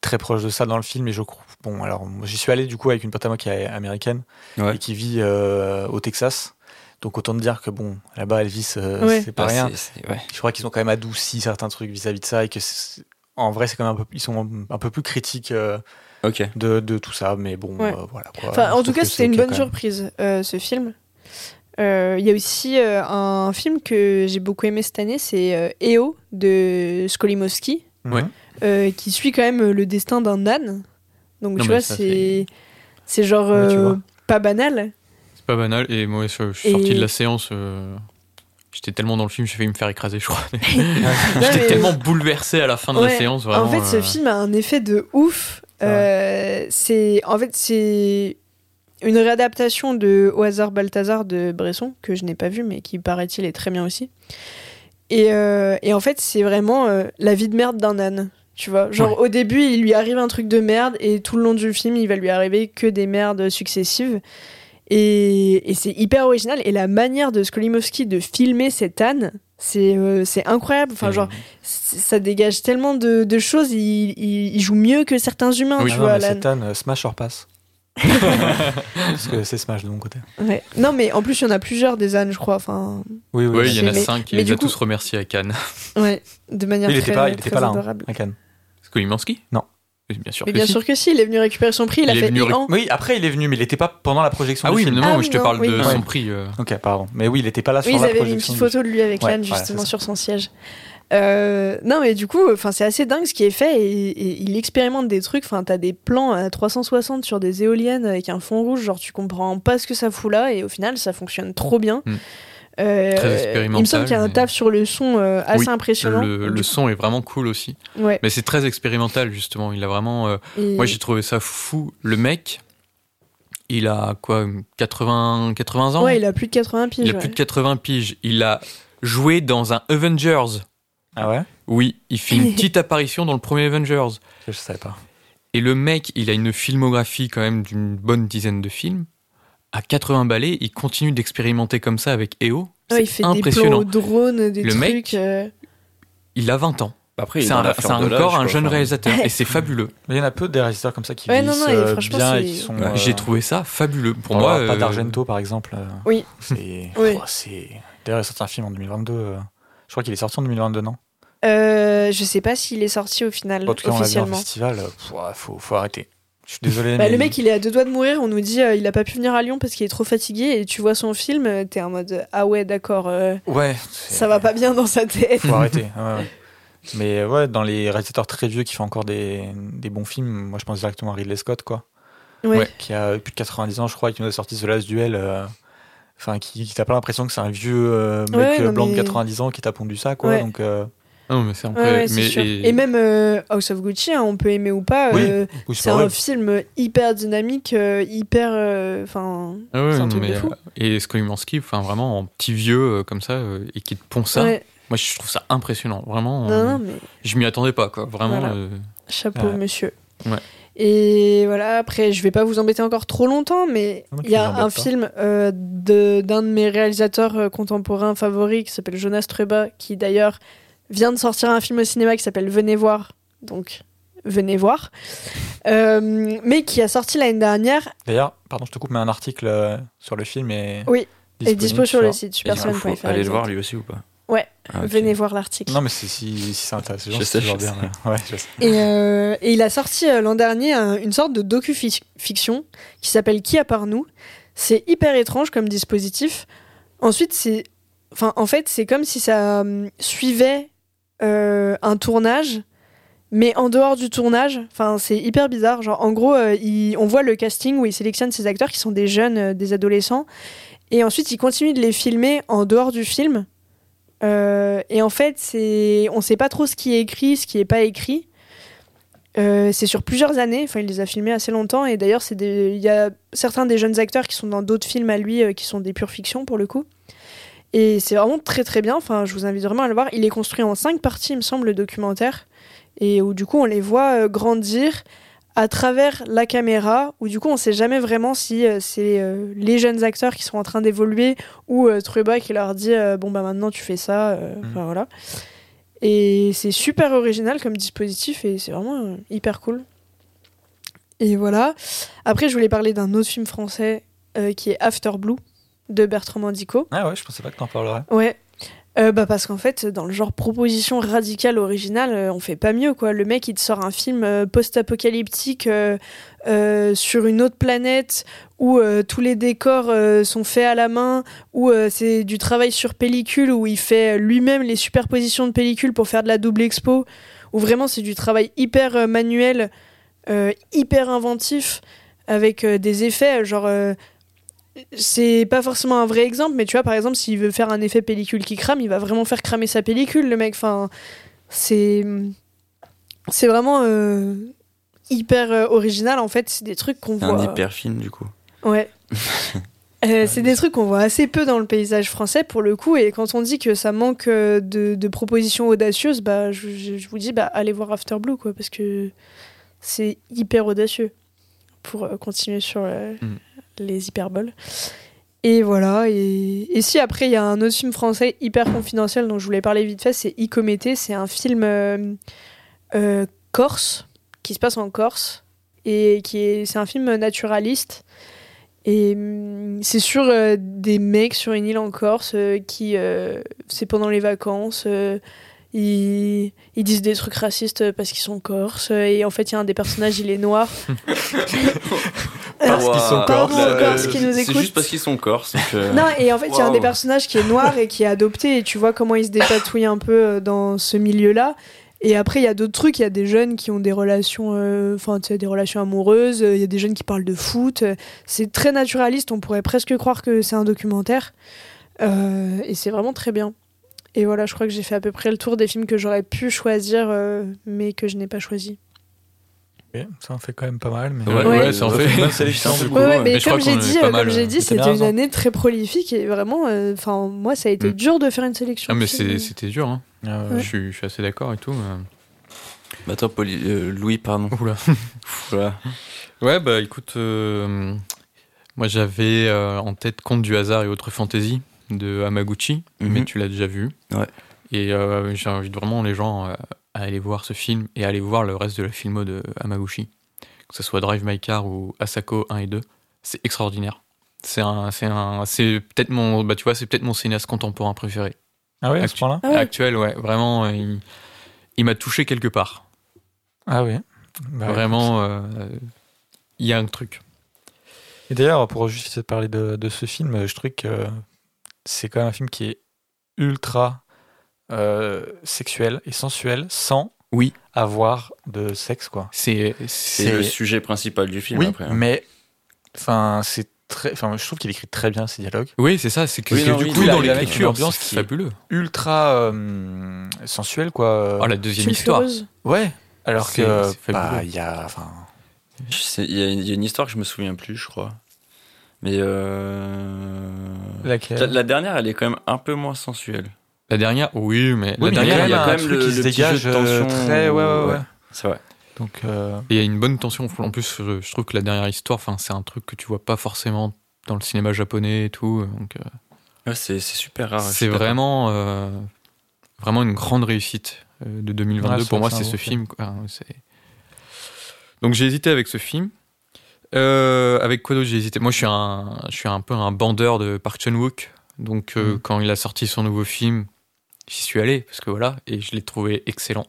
S1: très proche de ça dans le film. Et je crois. Bon, alors, moi, j'y suis allé du coup avec une pote à moi qui est américaine
S3: Ouais.
S1: et qui vit euh, au Texas. Donc, autant te dire que bon, là-bas, Elvis, euh,
S2: Ouais.
S1: c'est pas
S3: bah,
S1: rien.
S3: c'est- c'est- ouais.
S1: Je crois qu'ils ont quand même adouci certains trucs vis-à-vis de ça et que c'est- en vrai, c'est quand même un peu, ils sont un peu plus critiques euh,
S3: Ok.
S1: de, de tout ça. Mais bon,
S2: Ouais.
S1: euh, voilà quoi.
S2: Enfin,
S1: Je
S2: en tout
S1: trouve
S2: cas,
S1: que
S2: c'était
S1: c'est
S2: une
S1: ok,
S2: bonne
S1: quand même.
S2: surprise, euh, ce film. Euh, Il y a aussi euh, un film que j'ai beaucoup aimé cette année, c'est euh, EO de Skolimowski,
S4: Ouais.
S2: euh, qui suit quand même le destin d'un âne. Donc,
S4: Non,
S2: tu
S4: mais
S2: vois,
S4: ça,
S2: c'est c'est genre
S1: Ouais, tu
S2: euh,
S1: vois.
S2: pas banal.
S4: C'est pas banal. Et moi, je, je suis
S2: Et-
S4: sorti de la séance. euh, J'étais tellement dans le film, j'ai failli me faire écraser, je crois.
S2: Non,
S4: J'étais
S2: mais-
S4: tellement bouleversé à la fin de
S2: Ouais.
S4: la séance, vraiment.
S2: en fait, ce
S4: euh, Ah
S2: film a un effet de ouf.
S1: C'est
S2: Euh, C'est en fait c'est une réadaptation de Au hasard Balthazar de Bresson que je n'ai pas vu, mais qui paraît-il est très bien aussi. Et, euh, et en fait, c'est vraiment euh, la vie de merde d'un âne. Tu vois, genre au début, il lui arrive un truc de merde et tout le long du film, il va lui arriver que des merdes successives. Et, et c'est hyper original. Et la manière de Skolimowski de filmer cet âne, c'est euh, c'est incroyable. Enfin,
S4: et-
S2: genre, c- ça dégage tellement de, de choses. Il, il- il joue mieux que certains humains,
S1: Oui,
S2: tu
S1: non,
S2: vois,
S1: mais
S2: Alan.
S1: c'est Tan, euh, Smash or Pass. Parce que c'est Smash de mon côté.
S2: Ouais. Non, mais en plus, il y en a plusieurs des ânes, je crois. Enfin,
S1: Oui, oui.
S4: Ouais, il y en a
S2: Mais-
S4: cinq et
S2: mais
S4: il
S2: du
S4: les a
S2: coup-
S4: tous remerciés à Cannes.
S2: ouais, de manière
S1: Il
S2: très,
S1: était pas, il était
S2: très
S1: pas là, hein,
S2: adorable.
S1: à Cannes.
S4: Skolimowski
S1: Non.
S4: Oui, Bien sûr
S2: Mais
S4: que
S2: bien
S4: si.
S2: sûr que si, il est venu récupérer son prix, il, a
S4: Il est
S2: fait
S4: venu
S2: Ian.
S4: récupérer-
S1: Oui, après il est venu, mais il n'était pas pendant la projection
S4: Ah
S1: du
S4: oui, mais
S1: film.
S4: non,
S2: Ah
S4: moi
S2: oui,
S4: je te
S2: non,
S4: parle
S2: oui.
S4: de
S1: Ouais.
S4: son prix. euh,
S1: Ok, pardon. Mais oui, il n'était pas là
S2: Oui,
S1: sur
S2: ils
S1: la
S2: avaient mis une
S1: projection.
S2: petite
S1: du
S2: photo de lui avec
S1: Ouais,
S2: l'âne,
S1: voilà,
S2: justement,
S1: c'est ça.
S2: sur son siège. Euh, non, mais du coup, enfin, c'est assez dingue ce qui est fait. Et, et il expérimente des trucs. Enfin, t'as des plans à 360 sur des éoliennes avec un fond rouge. Genre, tu comprends pas ce que ça fout là. Et au final, ça fonctionne trop bien.
S4: Mm.
S2: Euh,
S4: Très
S2: Il me semble qu'il y a un
S4: expérimental,
S2: taf sur le son euh, assez
S4: Oui,
S2: impressionnant.
S4: Le, le son est vraiment cool aussi.
S2: Ouais.
S4: Mais c'est très expérimental justement. Il a vraiment. euh,
S2: Et-
S4: Moi j'ai trouvé ça fou. Le mec, il a quoi 80, 80 ans
S2: ouais, il a plus de 80 piges.
S4: Il a
S2: ouais.
S4: plus de 80 piges. Il a joué dans un Avengers.
S1: Ah ouais
S4: Oui, il fait une petite apparition dans le premier Avengers.
S1: Je savais pas.
S4: Et le mec, il a une filmographie quand même d'une bonne dizaine de films. À 80 balais, il continue d'expérimenter comme ça avec EO.
S2: Ouais, il
S4: C'est
S2: fait des plans
S4: impressionnant.
S2: au drone, des
S4: Le
S2: trucs.
S4: mec,
S2: euh,
S4: Il a 20 ans.
S3: Bah, Après, il est
S4: C'est
S3: dans
S4: un-
S3: la
S4: c'est
S3: fleur de l'âge,
S4: encore un
S3: quoi,
S4: jeune
S3: enfin.
S4: réalisateur. Et c'est fabuleux.
S1: Mais il y en a peu des réalisateurs comme ça qui
S2: Ouais, non,
S1: vieillissent
S2: non, et
S1: euh,
S2: franchement,
S1: bien et
S2: c'est-
S1: qui sont.
S3: Ouais.
S1: euh,
S4: J'ai trouvé ça fabuleux. Pour
S1: on
S4: moi,
S1: parlera Pas
S4: euh,
S1: d'Argento par exemple. euh,
S2: Oui.
S1: C'est.
S2: Oui.
S1: Oh, c'est- D'ailleurs, il a sorti un film en 2022. euh, Je crois qu'il est sorti en 2022, non
S2: euh, je sais pas s'il est sorti au final,
S1: En tout cas, on l'a vu en
S2: officiellement.
S1: festival. euh, pff, ouais, faut, faut arrêter. Je suis désolé.
S2: Bah,
S1: mais-
S2: le mec, il est à deux doigts de mourir. On nous dit euh, il a pas pu venir à Lyon parce qu'il est trop fatigué. Et tu vois son film, euh, t'es en mode ah ouais, d'accord, euh,
S1: Ouais.
S2: ça va pas bien dans sa tête.
S1: faut arrêter. Ah, ouais, ouais. Mais euh, ouais, dans les réalisateurs très vieux qui font encore des, des bons films, moi je pense directement à Ridley Scott, quoi.
S2: Ouais.
S4: Ouais.
S1: Qui a plus de 90 ans, je crois, et qui nous a sorti The Last Duel. euh, Enfin, qui, qui t'a pas l'impression que c'est un vieux euh, mec
S2: Ouais, non,
S1: euh, blanc
S2: mais-
S1: de 90 ans qui t'a pondu ça, quoi.
S2: Ouais.
S1: Donc, euh,
S4: Non, mais c'est
S2: Ouais,
S4: après-
S2: ouais, c'est
S4: mais-
S2: sûr. Et,
S4: et-
S2: même euh, House of Gucci, hein, on peut aimer ou pas.
S1: Oui,
S2: euh,
S1: oui,
S2: c'est
S1: pas
S2: un
S1: vrai.
S2: film hyper dynamique, euh, hyper. Enfin.
S4: Ah ouais,
S2: C'est un
S4: non,
S2: truc de
S4: mais,
S2: fou.
S4: euh, et Skolimowski, enfin vraiment en petit vieux euh, comme ça, euh, et qui te pond ça.
S2: ouais.
S4: Moi, je trouve ça impressionnant. Vraiment,
S2: Non,
S4: euh,
S2: non, mais
S4: je m'y attendais pas, quoi. Vraiment.
S2: Voilà.
S4: euh,
S2: Chapeau,
S1: Ouais.
S2: monsieur.
S4: Ouais.
S2: Et voilà, après, je vais pas vous embêter encore trop longtemps, mais
S1: Non, tu
S2: il y a
S1: nous embêtes
S2: un
S1: pas.
S2: film euh, de- d'un de, mes réalisateurs euh, contemporains favoris qui s'appelle Jonas Treba, qui d'ailleurs vient de sortir un film au cinéma qui s'appelle Venez voir. Donc, venez voir. Euh, mais qui a sorti l'année dernière
S1: D'ailleurs, pardon, je te coupe, mais un article euh, sur le film est.
S2: Oui, et dispo sur le
S1: site.
S2: site
S3: Et du coup, faut
S2: supersonic.fr.
S3: Aller le voir lui aussi ou pas
S2: Ouais,
S3: Ah, ok.
S2: venez voir l'article.
S1: Non, mais si, si, si ça intéresse les gens,
S3: Je
S1: c'est
S3: sais,
S1: toujours
S3: je
S1: bien. Ouais, je sais.
S2: Et, euh, et il a sorti euh, l'an dernier un- une sorte de docu-fiction qui s'appelle Qui à part nous. C'est hyper étrange comme dispositif. Ensuite, c'est. Enfin, en fait, c'est comme si ça hum, suivait euh, un tournage, mais en dehors du tournage. Enfin, c'est hyper bizarre. Genre, en gros, euh, il- on voit le casting où il sélectionne ces acteurs qui sont des jeunes, euh, des adolescents. Et ensuite, il continue de les filmer en dehors du film. Euh, et en fait, c'est, on sait pas trop ce qui est écrit, ce qui est pas écrit. Euh, c'est sur plusieurs années, enfin il les a filmés assez longtemps et d'ailleurs c'est des- il y a certains des jeunes acteurs qui sont dans d'autres films à lui euh, qui sont des pures fictions pour le coup. Et c'est vraiment très très bien, enfin je vous invite vraiment à le voir. Il est construit en cinq parties il me semble le documentaire et où du coup on les voit euh, grandir à travers la caméra où du coup on sait jamais vraiment si euh, c'est euh, les jeunes acteurs qui sont en train d'évoluer ou euh, Trueba qui leur dit euh, bon bah maintenant tu fais ça, euh, enfin voilà. Et c'est super original comme dispositif et c'est vraiment euh, hyper cool. Et voilà. Après, je voulais parler d'un autre film français euh, qui est After Blue de Bertrand Mandico.
S1: Ah ouais, je pensais pas que t'en parlerais.
S2: Ouais. Euh, bah parce qu'en fait, dans le genre proposition radicale originale, euh, on fait pas mieux quoi. Le mec, il te sort un film euh, post-apocalyptique euh, euh, sur une autre planète où euh, tous les décors euh, sont faits à la main, où euh, c'est du travail sur pellicule, où il fait euh, lui-même les superpositions de pellicule pour faire de la double expo, où vraiment c'est du travail hyper euh, manuel, euh, hyper inventif, avec euh, des effets euh, genre. euh, c'est pas forcément un vrai exemple, mais tu vois, par exemple, s'il veut faire un effet pellicule qui crame, il va vraiment faire cramer sa pellicule, le mec. Enfin, c'est. C'est vraiment euh, hyper euh, original, en fait. C'est des trucs qu'on voit.
S3: Un hyper film, du coup.
S2: Ouais. Euh, c'est des trucs qu'on voit assez peu dans le paysage français pour le coup, et quand on dit que ça manque euh, de, de propositions audacieuses, bah, je, je- je vous dis bah, allez voir After Blue quoi, parce que c'est hyper audacieux pour euh, continuer sur euh,
S4: Mm.
S2: les hyperboles. Et voilà, et, et si après il y a un autre film français hyper confidentiel dont je voulais parler vite fait, c'est Icomété, c'est un film euh, euh, corse qui se passe en Corse et qui est c'est un film naturaliste et hum, c'est sur euh, des mecs sur une île en Corse euh, qui, euh, c'est pendant les vacances, euh, ils, ils disent des trucs racistes euh, parce qu'ils sont corses. euh, Et en fait, il y a un des personnages, il est noir.
S1: Parce qu'ils sont
S2: Pardon
S1: corses.
S2: aux Corses qui nous
S3: euh, C'est
S2: écoutent.
S3: juste parce qu'ils sont corses. donc, euh,
S2: Non, et en fait, il y a un
S3: Wow.
S2: des personnages qui est noir et qui est adopté, et tu vois comment il se dépatouille un peu euh, dans ce milieu-là. Et après, il y a d'autres trucs, il y a des jeunes qui ont des relations, euh, enfin, tu sais, des relations amoureuses, euh, il y a des jeunes qui parlent de foot. euh, C'est très naturaliste, on pourrait presque croire que c'est un documentaire. Euh, et c'est vraiment très bien. Et voilà, je crois que j'ai fait à peu près le tour des films que j'aurais pu choisir, euh, mais que je n'ai pas choisi.
S1: Ok, Ça en fait quand même pas mal. Mais... euh,
S4: Ouais,
S2: Ouais.
S4: ouais, ça en fait
S1: Bonne
S4: une
S1: sélection, du coup.
S2: Ouais, ouais,
S3: ouais.
S2: mais,
S4: Mais je
S2: comme
S4: crois
S2: j'ai
S4: qu'on est
S2: dit,
S4: pas
S2: euh,
S4: mal,
S2: comme j'ai dit,
S1: t'as bien
S2: c'était une
S1: raison.
S2: année très prolifique et vraiment, euh, enfin, moi, ça a été
S4: Mm.
S2: dur de faire une sélection.
S4: Ah, mais
S2: de films.
S4: c'est- c'était dur, hein.
S1: Ah ouais.
S4: Je, suis, je suis assez d'accord et tout. mais-
S3: Bah, toi, Poli- euh, Louis, pardon.
S4: Oula.
S3: Pff, voilà.
S4: Ouais, bah écoute, euh, moi j'avais euh, en tête Conte du hasard et autres fantaisies de Hamaguchi,
S3: Mhm.
S4: mais tu l'as déjà vu.
S3: Ouais.
S4: Et euh, j'invite vraiment les gens euh, à aller voir ce film et à aller voir le reste de la filmo de Hamaguchi, que ce soit Drive My Car ou Asako 1 et 2. C'est extraordinaire. C'est un, c'est un, c'est peut-être mon, bah tu vois, c'est peut-être mon cinéaste contemporain préféré.
S1: Ah ouais, à ce
S4: Actu-
S1: point-là
S2: Ah ouais.
S4: Actuel, ouais, vraiment, euh, il, il m'a touché quelque part.
S1: Ah ouais. Bah,
S4: Vraiment, euh, euh, il y a un truc.
S1: Et d'ailleurs, pour juste parler de, de ce film, euh, je trouve que euh, c'est quand même un film qui est ultra euh, sexuel et sensuel sans
S4: Oui.
S1: avoir de sexe, quoi.
S4: C'est,
S3: C'est le sujet principal du film,
S1: oui,
S3: après. hein.
S1: mais enfin, c'est très. Enfin, je trouve qu'il écrit très bien ses dialogues.
S4: Oui, c'est ça, c'est que
S3: Oui,
S4: c'est
S3: non,
S4: du
S3: oui,
S4: coup
S1: il a-
S4: dans
S1: il a une
S4: l'écriture,
S1: ambiance
S4: ambiance
S1: qui
S4: qui
S1: est-
S4: fabuleux.
S1: Ultra euh, sensuel, quoi.
S4: Oh, la deuxième histoire.
S2: Sulfureuse.
S1: Ouais. Alors
S4: C'est-
S1: que
S4: c'est fabuleux.
S1: bah, il y a. Enfin,
S3: Je sais- Il y, a une- il y a une histoire que je me souviens plus, je crois. Mais euh...
S1: laquelle
S3: la, la dernière, elle est quand même un peu moins sensuelle.
S4: La dernière, oui, mais
S1: Oui,
S4: la
S1: mais
S4: dernière, il y,
S1: a
S4: a,
S1: quand même un truc qui se
S3: petit jeu
S1: dégage
S3: de tension,
S1: euh, très. Ouais, ouais, ouais.
S3: ouais. C'est vrai.
S1: Donc, euh,
S4: il y a une bonne tension. En plus, euh, je trouve que la dernière histoire, enfin, c'est un truc que tu vois pas forcément dans le cinéma japonais et tout. Donc, euh,
S3: Ouais, c'est c'est super
S1: Ah,
S3: rare.
S4: c'est
S3: super rare.
S4: vraiment, euh, vraiment une grande réussite euh, de 2022.
S1: Ouais, c'est-
S4: Pour moi,
S1: c'est un
S4: c'est ce
S1: bon
S4: film. quoi. Enfin, c'est- Donc j'ai hésité avec ce film. Euh, avec quoi d'autre j'ai hésité Moi, je suis un, je suis un peu un bandeur de Park Chan Wook. Donc euh,
S1: Mhm.
S4: quand il a sorti son nouveau film, j'y suis allé parce que voilà, et je l'ai trouvé excellent.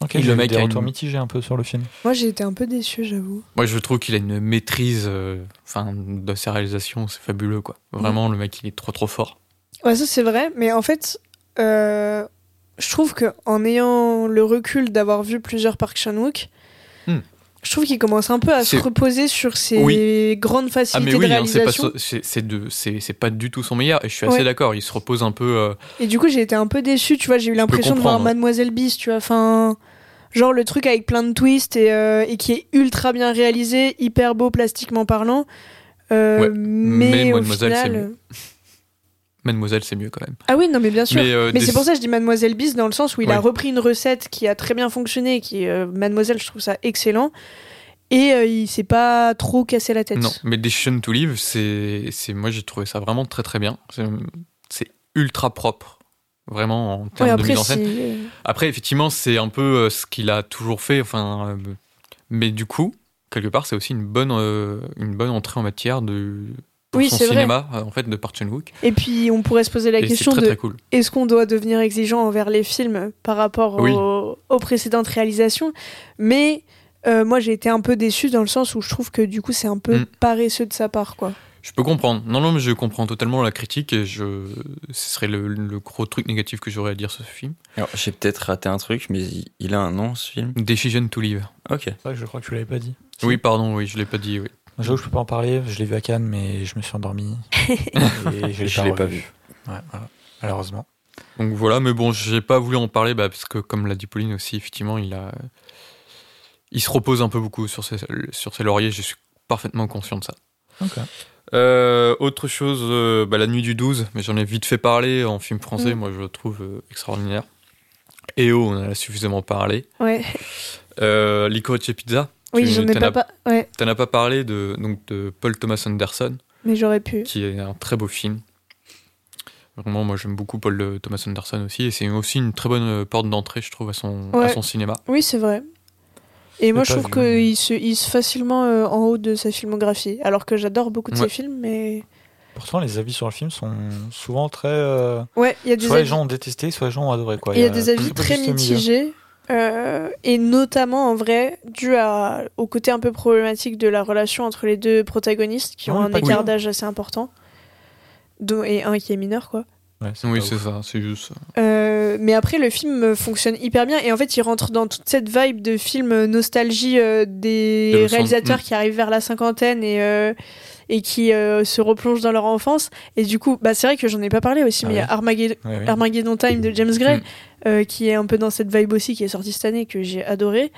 S1: Ok,
S4: Et
S1: j'ai
S4: le
S1: eu
S4: mec
S1: des
S4: a une-
S1: retours mitigés un peu sur le film.
S2: Moi, j'ai été un peu déçu, j'avoue.
S4: Moi, je trouve qu'il a une maîtrise, euh, enfin, de sa réalisation, c'est fabuleux, quoi.
S1: Mm.
S4: Vraiment, le mec, il est trop, trop fort.
S2: Ouais, ça c'est vrai, mais en fait, euh, je trouve que en ayant le recul d'avoir vu plusieurs Park Chan-wook,
S4: Hmm.
S2: je trouve qu'il commence un peu à se
S4: C'est-
S2: reposer sur ses grandes
S4: Ah,
S2: facilités
S4: mais oui,
S2: de
S4: hein, c'est pas,
S2: réalisation.
S4: so- c'est c'est de- c'est- c'est pas du tout son meilleur, et je suis
S2: Ouais.
S4: assez d'accord, il se repose un peu. euh,
S2: Et du coup, j'ai été un peu déçue, tu vois, j'ai eu l'impression de voir
S4: comprendre. hein.
S2: Mademoiselle Bis, tu vois, enfin genre le truc avec plein de twists et, euh, et qui est ultra bien réalisé, hyper beau plastiquement parlant. Euh,
S4: Ouais,
S2: mais,
S4: mais
S2: au
S4: Mademoiselle, c'est
S2: final... euh,
S4: mieux. Mademoiselle, c'est mieux quand même.
S2: Ah oui, non, mais bien sûr.
S4: Mais, euh,
S2: Mais
S4: des-
S2: c'est pour ça que je dis Mademoiselle Bis dans le sens où il a
S4: Ouais.
S2: repris une recette qui a très bien fonctionné, qui euh, Mademoiselle, je trouve ça excellent, et euh, il s'est pas trop cassé la tête.
S4: Non, mais Decision to Live, c'est, c'est, moi j'ai trouvé ça vraiment très très bien. C'est, c'est ultra propre, vraiment en termes
S2: Ouais,
S4: de
S2: après,
S4: mise en scène.
S2: si- euh,
S4: Après, effectivement, c'est un peu euh, ce qu'il a toujours fait. Enfin, euh, mais du coup, quelque part, c'est aussi une bonne, euh, une bonne entrée en matière de pour
S2: Oui,
S4: son
S2: c'est vrai.
S4: cinéma euh, en fait de Park Chan Wook.
S2: Et puis on pourrait se poser la
S4: Et c'est
S2: question
S4: très
S2: de
S4: très cool.
S2: est-ce qu'on doit devenir exigeant envers les films par rapport
S4: Oui.
S2: aux, aux précédentes réalisations Mais euh, moi j'ai été un peu déçue dans le sens où je trouve que du coup c'est un peu
S4: Mm.
S2: paresseux de sa part quoi.
S4: Je peux comprendre. Non, non, mais je comprends totalement la critique et je, ce serait le, le gros truc négatif que j'aurais à dire sur ce film.
S3: Alors, j'ai peut-être raté un truc, mais il, il a un nom ce film.
S4: Decision to Live.
S3: Ok.
S1: C'est vrai que je crois que tu l'avais pas dit. Si.
S4: Oui, pardon, oui, je l'ai pas dit. Oui.
S1: J'avoue, je peux pas en parler. Je l'ai vu à Cannes, mais je me suis endormi. et je
S3: Je l'ai pas vu.
S1: Ouais, voilà. Malheureusement.
S4: Donc voilà, mais bon, j'ai pas voulu en parler bah, parce que, comme l'a dit Pauline aussi, effectivement, il a, il se repose un peu beaucoup sur ses, sur ses lauriers. Je suis parfaitement conscient de ça.
S1: Ok.
S4: Euh, autre chose, euh, bah, la nuit du 12, mais j'en ai vite fait parler en film français.
S2: Mm.
S4: Moi, je le trouve euh, extraordinaire. Et oh, on en a suffisamment parlé.
S2: Ouais.
S4: Euh, Licorice et Pizza.
S2: Oui
S4: Tu-
S2: j'en ai
S4: t'en
S2: pas,
S4: as-
S2: pas. Ouais,
S4: T'en as pas parlé de, donc, de Paul Thomas Anderson,
S2: mais j'aurais pu.
S4: qui est un très beau film. Vraiment, moi, j'aime beaucoup Paul euh, Thomas Anderson aussi. Et c'est aussi une très bonne euh, porte d'entrée, je trouve, à son, à
S2: Ouais.
S4: son cinéma.
S2: Oui, c'est vrai. Et moi,
S1: pas
S2: je trouve
S1: vu.
S2: qu'il se hisse facilement euh, en haut de sa filmographie. Alors que j'adore beaucoup de ses
S4: Ouais.
S2: films, mais.
S1: Pourtant, les avis sur le film sont souvent très. euh,
S2: Ouais, il y a des
S1: soit les
S2: avis,
S1: gens ont détesté, soit les gens ont adoré. Quoi.
S2: il y a des avis
S1: peu
S2: très
S1: juste au milieu.
S2: mitigés. euh, et notamment, en vrai, dû à, au côté un peu problématique de la relation entre les deux protagonistes qui
S1: Ouais,
S2: ont un
S1: pas
S2: écart
S1: cool.
S2: d'âge assez important. Dont- et un qui est mineur, quoi.
S1: Ouais, c'est
S4: Oui,
S1: pas
S4: c'est
S1: ouf.
S4: ça, c'est juste. ça.
S2: Euh, mais après, le film fonctionne hyper bien. Et en fait, il rentre dans toute cette vibe de film nostalgie euh, des
S4: De Los Angeles.
S2: réalisateurs
S4: Mm.
S2: qui arrivent vers la cinquantaine et, euh, et qui euh, se replongent dans leur enfance. Et du coup, bah, c'est vrai que j'en ai pas parlé aussi,
S1: Ah
S2: mais il y a
S1: oui.
S2: Armageddon,
S1: Ouais, ouais.
S2: Armageddon Time de James Gray,
S4: Mm.
S2: euh, qui est un peu dans cette vibe aussi, qui est sorti cette année, que j'ai adoré.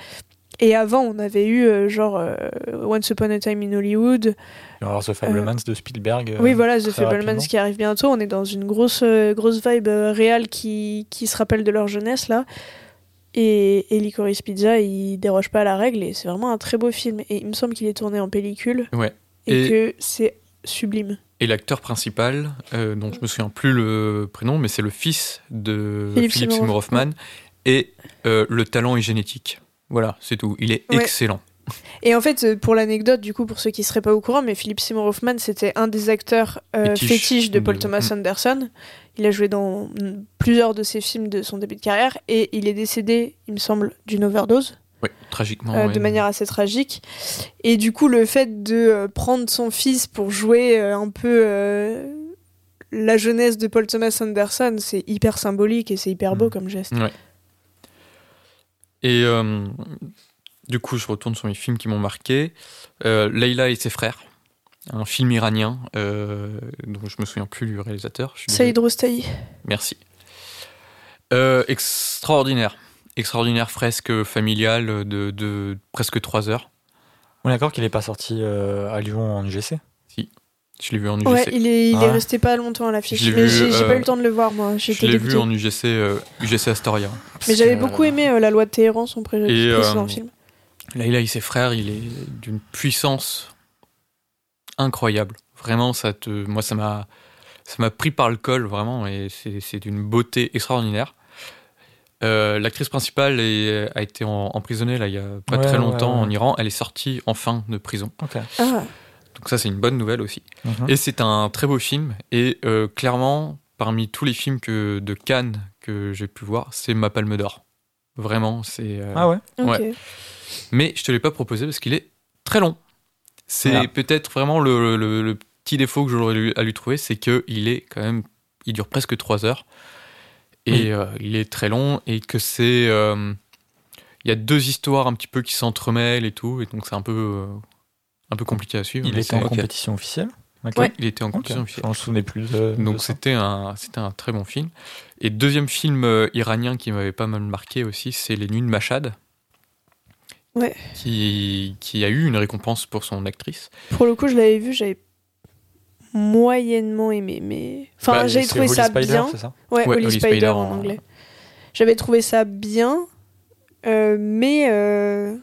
S2: Et avant, on avait eu euh, genre euh, Once Upon a Time in Hollywood.
S1: Et on va voir The Fablemans de Spielberg. euh,
S2: oui, voilà, The
S1: très
S2: Fablemans
S1: rapidement.
S2: qui arrive bientôt. On est dans une grosse, euh, grosse vibe euh, réelle qui, qui se rappelle de leur jeunesse, là. Et, et Licorice Pizza, il déroge pas à la règle et c'est vraiment un très beau film. Et il me semble qu'il est tourné en pellicule
S4: Ouais.
S2: et,
S4: Et-
S2: que c'est sublime.
S4: Et l'acteur principal, euh, dont je me souviens plus le prénom, mais c'est le fils de
S2: Philippe
S4: Philippe,
S2: Seymour
S4: Seymour Hoffman. Et euh, le talent est génétique. Voilà, c'est tout. Il est
S2: Ouais.
S4: excellent.
S2: Et en fait, euh, pour l'anecdote, du coup, pour ceux qui seraient pas au courant, mais Philippe Seymour Hoffman, c'était un des acteurs euh,
S4: Fétiche
S2: fétiches de Paul
S4: de-
S2: Thomas
S4: Mm.
S2: Anderson. Il a joué dans mm, plusieurs de ses films de son début de carrière et il est décédé, il me semble, d'une overdose.
S4: Oui, tragiquement.
S2: euh,
S4: Ah ouais.
S2: de manière assez tragique. Et du coup, le fait de euh, prendre son fils pour jouer euh, un peu euh, la jeunesse de Paul Thomas Anderson, c'est hyper symbolique et c'est hyper beau
S1: Mm.
S2: comme geste.
S4: Et euh, du coup, je retourne sur mes films qui m'ont marqué. Euh, Leila et ses frères, un film iranien, euh, dont je me souviens plus du réalisateur. je suis désolé.
S2: Saïd Rostahi.
S4: Merci. Euh, extraordinaire. Extraordinaire fresque familiale de, de presque 3 heures.
S1: On est d'accord qu'il n'est pas sorti euh, à Lyon en UGC
S4: Je l'ai vu en UGC.
S2: Ouais, il est, il est
S1: Ouais.
S2: resté pas longtemps à l'affiche.
S4: Je l'ai
S2: Mais
S4: vu,
S2: J'ai j'ai
S4: euh,
S2: pas eu le temps de le voir, moi.
S4: Je
S2: J'étais
S4: l'ai vu
S2: dégoûtée.
S4: en UGC, euh, UGC Astoria.
S2: Mais j'avais beaucoup aimé euh, La loi de Téhéran, son pré-
S4: Et, euh,
S2: précédent film.
S4: Laila et ses frères, il est d'une puissance incroyable. Vraiment, ça te, moi, ça m'a, ça m'a pris par le col, vraiment, et c'est, c'est d'une beauté extraordinaire. Euh, L'actrice principale est- a été en- emprisonnée là, il y a pas
S1: Ouais,
S4: très
S1: ouais,
S4: longtemps
S1: ouais.
S4: en Iran. Elle est sortie enfin de prison.
S1: Ok.
S2: Ah,
S4: Donc ça, c'est une bonne nouvelle aussi.
S1: Mhm.
S4: Et c'est un très beau film. Et euh, clairement, parmi tous les films que, de Cannes que j'ai pu voir, c'est ma palme d'or. Vraiment, c'est. euh,
S1: Ah ouais
S2: Ok.
S4: Mais je te l'ai pas proposé parce qu'il est très long. C'est
S1: Ah.
S4: peut-être vraiment le, le- le petit défaut que j'aurais lu- à lui trouver, c'est que il est quand même, il dure presque trois heures et euh, il est très long et que c'est, euh, il y a deux histoires un petit peu qui s'entremêlent et tout et donc c'est un peu, euh, un peu compliqué à suivre.
S1: Il
S4: mais
S1: était
S4: c'est-
S1: en
S4: ok.
S1: compétition officielle D'accord.
S4: Ouais, Il était en
S1: Ok.
S4: compétition officielle.
S1: Je m'en souvenais plus. de- de
S4: Donc
S1: ça.
S4: c'était un, c'était un très bon film. Et deuxième film euh, iranien qui m'avait pas mal marqué aussi, c'est Les Nuits de Machad.
S2: Ouais.
S4: Qui, qui a eu une récompense pour son actrice.
S2: Pour le coup, je l'avais vu, j'avais moyennement aimé, mais. Enfin,
S4: Bah,
S2: j'ai
S1: C'est
S2: trouvé
S1: Holy
S2: ça
S1: Spider,
S2: bien.
S1: c'est ça
S2: Ouais,
S4: Ouais,
S2: Holy,
S4: Holy
S2: Spider,
S4: Spider
S2: en
S4: en-
S2: anglais. J'avais trouvé ça bien, euh, mais. euh,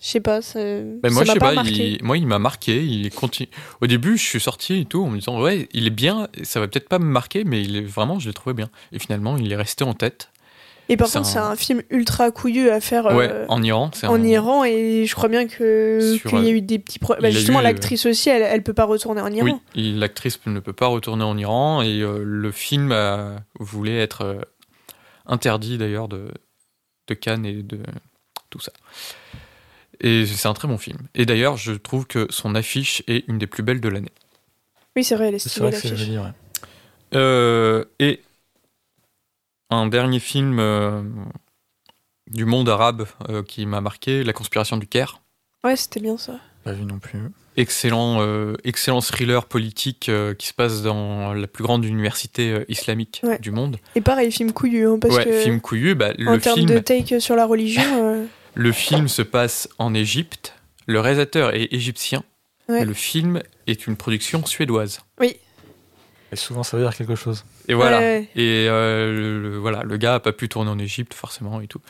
S2: Je sais pas, ça
S4: Ben,
S2: ça
S4: moi, je
S2: m'a
S4: sais
S2: pas,
S4: pas,
S2: marqué.
S4: il, moi il m'a marqué. Il continue. Au début, je suis sorti et tout en me disant ouais, il est bien. Ça va peut-être pas me marquer, mais il est vraiment, je l'ai trouvé bien. Et finalement, il est resté en tête.
S2: Et par
S4: c'est
S2: contre,
S4: un-
S2: c'est un film ultra couilleux à faire euh,
S4: ouais, en Iran, c'est
S2: en
S4: un-
S2: Iran, et je crois bien que
S4: Sur,
S2: qu'il y a eu des petits problèmes. Bah,
S4: il a
S2: justement,
S4: eu, euh,
S2: l'actrice aussi, elle, elle peut pas retourner en Iran.
S4: Oui, et l'actrice ne peut pas retourner en Iran et euh, le film euh, voulait être euh, interdit d'ailleurs de, de Cannes et de tout ça. Et c'est un très bon film. Et d'ailleurs, je trouve que son affiche est une des plus belles de l'année.
S2: Oui, c'est vrai, elle est
S1: C'est
S2: stylée
S1: vrai que c'est
S2: l'affiche.
S1: joli, ouais.
S4: Euh, et un dernier film euh, du monde arabe euh, qui m'a marqué, La conspiration du Caire.
S2: Ouais, c'était bien ça.
S1: Pas vu non plus.
S4: Excellent, euh, excellent thriller politique euh, qui se passe dans la plus grande université euh, islamique
S2: Ouais.
S4: du monde.
S2: Et pareil, film couilleux, hein, parce
S4: ouais,
S2: que
S4: film couillu. bah,
S2: en
S4: le,
S2: termes
S4: film,
S2: de take sur la religion, euh,
S4: le film se passe en Égypte. Le réalisateur est égyptien.
S2: Ouais.
S4: Et le film est une production suédoise.
S1: Et souvent, ça veut dire quelque chose.
S4: Et voilà.
S2: ouais.
S4: Et euh, le, le- voilà, le gars a pas pu tourner en Égypte, forcément, et tout.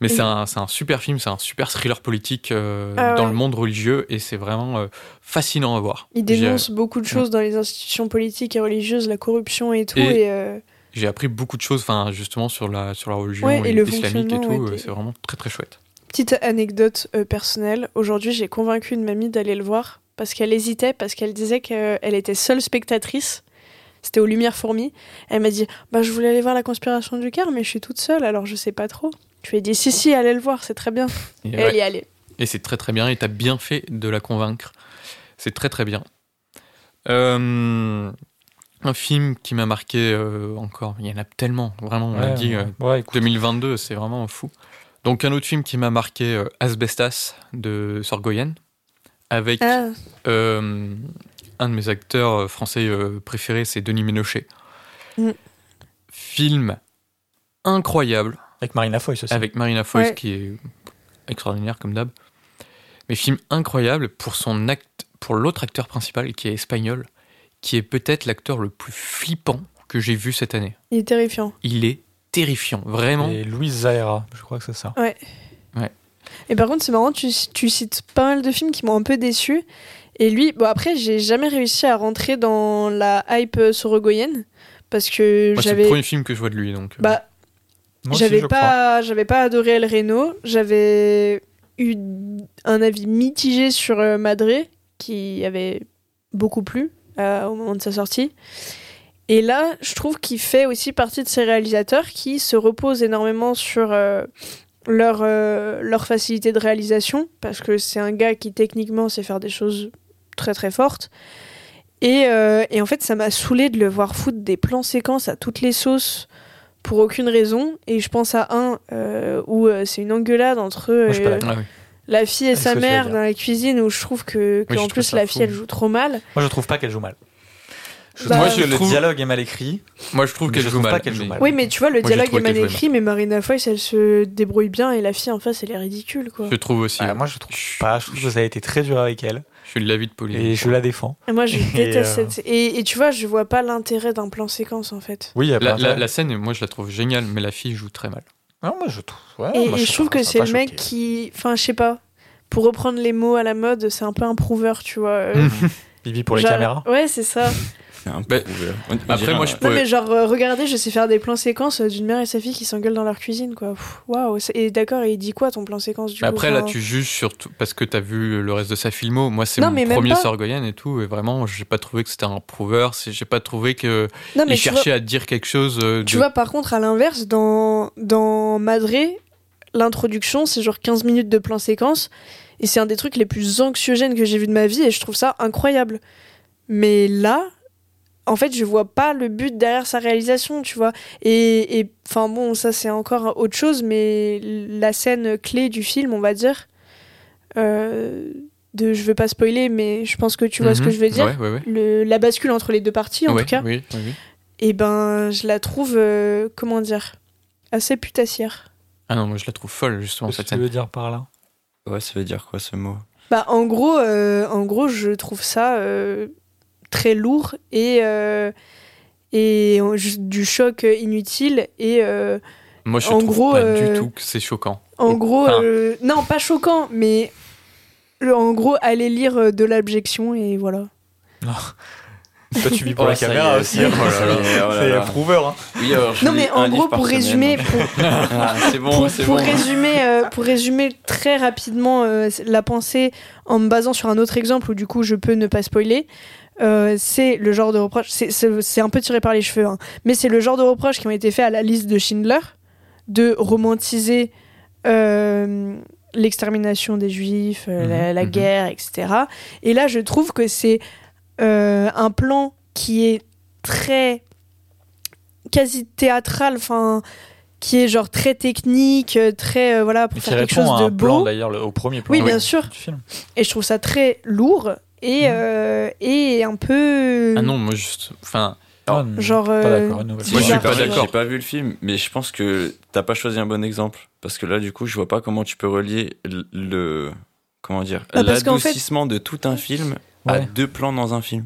S4: Mais
S2: Et-
S4: c'est un, c'est un super film, c'est un super thriller politique euh,
S2: Ah
S4: dans
S2: ouais.
S4: le monde religieux et c'est vraiment euh, fascinant à voir.
S2: il
S4: J'ai-
S2: dénonce beaucoup de choses dans les institutions politiques et religieuses, la corruption et tout.
S4: Et-
S2: Et, euh,
S4: J'ai appris beaucoup de choses, enfin, justement, sur la, sur la religion
S2: Ouais, et le
S4: islamique et tout.
S2: fonctionnement, ouais,
S4: euh,
S2: des-
S4: C'est vraiment très très chouette.
S2: petite anecdote euh, personnelle, aujourd'hui j'ai convaincu une mamie d'aller le voir parce qu'elle hésitait, parce qu'elle disait qu'elle était seule spectatrice. C'était aux Lumières Fourmis. Elle m'a dit bah, Je voulais aller voir la conspiration du Caire, mais je suis toute seule, alors je sais pas trop. Je lui ai dit Si, si, allez le voir, c'est très bien.
S4: Et,
S2: Elle
S4: ouais.
S2: y est allée.
S4: Et c'est très très bien, et t'as bien fait de la convaincre. C'est très très bien. Euh, un film qui m'a marqué euh, encore, il y en a tellement, vraiment, on l'a dit, euh,
S1: ouais, écoute.
S4: 2022, c'est vraiment fou. Donc un autre film qui m'a marqué, euh, Asbestas de Sorgoyen, avec
S2: Ah,
S4: euh, un de mes acteurs euh, français euh, préférés, c'est Denis Ménochet.
S2: Mm.
S4: Film incroyable,
S1: Avec Marina Foy, ceci.
S4: avec Marina Foïs
S2: Ouais.
S4: qui est extraordinaire comme d'hab. Mais film incroyable pour son acte, pour l'autre acteur principal qui est espagnol, qui est peut-être l'acteur le plus flippant que j'ai vu cette année.
S2: il est terrifiant.
S4: Il est terrifiant, vraiment.
S1: Et Louise Zahera, je crois que c'est ça.
S2: Et par contre, c'est marrant, tu, tu cites pas mal de films qui m'ont un peu déçu. Et lui, bon, après, j'ai jamais réussi à rentrer dans la hype euh, sorogoyenne parce que
S4: Moi, c'est le
S2: j'avais.
S4: premier film que je vois de lui, donc. euh,
S2: Bah,
S1: Moi aussi,
S2: j'avais
S1: je
S2: pas, j'avais pas adoré El Reno, j'avais eu un avis mitigé sur euh, Madré, qui avait beaucoup plu euh, au moment de sa sortie. Et là, je trouve qu'il fait aussi partie de ces réalisateurs qui se reposent énormément sur euh, leur, euh, leur facilité de réalisation, parce que c'est un gars qui techniquement sait faire des choses très très fortes. Et, euh, et en fait, ça m'a saoulé de le voir foutre des plans séquences à toutes les sauces pour aucune raison. Et je pense à un euh, où euh, c'est une engueulade entre
S1: je suis pas
S2: euh,
S4: ah oui.
S2: la fille et
S1: Avec ce
S2: sa
S1: que tu vas
S2: mère
S1: dire.
S2: dans la cuisine, où je trouve que, que
S4: Oui, je
S2: en
S4: trouve
S2: plus
S4: ça
S2: la
S4: fou.
S2: fille elle joue trop mal.
S1: crois. Moi, je trouve pas qu'elle joue mal.
S2: Bah,
S1: moi,
S2: je
S1: je le
S4: trouve-
S1: dialogue est mal écrit.
S4: Moi, je trouve
S1: Mais
S4: qu'elle
S1: je
S4: joue,
S1: trouve pas
S4: mal.
S1: qu'elle joue
S4: mais-
S1: mal.
S2: Oui, mais tu vois, le
S4: Ah, Moi, j'ai
S2: dialogue est
S4: trouvé
S2: mal
S4: qu'elle jouait
S2: écrit, mais Marina Foïs elle se débrouille bien et la fille en face elle est ridicule quoi.
S4: Je trouve aussi.
S1: Ah,
S4: ouais.
S1: moi, je trouve
S4: je,
S1: pas. Je trouve que ça a été très dur avec elle.
S4: je suis de l'avis de Pauline.
S1: Et je la défends.
S2: Et moi je
S1: Et,
S2: déteste
S1: euh,
S2: cette. Et, et tu vois, je vois pas l'intérêt d'un plan séquence en fait.
S1: Oui, il y a
S4: La,
S1: pas
S4: la-
S1: de-
S4: la scène, moi, je la trouve géniale, mais la fille joue très mal.
S1: Non, moi, je trouve. ouais,
S2: et,
S1: Ah, moi,
S2: et je trouve que
S1: ça
S2: c'est
S1: m'a
S2: le
S1: pas
S2: mec
S1: choqué.
S2: qui. Enfin, je sais pas. Pour reprendre les mots à la mode, c'est un peu un prouveur, tu vois. euh,
S1: Bibi pour les
S2: genre-
S1: caméras.
S2: Ouais, c'est ça.
S4: Bah, après, moi, je
S2: Non,
S4: Ouais.
S2: mais genre, euh, regardez, je sais faire des plans séquences euh, d'une mère et sa fille qui s'engueulent dans leur cuisine, quoi. Pff, Waouh. c'est- Et d'accord, et il dit quoi ton plan séquence du
S4: Mais
S2: coup
S4: Bah, après, là,
S2: Enfin,
S4: tu juges surtout parce que t'as vu le reste de sa filmo. Moi, c'est
S2: Non,
S4: mon
S2: mais même
S4: premier
S2: pas.
S4: Sorgoyen et tout. Et vraiment, j'ai pas trouvé que c'était un prouveur. c'est- J'ai pas trouvé qu'il
S2: Non, mais tu vois-
S4: cherchait à dire quelque chose. euh,
S2: Tu
S4: de-
S2: vois, par contre, à l'inverse, dans, dans Madré, l'introduction, c'est genre 15 minutes de plan séquence. Et c'est un des trucs les plus anxiogènes que j'ai vu de ma vie. Et je trouve ça incroyable. Mais là, en fait, je vois pas le but derrière sa réalisation, tu vois. Et et- enfin, bon, ça, c'est encore autre chose. Mais la scène clé du film, on va dire. euh, de, je veux pas spoiler, mais je pense que tu vois ce que
S4: Mhm.
S2: je veux dire.
S4: Ouais, ouais, ouais.
S2: Le, la bascule entre les deux parties, en
S4: Ouais,
S2: tout cas
S4: oui, oui, oui.
S2: et ben je la trouve euh, comment dire assez putassière.
S4: Ah non, moi, je la trouve folle, justement,
S1: Qu'est-ce que
S4: cette
S1: tu
S4: scène.
S1: veux dire par là
S3: Ouais, ça veut dire quoi ce mot
S2: Bah en gros euh, en gros je trouve ça euh, très lourd et euh, et euh, ju- du choc inutile et euh,
S4: Moi, je
S2: En
S4: trouve
S2: gros,
S4: pas
S2: euh,
S4: du tout que c'est choquant.
S2: en
S4: Oh,
S2: gros
S4: enfin.
S2: euh, non pas choquant mais le- en gros allez lire euh, de l'abjection et voilà.
S1: Toi, tu vis pour
S3: Oh,
S1: la
S3: ça y
S1: caméra
S3: est,
S1: aussi.
S3: ça y est,
S1: hein.
S3: oh là là, oh là
S1: C'est
S3: là.
S1: approuveur. hein.
S3: Oui, alors, je
S2: Non
S3: lis
S2: mais
S3: un
S2: en
S3: livre
S2: gros
S3: par
S2: pour
S3: semaine.
S2: résumer pour,
S3: Ah, c'est bon,
S2: pour,
S3: c'est
S2: pour
S3: bon.
S2: résumer, euh, pour résumer très rapidement euh, la pensée en me basant sur un autre exemple où du coup je peux ne pas spoiler, euh, c'est le genre de reproche, c'est- c'est c'est un peu tiré par les cheveux, hein, mais c'est le genre de reproches qui ont été faits à la liste de Schindler de romantiser euh, l'extermination des juifs, euh, la, la
S4: Mhm, mhm.
S2: guerre, etc. Et là je trouve que c'est euh, un plan qui est très quasi théâtral, enfin qui est genre très technique, euh, très euh, voilà pour
S1: Et qui
S2: faire quelque
S1: répond
S2: chose
S1: à
S2: de
S1: un plan, Ah
S2: beau.
S1: d'ailleurs, le- au premier plan
S2: Oui,
S1: du
S2: bien sûr.
S1: film.
S2: Et je trouve ça très lourd et
S1: Mhm.
S2: euh, et un peu
S4: Ah non, moi, juste. Enfin,
S1: Ah,
S2: genre
S1: Pas
S2: euh,
S1: d'accord, une nouvelle
S4: Moi, je suis
S2: bizarre,
S4: pas
S2: tu vois.
S4: d'accord.
S3: J'ai pas vu le film, mais je pense que t'as pas choisi un bon exemple. Parce que là, du coup, je vois pas comment tu peux relier l- le. Comment dire
S2: Ah, parce qu'en fait-
S3: L'adoucissement de tout un film à
S1: Ouais.
S3: deux plans dans un film.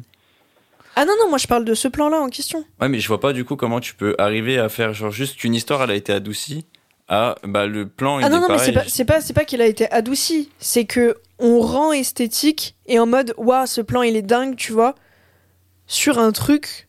S2: Ah non non, moi je parle de ce plan-là en question.
S3: Ouais, mais je vois pas du coup comment tu peux arriver à faire genre juste qu'une histoire, elle a été adoucie à bah, le plan. il
S2: ah non
S3: est
S2: non, mais c'est
S3: pareil.
S2: pas c'est pas c'est pas qu'il a été adouci, c'est que on rend esthétique et en mode waouh, ce plan il est dingue, tu vois, sur un truc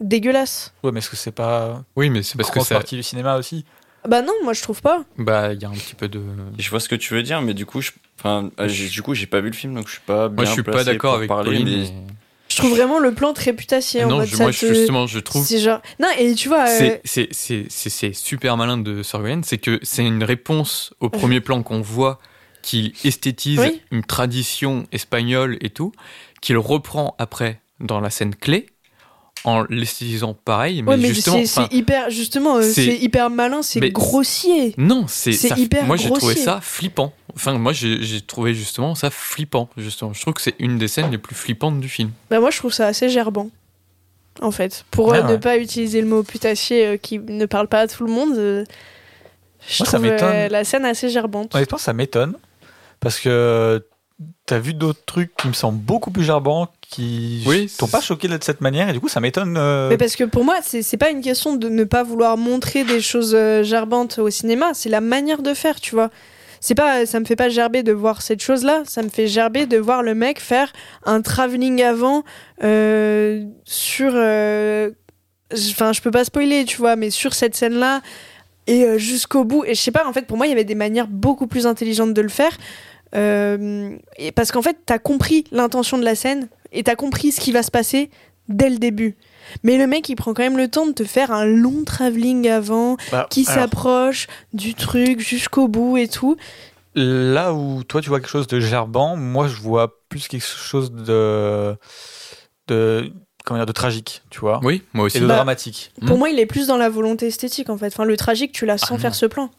S2: dégueulasse.
S1: Ouais, mais est-ce que c'est pas
S4: oui, mais c'est parce que
S1: grosse
S4: ça.
S1: partie du cinéma aussi
S2: Bah non, moi je trouve pas.
S4: Bah, il y a un petit peu de.
S3: Je vois ce que tu veux dire, mais du coup, je. Enfin, euh, j'ai- du coup, j'ai pas vu le film, donc je suis pas bien
S4: Moi, je suis pas
S3: placé
S4: d'accord
S3: pour
S4: avec
S3: parler,
S4: Pauline.
S3: mais-
S4: mais-
S2: Je trouve vraiment le plan très putassier en
S4: Non,
S2: mode
S4: je-
S2: ça
S4: moi,
S2: te-
S4: justement, je trouve
S2: C'est genre non et tu vois euh,
S4: C'est- c'est- C'est c'est- c'est super malin de Sorgoyen, c'est que c'est une réponse au premier plan qu'on voit qu'il esthétise
S2: Oui.
S4: une tradition espagnole et tout, qu'il reprend après dans la scène clé en l'esthétisant pareil, mais
S2: Ouais, mais
S4: justement,
S2: c'est- c'est
S4: enfin,
S2: hyper, justement, euh,
S4: c'est-
S2: c'est hyper malin, c'est
S4: Mais-
S2: grossier.
S4: non, c'est
S2: c'est
S4: ça-
S2: hyper
S4: Moi, j'ai trouvé
S2: grossier.
S4: ça flippant. Enfin, moi, j'ai j'ai trouvé justement ça flippant. Justement, je trouve que c'est une des scènes les plus flippantes du film.
S2: Bah, moi, je trouve ça assez gerbant, en fait. Pour euh,
S1: Ah
S2: ne
S1: ouais.
S2: pas utiliser le mot putassier euh, qui ne parle pas à tout le monde, euh, je
S1: Moi, ça
S2: trouve euh,
S1: m'étonne.
S2: la scène assez gerbante.
S1: Honnêtement, ça m'étonne. Parce que euh, t'as vu d'autres trucs qui me semblent beaucoup plus gerbants, qui
S4: Oui,
S1: t'ont
S4: c'est-
S1: pas choqué de cette manière, et du coup, ça m'étonne. euh,
S2: Mais parce que pour moi, c'est c'est pas une question de ne pas vouloir montrer des choses euh, gerbantes au cinéma, c'est la manière de faire, tu vois. C'est pas, ça me fait pas gerber de voir cette chose-là, ça me fait gerber de voir le mec faire un travelling avant euh, sur. euh, j- Enfin, je peux pas spoiler, tu vois, mais sur cette scène-là et euh, jusqu'au bout. Et je sais pas, en fait, pour moi, il y avait des manières beaucoup plus intelligentes de le faire. Euh, et parce qu'en fait, t'as compris l'intention de la scène et t'as compris ce qui va se passer dès le début. Mais le mec, il prend quand même le temps de te faire un long travelling avant,
S1: bah,
S2: qui
S1: alors,
S2: s'approche du truc jusqu'au bout et tout.
S1: Là où toi, tu vois quelque chose de gerbant, moi, je vois plus quelque chose de. de comment dire, de tragique, tu vois.
S4: Oui,
S1: Ah.
S4: moi
S1: Et
S4: aussi.
S1: de
S2: Bah,
S1: dramatique.
S2: Pour
S4: Hmm.
S2: moi, il est plus dans la volonté esthétique en fait. Enfin, le tragique, tu l'as sans
S4: non.
S2: faire ce plan.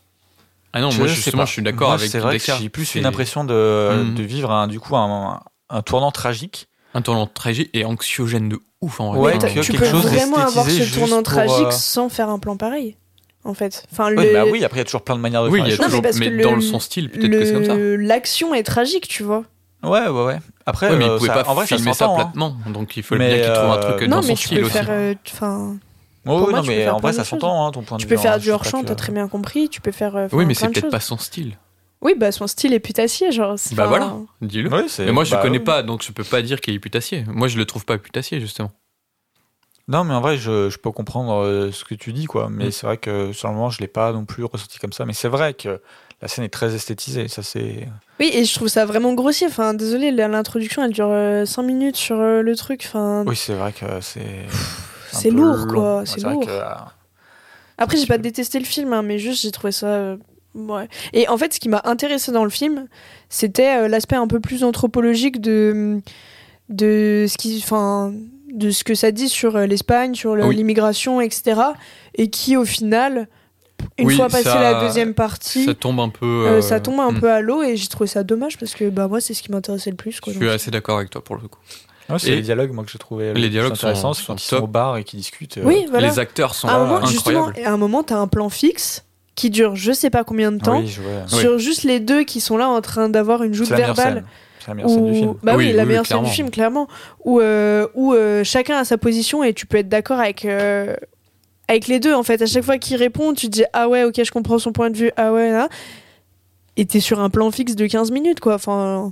S4: Ah non,
S1: Je
S4: moi
S1: sais
S4: justement,
S1: pas.
S4: je suis d'accord
S1: Moi,
S4: avec
S1: C'est vrai que
S4: Descartes.
S1: j'ai plus
S4: C'est
S1: une impression de,
S4: Mhm.
S1: de vivre un, du coup un, un tournant tragique.
S4: un tournant tragique et anxiogène de ouf en vrai.
S1: Ouais,
S2: Mais t'as-
S1: tu vois,
S2: tu
S1: quelque
S2: peux
S1: chose
S2: vraiment avoir
S1: d'esthétisé
S2: ce tournant
S1: juste pour,
S2: tragique
S1: euh,
S2: sans faire un plan pareil, en fait. Enfin,
S1: Oui,
S2: le-
S1: bah oui, après il y a toujours plein de manières de
S4: Ah Oui,
S1: faire
S4: il y
S1: les
S4: a
S2: Non, mais
S4: toujours, mais,
S2: parce que
S4: dans
S2: le-
S4: le son style, peut-être que c'est comme ça.
S2: le- L'action est tragique, tu vois.
S1: choses. Ouais, ouais, ouais. Après,
S4: Ouais, mais
S1: euh,
S4: il pouvait
S1: ça-
S4: pas
S1: en vrai, ça
S4: filmer ça,
S1: s'entend. hein.
S4: platement, donc il faut
S1: Mais,
S4: bien qu'il trouve un truc
S1: euh,
S4: dans
S2: non,
S4: son
S2: mais tu
S4: style
S2: peux
S4: aussi.
S2: faire, euh, tu- enfin,
S1: Ouais,
S2: Pour
S1: ouais,
S2: moi,
S1: non,
S2: tu peux
S1: mais
S2: faire
S1: en vrai,
S2: plein
S1: ça
S2: de choses.
S1: s'entend, hein, ton point de
S2: tu
S1: vue.
S2: peux
S1: hein,
S2: faire
S1: je
S2: du
S1: sais
S2: hors
S1: pas
S2: champ,
S1: que-
S2: t'as très bien compris. Tu peux faire. euh,
S4: Oui,
S2: plein
S4: mais c'est
S2: de
S4: peut-être
S2: choses.
S4: pas son style.
S2: Oui, bah son style est putassier, genre. c'est-
S4: Bah
S2: enfin,
S4: voilà, dis-le.
S1: Ouais, c'est-
S4: mais moi, je
S1: bah,
S4: connais
S1: ouais.
S4: pas, donc je peux pas dire qu'il est putassier. Moi, je le trouve pas putassier, justement.
S1: Non, mais en vrai, je, je peux comprendre euh, ce que tu dis, quoi.
S4: Mm.
S1: Mais c'est vrai que sur le moment, je l'ai pas non plus ressenti comme ça. Mais c'est vrai que la scène est très esthétisée. Ça, c'est.
S2: Oui, et je trouve ça vraiment grossier. Enfin, désolé, l'introduction, elle dure 5 minutes sur euh, le truc. Enfin,
S1: Oui, c'est vrai que c'est. un
S2: C'est
S1: peu
S2: lourd,
S1: long.
S2: quoi,
S1: Ouais,
S2: c'est
S1: vrai
S2: lourd.
S1: que, euh,
S2: Après, j'ai pas détesté le film, hein, mais juste j'ai trouvé ça. euh, ouais. Et en fait, ce qui m'a intéressé dans le film, c'était euh, l'aspect un peu plus anthropologique de, de, ce qui, enfin, de ce que ça dit sur euh, l'Espagne, sur le-
S4: Oui.
S2: l'immigration, etc. Et qui, au final, une
S4: Oui,
S2: fois passée
S4: ça-
S2: la deuxième partie,
S4: Ça
S2: euh,
S4: tombe un peu.
S2: ça,
S4: euh,
S2: tombe un
S4: hmm.
S2: peu à l'eau et j'ai trouvé ça dommage parce que bah, moi, c'est ce qui m'intéressait le plus.
S4: Je
S2: Quoi,
S4: suis
S2: donc.
S4: assez d'accord avec toi pour le coup.
S1: ouais, c'est
S4: Et-
S1: les dialogues, moi, que j'ai trouvé
S4: Les dialogues sont-
S1: intéressants.
S4: sont
S1: quand ils
S4: top.
S1: sont au bar et qu'ils discutent. euh,
S2: oui, voilà.
S4: Les acteurs sont
S2: À un moment, justement,
S4: incroyables.
S2: à un moment, t'as un plan fixe qui dure je sais pas combien de temps.
S1: Oui, je vois.
S4: Oui.
S2: sur juste les deux qui sont là en train d'avoir une joute
S1: C'est la meilleure
S2: verbale.
S1: scène. C'est la meilleure scène du
S2: Ou,
S1: film.
S2: bah oui,
S4: Oui,
S2: la
S4: oui,
S2: meilleure scène
S4: clairement.
S2: du film, clairement. Où, euh, où euh, chacun a sa position et tu peux être d'accord avec, euh, avec les deux, en fait. À chaque fois qu'il répond, tu te dis Ah ouais, ok, je comprends son point de vue, ah ouais, là. Et t'es sur un plan fixe de 15 minutes, quoi. Enfin,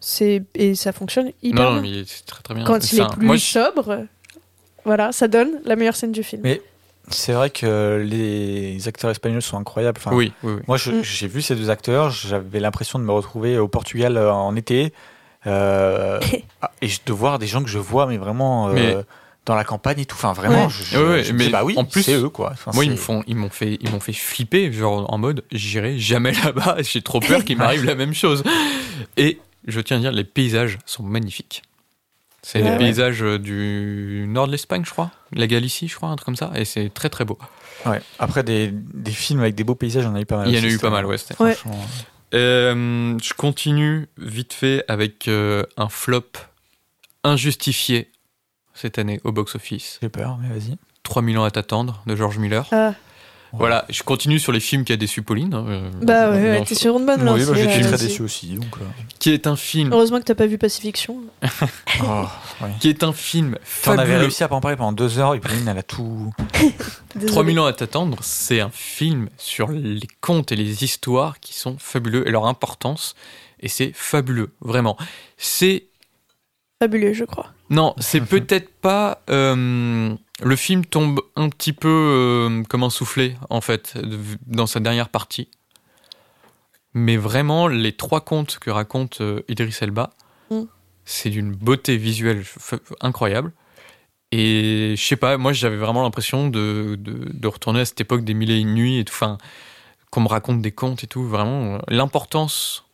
S2: c'est... Et ça fonctionne hyper
S4: Non, non,
S2: bien.
S4: mais c'est très très bien.
S2: Quand il
S4: C'est
S2: est
S4: un-
S2: plus
S4: moi, je-
S2: sobre, voilà, ça donne la meilleure scène du film.
S1: Mais- C'est vrai que les acteurs espagnols sont incroyables. Enfin,
S4: Oui, oui, oui.
S1: Moi, je-
S2: Mm.
S1: j'ai vu ces deux acteurs, j'avais l'impression de me retrouver au Portugal euh, en été euh, ah, et je- de voir des gens que je vois, mais vraiment euh,
S4: Mais-
S1: dans la campagne et tout. Enfin, vraiment,
S4: Ouais.
S1: je, je-
S4: Ouais, ouais,
S1: je me
S4: mais
S1: dis, bah oui,
S4: en plus,
S1: c'est eux quoi. Enfin,
S4: Moi, ils
S1: c'est-
S4: me font, ils m'ont fait, ils m'ont fait flipper, genre en mode, j'irai jamais là-bas. J'ai trop peur qu'il m'arrive la même chose. Et je tiens à dire, les paysages sont magnifiques. C'est
S2: Ouais,
S4: les
S2: ouais.
S4: paysages euh, du nord de l'Espagne, je crois, la Galicie, je crois, un truc comme ça. Et c'est très très beau.
S1: Ouais. Après, des, des films avec des beaux paysages, on a eu pas mal.
S4: Il y en
S1: aussi,
S4: a eu
S1: c'était-
S4: pas mal, ouais. c'était-
S2: Ouais.
S1: franchement,
S4: Euh, je continue vite fait avec euh, un flop injustifié cette année au box-office.
S1: J'ai peur, mais vas-y.
S4: 3000 ans à t'attendre de George Miller.
S2: Ah,
S4: Voilà, je continue sur les films qui a déçu Pauline. hein, euh,
S2: bah
S4: non,
S2: ouais,
S4: non,
S2: ouais, t'es sur une bonne
S1: Oui,
S2: lancée.
S1: bah,
S2: là,
S1: j'étais très
S2: là-dessus.
S1: déçu aussi. Donc, euh,
S4: Qui est un film,
S2: Heureusement que t'as pas vu Pacifiction.
S1: oh, ouais.
S4: qui est un film
S1: Putain, On avait
S4: fabuleux.
S1: réussi à pas en parler pendant deux heures et Pauline, elle a tout.
S2: Désolée.
S4: 3000 ans à t'attendre, c'est un film sur les contes et les histoires qui sont fabuleux et leur importance. Et c'est fabuleux, vraiment. C'est
S2: Fabuleux, je crois.
S4: Non, c'est peut-être pas. euh, le film tombe un petit peu euh, comme un soufflé, en fait, de- dans sa dernière partie. Mais vraiment, les trois contes que raconte euh, Idris Elba,
S2: Mm.
S4: c'est d'une beauté visuelle f- f- incroyable. Et je sais pas, moi j'avais vraiment l'impression de, de- de retourner à cette époque des mille et une nuits, et tout, enfin, qu'on me raconte des contes et tout. Vraiment, euh, l'importance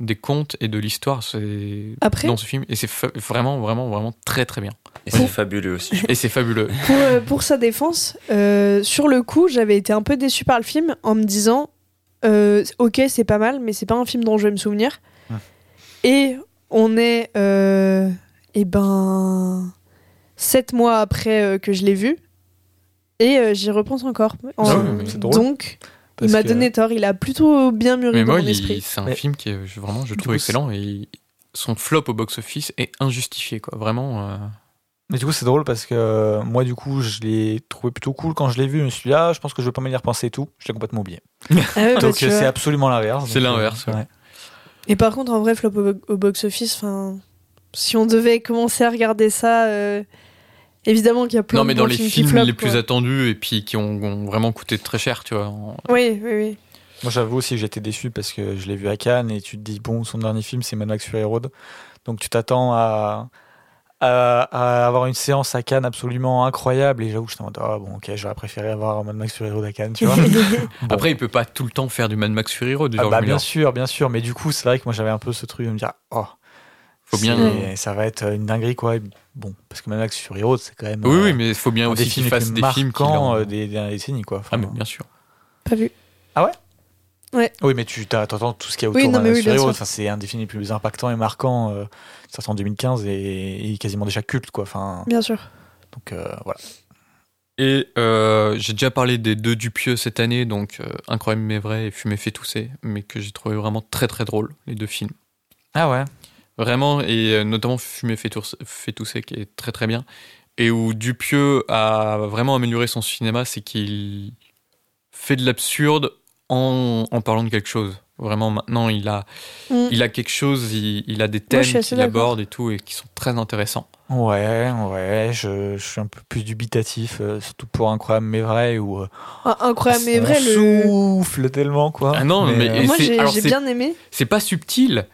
S4: des contes et de l'histoire, c'est
S2: Après,
S4: dans ce film et c'est fa- vraiment vraiment vraiment très très bien
S3: Et c'est fabuleux aussi.
S4: et c'est fabuleux
S2: pour, euh, pour sa défense, euh, sur le coup, j'avais été un peu déçue par le film en me disant euh, Ok, c'est pas mal, mais c'est pas un film dont je vais me souvenir.
S1: Hmm.
S2: Et on est, euh, eh ben, sept mois après euh, que je l'ai vu. Et euh, j'y repense encore. En-
S4: Ah oui, mais
S1: c'est drôle,
S2: donc, il
S1: parce
S2: m'a
S1: que-
S2: donné tort. Il a plutôt bien mûri
S4: mais
S2: dans
S4: moi
S2: mon
S4: il-
S2: esprit.
S4: c'est un
S1: Mais-
S4: film qui est je- vraiment je
S1: Du
S4: trouve
S1: coup,
S4: excellent et il- son flop au box office est injustifié quoi vraiment euh,
S1: Mais du coup, c'est drôle parce que euh, moi, du coup, je l'ai trouvé plutôt cool quand je l'ai vu. Je me suis dit, ah, je pense que je vais pas mal y repenser et tout. Je l'ai complètement oublié.
S2: Ah ouais, bah,
S1: Donc,
S2: tu
S1: euh,
S2: vois.
S1: c'est absolument l'inverse.
S4: C'est
S1: Donc, euh,
S4: l'inverse, ouais.
S1: ouais.
S2: Et par contre, en vrai, flop au, au box-office, enfin, si on devait commencer à regarder ça, euh, évidemment qu'il y a plein
S4: non
S2: de
S4: mais
S2: bons
S4: dans les
S2: films,
S4: films
S2: qui flopent,
S4: les
S2: quoi.
S4: plus attendus et puis qui ont, ont vraiment coûté très cher tu vois en-
S2: Oui, oui, oui.
S1: Moi, j'avoue aussi que j'étais déçu parce que je l'ai vu à Cannes et tu te dis, bon, son dernier film, c'est Mad Max Fury Road. Donc, tu t'attends à, à, à avoir une séance à Cannes absolument incroyable. Et j'avoue, j'étais en mode, ah, bon, ok, j'aurais préféré avoir Mad Max Fury Road à Cannes, tu vois. Bon.
S4: après il peut pas tout le temps faire du Mad Max Fury Road de
S1: Ah
S4: George
S1: bah,
S4: Miller.
S1: bien sûr, bien sûr. Mais du coup, c'est vrai que moi, j'avais un peu ce truc de me dire, oh.
S4: Faut bien-
S1: c'est- Ça va être une dinguerie, quoi. Et Bon, parce que Mad Max Fury Road, c'est quand même.
S4: oui
S1: euh,
S4: oui mais il faut bien
S1: un
S4: aussi
S1: des
S4: qu'il
S1: films
S4: fasse
S1: fasse
S4: Bah, euh, des films qui l'ont-
S1: euh, des dernières décennies quoi. Enfin,
S4: ah mais bien sûr
S2: Pas vu.
S1: Oui, mais tu t'as- t'entends tout ce qu'il y a
S2: Oui,
S1: autour
S2: non,
S1: d'un
S2: mais oui,
S1: Astro
S2: bien
S1: Hero.
S2: sûr.
S1: Enfin, c'est un des films les plus impactants et marquants. Euh, sorti en 2015 et, et quasiment déjà culte quoi. Enfin,
S2: Bien sûr.
S1: donc euh, voilà.
S4: Et euh, j'ai déjà parlé des deux Dupieux cette année, donc euh, Incroyable mais vrai et Fumé fait tousser, mais que j'ai trouvé vraiment très très drôle, les deux films.
S1: Ah ouais.
S4: Vraiment, et euh, notamment Fumé fait, tours- fait tousser, qui est très très bien. Et où Dupieux a vraiment amélioré son cinéma, c'est qu'il fait de l'absurde en, en parlant de quelque chose. Vraiment, maintenant, il a,
S2: Mm.
S4: il a quelque chose, il, il a des thèmes
S2: je suis assez
S4: qu'il
S2: d'accord.
S4: aborde et tout, et qui sont très intéressants.
S1: Ouais, ouais, je, je suis un peu plus dubitatif, euh, surtout pour Incroyable mais vrai, où euh,
S2: Ah, incroyable, mais
S1: on
S2: vrai, le...
S1: souffle tellement, quoi.
S4: Ah non, mais-
S1: euh,
S4: et
S2: Moi,
S4: c'est-
S2: j'ai
S4: alors,
S2: j'ai
S4: c'est-
S2: bien aimé.
S4: C'est pas subtil,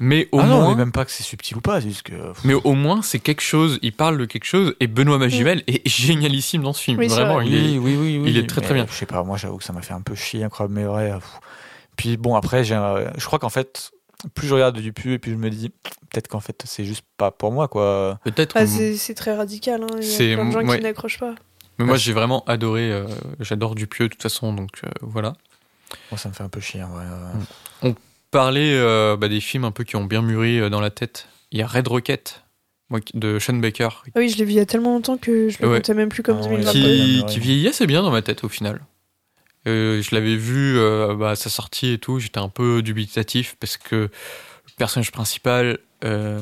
S4: mais au
S1: ah non,
S4: moins.
S1: mais même pas que c'est subtil ou pas, c'est juste que... pff,
S4: Mais au moins, c'est quelque chose, il parle de quelque chose, et Benoît Magimel est génialissime dans ce film.
S2: Oui, c'est
S4: Vraiment,
S2: vrai.
S4: il est.
S1: oui, oui,
S4: il est très,
S1: mais
S4: très bien.
S1: Je sais pas, moi j'avoue que ça m'a fait un peu chier, Incroyable mais vrai. euh, pff. Puis bon, après, j'ai, euh, je crois qu'en fait, plus je regarde du pub, et plus je me dis, peut-être qu'en fait, c'est juste pas pour moi, quoi.
S4: Peut-être.
S2: Ah,
S4: euh,
S2: c'est c'est très radical. hein, Il y
S4: C'est-
S2: a plein de gens
S4: ouais.
S2: qui n'accrochent pas.
S1: Ah,
S4: mais moi, j'ai vraiment adoré. euh, J'adore Dupieux, de toute façon, donc euh, voilà.
S1: Moi, ça me fait un peu chier, euh. ouais. ouais.
S4: Mm. Parler euh, bah, des films un peu qui ont bien mûri euh, dans la tête, il y a Red Rocket moi, qui- de Sean Baker
S2: Ah oui, je l'ai vu il y a tellement longtemps que je le
S4: Ouais.
S2: comptais même plus comme
S1: Ah ouais.
S2: 2022.
S1: Qui-
S4: qui,
S1: ouais.
S4: qui vieillit assez bien dans ma tête au final. Euh, je l'avais vu euh, bah, à sa sortie et tout, j'étais un peu dubitatif parce que le personnage principal euh,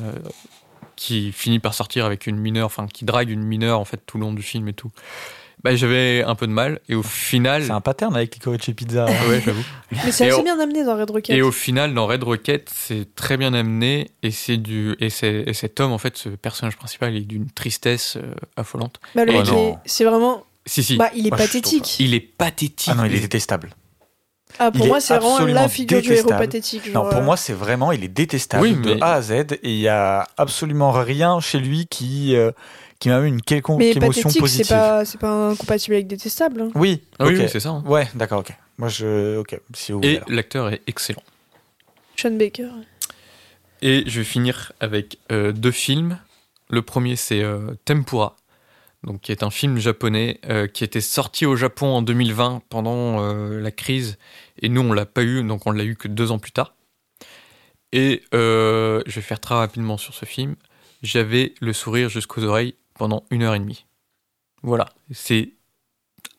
S4: qui finit par sortir avec une mineure, enfin qui drague une mineure en fait tout le long du film et tout, bah, j'avais un peu de mal et au final.
S1: C'est un pattern avec Licorice et Pizza. hein.
S4: Ouais, j'avoue.
S2: Mais c'est
S4: Et
S2: assez
S4: on-
S2: bien amené dans Red Rocket.
S4: Et au final, dans Red Rocket, c'est très bien amené et c'est du et, c'est- et cet homme en fait, ce personnage principal, il est d'une tristesse euh, affolante.
S2: Bah, le
S4: Oh
S2: mec,
S1: non.
S2: est- c'est vraiment.
S4: Si si,
S2: Bah, il est
S1: Moi, je trouve
S2: pathétique.
S4: il est pathétique.
S1: Ah non, il est détestable.
S2: Ah, pour
S1: il
S2: moi,
S1: est
S2: c'est vraiment la
S1: absolument
S2: figure du héros
S1: détestable.
S2: pathétique.
S1: Non,
S2: genre,
S1: pour
S2: euh,
S1: moi, c'est vraiment, il est détestable
S4: Oui,
S1: de
S4: mais-
S1: A à Z et il n'y a absolument rien chez lui qui, euh, qui m'a eu une quelconque
S2: Mais
S1: émotion
S2: pathétique, c'est
S1: positive.
S2: pas, c'est pas incompatible avec détestable. hein.
S1: Oui,
S4: Ah oui,
S1: ok.
S4: oui, c'est ça. hein.
S1: ouais, d'accord, ok. Moi, je. Ok, si vous
S4: Et
S1: voulez.
S4: l'acteur est excellent.
S2: Sean Baker.
S4: Et je vais finir avec euh, deux films. Le premier, c'est euh, Tempura, donc, qui est un film japonais euh, qui était sorti au Japon en 2020 pendant euh, la crise. Et nous, on l'a pas eu, donc on l'a eu que deux ans plus tard. Et euh, je vais faire très rapidement sur ce film. J'avais le sourire jusqu'aux oreilles pendant une heure et demie. Voilà, c'est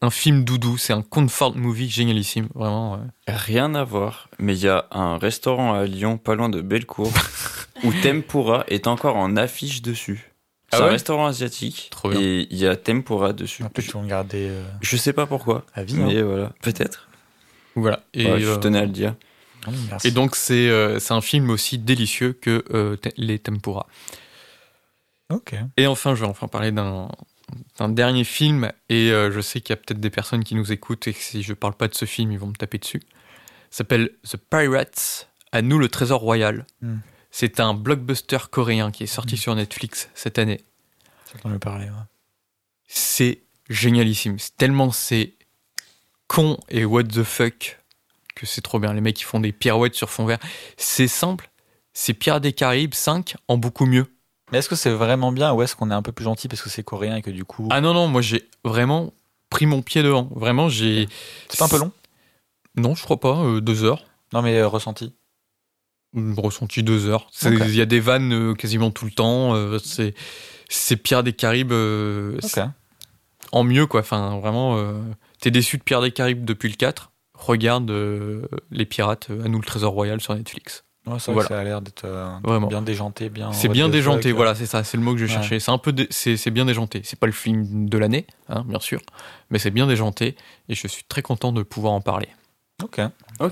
S4: un film doudou, c'est un comfort movie génialissime, vraiment. euh,
S3: Rien à voir, mais il y a un restaurant à Lyon, pas loin de Bellecour, où Tempura est encore en affiche dessus.
S4: Ah
S3: C'est un
S4: ouais
S3: restaurant asiatique
S4: Trop bien.
S3: et il y a Tempura dessus.
S1: Un peu, tu regarder euh, hein.
S3: Je sais pas pourquoi,
S1: la vie.
S3: mais voilà, peut-être.
S4: Voilà. Et,
S3: Ouais, je
S4: euh,
S3: tenais à le dire.
S1: hein. Oui, merci.
S4: Et donc, c'est euh, c'est un film aussi délicieux que euh, te- les Tempura.
S1: Ok.
S4: Et enfin, je vais enfin parler d'un d'un dernier film, et euh, je sais qu'il y a peut-être des personnes qui nous écoutent et que si je parle pas de ce film, ils vont me taper dessus. Ça s'appelle The Pirates, à nous le trésor royal.
S1: Hmm.
S4: C'est un blockbuster coréen qui est sorti sur Netflix cette année.
S1: C'est qu'on me parlait. ouais.
S4: c'est génialissime. C'est tellement c'est con et what the fuck que c'est trop bien. Les mecs qui font des pirouettes sur fond vert. C'est simple. C'est Pirates des Caraïbes 5 en beaucoup mieux.
S1: Mais est-ce que c'est vraiment bien ou est-ce qu'on est un peu plus gentil parce que c'est coréen et que du coup.
S4: Ah non, non, moi j'ai vraiment pris mon pied devant. Vraiment, j'ai.
S1: c'est pas un peu long
S4: Non, je crois pas, euh, deux heures.
S1: Non, mais euh, ressenti.
S4: Mm, Ressenti deux heures. C'est- Il
S1: Ok.
S4: y a des vannes euh, quasiment tout le temps. euh, c'est. C'est Pirates des Caraïbes euh,
S1: Ok.
S4: c'est en mieux, quoi. Enfin, vraiment, euh, t'es déçu de Pirates des Caraïbes depuis le 4. Regarde euh, Les Pirates, euh, à nous le trésor royal sur Netflix.
S1: Ouais, c'est vrai
S4: Voilà.
S1: que ça a l'air d'être euh,
S4: Vraiment.
S1: bien déjanté. bien
S4: C'est
S1: what
S4: bien
S1: the
S4: déjanté,
S1: fuck.
S4: voilà, c'est ça, c'est le mot que je
S1: Ouais.
S4: cherchais. C'est un peu, dé- c'est c'est bien déjanté. C'est pas le film de l'année, hein, bien sûr, mais c'est bien déjanté et je suis très content de pouvoir en parler.
S1: Ok.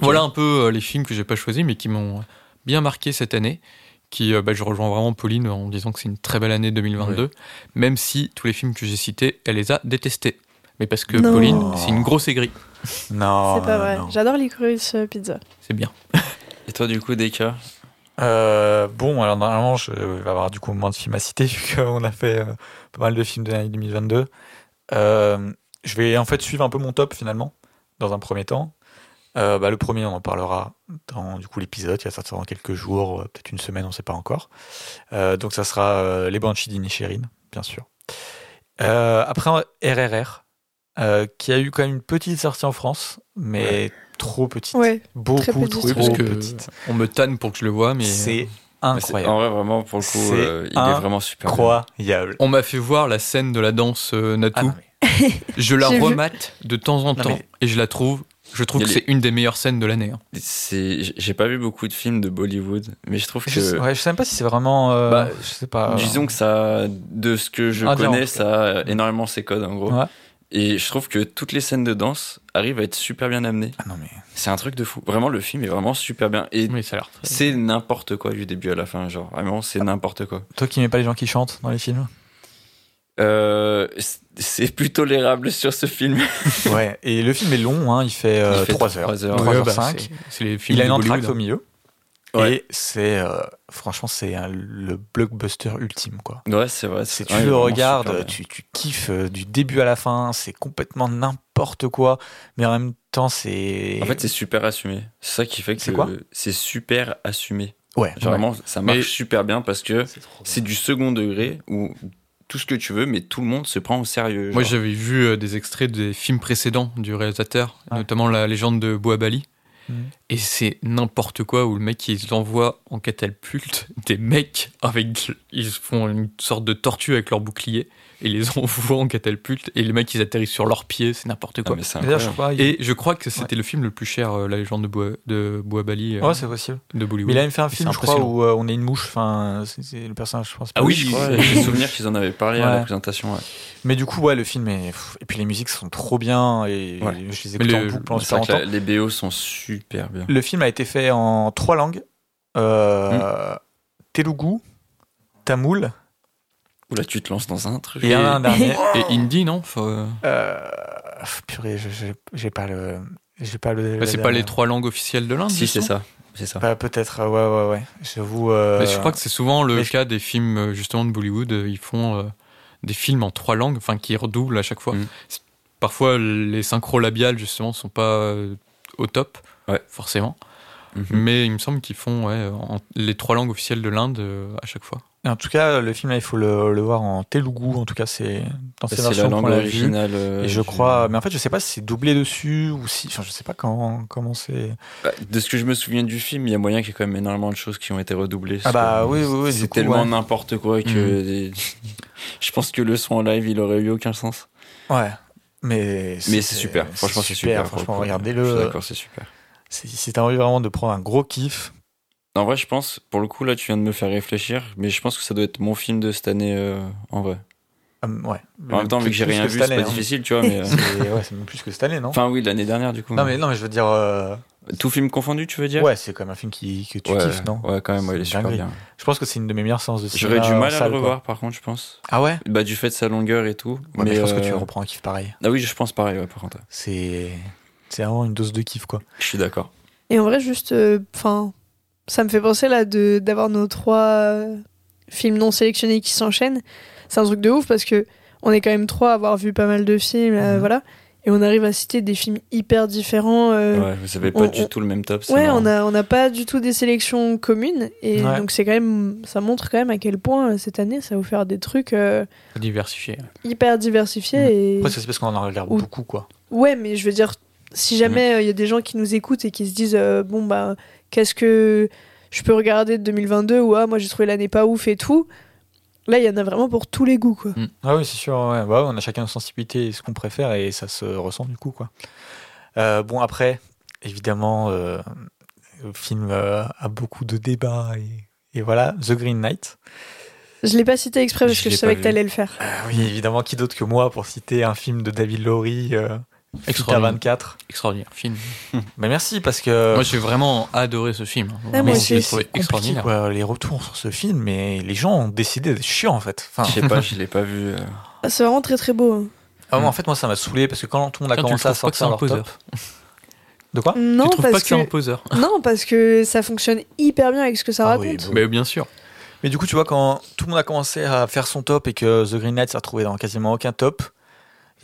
S4: Voilà un peu euh, les films que j'ai pas choisis, mais qui m'ont bien marqué cette année. Qui, euh, bah, je rejoins vraiment Pauline en disant que c'est une très belle année 2022, même si tous les films que j'ai cités, elle les a détestés. Mais parce que
S2: Non.
S4: Pauline, c'est une grosse aigrie.
S1: Non.
S2: c'est pas
S1: non,
S2: vrai.
S1: non.
S2: J'adore Licorice euh, Pizza.
S4: C'est bien.
S3: Et toi, du coup, Deka
S1: Euh, bon, alors normalement, je vais avoir du coup moins de films à citer vu qu'on a fait euh, pas mal de films de l'année 2022. Euh, je vais en fait suivre un peu mon top finalement, dans un premier temps. Euh, bah, le premier, on en parlera dans du coup l'épisode qui va sortir dans quelques jours, euh, peut-être une semaine, on ne sait pas encore. Euh, donc ça sera euh, les Banshees d'Inisherin, bien sûr. Euh, après RRR, euh, qui a eu quand même une petite sortie en France, mais trop petite,
S2: Ouais. très
S1: beaucoup
S2: petite.
S1: trop,
S2: Oui,
S4: parce que
S1: petite.
S4: on me tanne pour que je le vois, mais
S1: euh, C'est
S3: Bah, c'est-
S1: incroyable.
S3: En vrai, vraiment, pour le coup,
S1: C'est
S3: euh, il est
S1: un
S3: vraiment super. bien.
S1: Incroyable.
S4: euh, on m'a fait voir la scène de la danse euh,
S1: Ah
S4: Natou.
S1: non, mais-
S4: Je la
S2: J'ai vu.
S4: remate de temps
S1: Non,
S4: en temps
S1: mais-
S4: et je la trouve. Je trouve
S3: Il
S4: que
S3: est-
S4: c'est une des meilleures scènes de l'année. hein.
S3: C'est- j- J'ai pas vu beaucoup de films de Bollywood, mais je trouve
S1: je, sais-
S3: que.
S1: ouais, je sais même pas si c'est vraiment. euh,
S3: Bah,
S1: je sais pas.
S3: Disons que ça, de ce que je
S1: Indien, en
S3: connais,
S1: tout
S3: ça a énormément ses codes en gros.
S1: Ouais.
S3: Et je trouve que toutes les scènes de danse arrivent à être super bien amenées.
S1: Ah non, mais.
S3: C'est un truc de fou. Vraiment, le film est vraiment super bien. Et
S4: Oui, ça a l'air très-
S3: c'est n'importe quoi du début à la fin, genre. Vraiment, c'est n'importe quoi.
S1: euh, Toi qui n'aimais pas les gens qui chantent dans les films
S3: Euh, c- c'est plus tolérable sur ce film.
S1: Ouais, et le film est long, hein, il fait,
S3: Il fait
S1: 3 heures.
S3: trois
S1: 3
S3: heures.
S4: Ouais,
S1: h
S4: bah,
S1: 5
S4: c'est- C'est les films
S1: Il a une
S4: de Bollywood,
S1: entracte au
S4: hein.
S1: milieu.
S3: Ouais.
S1: Et c'est. euh, franchement, c'est un- le blockbuster ultime, quoi.
S3: Ouais, c'est vrai.
S1: Si
S3: Bah, c'est-
S1: tu
S3: ouais,
S1: le
S3: vraiment
S1: regardes,
S3: super
S1: tu, tu kiffes euh, du début à la fin, c'est complètement n'importe quoi, mais en même temps, c'est.
S3: bien. En fait, c'est super assumé. C'est ça qui fait que
S1: C'est quoi
S3: c'est super assumé.
S1: Ouais,
S3: Genre, Vraiment, ça marche
S4: Mais-
S3: super bien parce que
S1: C'est trop
S3: c'est du second degré où tout ce que tu veux, mais tout le monde se prend au sérieux.
S4: Moi,
S3: genre.
S4: j'avais vu euh, des extraits des films précédents du réalisateur,
S3: Ah.
S1: Ouais.
S4: notamment La légende de Boabali.
S3: Hmm.
S1: Mhm.
S4: Et c'est n'importe quoi où le mec il envoie en catapulte des mecs avec ils font une sorte de tortue avec leur bouclier et ils les envoient en catapulte et les mecs ils atterrissent sur leurs pieds c'est n'importe
S3: Non,
S4: quoi.
S3: Ah, mais c'est
S1: D'ailleurs, je
S3: incroyable.
S1: crois. il-
S4: Et je crois que c'était le film le plus cher euh, La légende de, Boa- de Boabali euh,
S1: Ouais, c'est possible.
S4: de Bollywood.
S1: Mais il a même fait un film,
S4: C'est
S1: je crois,
S4: impressionnant.
S1: où euh, on est une mouche. Enfin, c'est- c'est le personnage, je pense.
S4: Ah oui,
S1: je
S4: je
S1: crois.
S3: Ouais, J'ai souvenir qu'ils en avaient parlé à la
S1: Ouais.
S3: présentation. ouais.
S1: Mais du coup, ouais, le film est. pff, Et puis les musiques sont trop bien. Et
S3: Ouais.
S1: je les
S4: Mais
S1: écoute en
S4: le-
S1: boucle pendant
S3: C'est
S1: super
S3: vrai que la-
S1: longtemps.
S3: les BO sont super bien.
S1: Le film a été fait en trois langues euh, Telugu, Tamoul
S3: Oula, tu te lances dans un truc.
S1: et un dernier.
S4: Et Indie non Faut, euh,
S1: euh, pff, Purée, je- je- j'ai pas le. J'ai pas le.
S4: bah, c'est
S1: la
S4: pas
S1: dernière.
S4: les trois langues officielles de l'Inde.
S3: Si, c'est
S4: justement
S3: ça. C'est ça.
S1: Bah, Peut-être, euh, ouais, ouais, ouais. J'avoue. euh,
S4: Mais Bah, je crois que c'est souvent le
S1: mais je-
S4: cas des films euh, justement de Bollywood. euh, Ils font euh, des films en trois langues, enfin qui redoublent à chaque fois.
S3: Mm.
S4: C'est- Parfois les synchros labiales justement sont pas euh, au top,
S3: Ouais.
S4: forcément.
S3: Mhm.
S4: Mais il me semble qu'ils font ouais, en- les trois langues officielles de l'Inde euh, à chaque fois.
S1: En tout cas, le film, là, il faut le, le voir en Telugu. En tout cas, c'est dans ces
S3: Bah, C'est la
S1: versions qu'on
S3: langue
S1: l'a vu.
S3: originale. euh,
S1: Et je
S3: du-
S1: crois, mais en fait, je sais pas si c'est doublé dessus ou si, enfin, je sais pas comment comment c'est.
S3: Bah, de ce que je me souviens du film, il y a moyen qu'il y ait quand même énormément de choses qui ont été redoublées.
S1: Ah bah
S3: Parce que
S1: oui, oui, oui, du
S3: C'est
S1: coup,
S3: tellement
S1: ouais. Mhm.
S3: n'importe quoi que des- je pense que le son en live, il aurait eu aucun sens.
S1: Ouais, mais
S3: Mais c'est super. Franchement, c'est super. pour le
S1: Franchement,
S3: coup.
S1: regardez-le.
S3: Je suis d'accord, c'est super.
S1: Si si t'as envie vraiment de prendre un gros kiff,
S3: En vrai, je pense, pour le coup, là, tu viens de me faire réfléchir, mais je pense que ça doit être mon film de cette année, euh, en vrai.
S1: hum, ouais.
S3: En même temps, vu que j'ai
S1: Plus
S3: rien vu,
S1: cette
S3: c'est pas
S1: année, hein.
S3: difficile, tu vois, mais. euh,
S1: C'est- Ouais, c'est même plus que cette année, non
S3: Enfin, oui, l'année dernière, du coup.
S1: Non mais non, mais je veux dire, euh,
S3: Tout film confondu, tu veux dire
S1: ouais, c'est quand même un film qui que tu
S3: ouais,
S1: kiffes, non
S3: ouais, quand même, ouais, il est
S1: C'est
S3: super
S1: dingue.
S3: bien.
S1: Je pense que c'est une de mes meilleures séances de cinéma.
S3: J'aurais du
S1: en
S3: mal à
S1: salle,
S3: le
S1: quoi.
S3: revoir, par contre, je pense.
S1: Ah ouais.
S3: Bah, du fait de sa longueur et tout.
S1: Ouais, mais, je pense que tu
S3: euh,
S1: reprends un kiff pareil.
S3: Ah oui, je pense pareil, ouais, par contre. ouais.
S1: C'est c'est vraiment une dose de kiff quoi.
S3: Je suis d'accord.
S2: Et en vrai, juste, euh, enfin, ça me fait penser là de d'avoir nos trois euh, films non sélectionnés qui s'enchaînent. C'est un truc de ouf parce que on est quand même trois à avoir vu pas mal de films, euh,
S1: Mhm.
S2: voilà, et on arrive à citer des films hyper différents. euh,
S3: Ouais, vous avez pas
S2: on-
S3: du
S2: on-
S3: tout le même top. c'est
S2: ouais,
S3: marrant.
S2: on a on n'a pas du tout des sélections communes et
S1: Ouais.
S2: donc c'est quand même ça montre quand même à quel point euh, cette année ça va vous faire des trucs euh,
S4: Diversifié.
S2: hyper diversifiés et
S1: Mhm. Après, c'est parce qu'on en regarde
S2: Ou-
S1: beaucoup quoi.
S2: Ouais, mais je veux dire, si jamais il y a des gens qui nous écoutent et qui se disent euh, bon bah qu'est-ce que je peux regarder de 2022 ou ah moi j'ai trouvé l'année pas ouf et tout. Là, il y en a vraiment pour tous les goûts quoi.
S1: Ah oui, c'est sûr. ouais. Bah ouais, on a chacun nos sensibilités et ce qu'on préfère et ça se ressent du coup. Quoi. Euh, bon, après, évidemment, euh, le film euh, a beaucoup de débats et, et voilà. The Green Knight.
S2: Je l'ai pas cité exprès parce
S4: Je
S2: que je
S4: l'ai
S2: savais
S4: pas
S2: que
S4: vu.
S2: t'allais le faire.
S1: Euh,
S4: Ah
S1: oui, évidemment, qui d'autre que moi pour citer un film de David Lowry, euh, Fita
S4: Extraordinaire.
S1: 24.
S4: Extraordinaire film.
S1: Mais merci parce que.
S4: Moi, j'ai vraiment adoré ce film. Vraiment,
S2: moi
S4: je l'ai
S2: aussi.
S4: trouvé
S1: compliqué,
S4: extraordinaire.
S1: quoi, les retours sur ce film, mais les gens ont décidé d'être chiants en fait. Enfin,
S3: Je sais pas, je l'ai pas vu. euh.
S2: Ah, C'est vraiment très très beau. hein.
S1: ah, moi, en fait, moi ça m'a saoulé parce que quand tout le monde a
S4: Tiens, tu
S1: commencé à
S4: trouves pas que c'est
S1: sortir
S4: un
S1: leur top.
S4: poseur
S1: De quoi
S4: Tu
S2: Non
S4: trouves pas
S2: parce
S4: que c'est un
S2: que
S4: poseur
S2: non parce que ça fonctionne hyper bien avec ce que ça
S1: Ah oui,
S2: raconte.
S1: bon.
S4: Mais bien sûr.
S1: Mais du coup, tu vois, quand tout le monde a commencé à faire son top et que The Green Knight s'est retrouvé dans quasiment aucun top,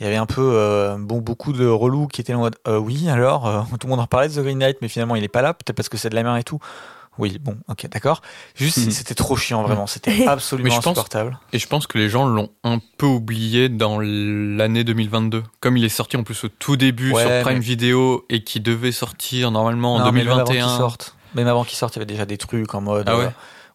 S1: il y avait un peu, euh, bon, beaucoup de relous qui étaient en mode, euh, oui, alors, euh, tout le monde en parlait de The Green Knight, mais finalement, il est pas là, peut-être parce que c'est de la mer et tout. Oui, bon, ok, d'accord. Juste,
S4: Hmm.
S3: Mhm.
S1: c'était trop chiant, vraiment. C'était absolument
S4: Mais je pense-
S1: insupportable.
S4: Et je pense que les gens l'ont un peu oublié dans l'année 2022. Comme il est sorti en plus au tout début
S1: Ouais,
S4: sur Prime
S1: mais-
S4: Video et qui devait sortir normalement en
S1: Non, mais Même avant
S4: 2021.
S1: qu'il sorte, même avant qu'il sorte, il y avait déjà des trucs en mode.
S4: Ah ouais
S1: euh,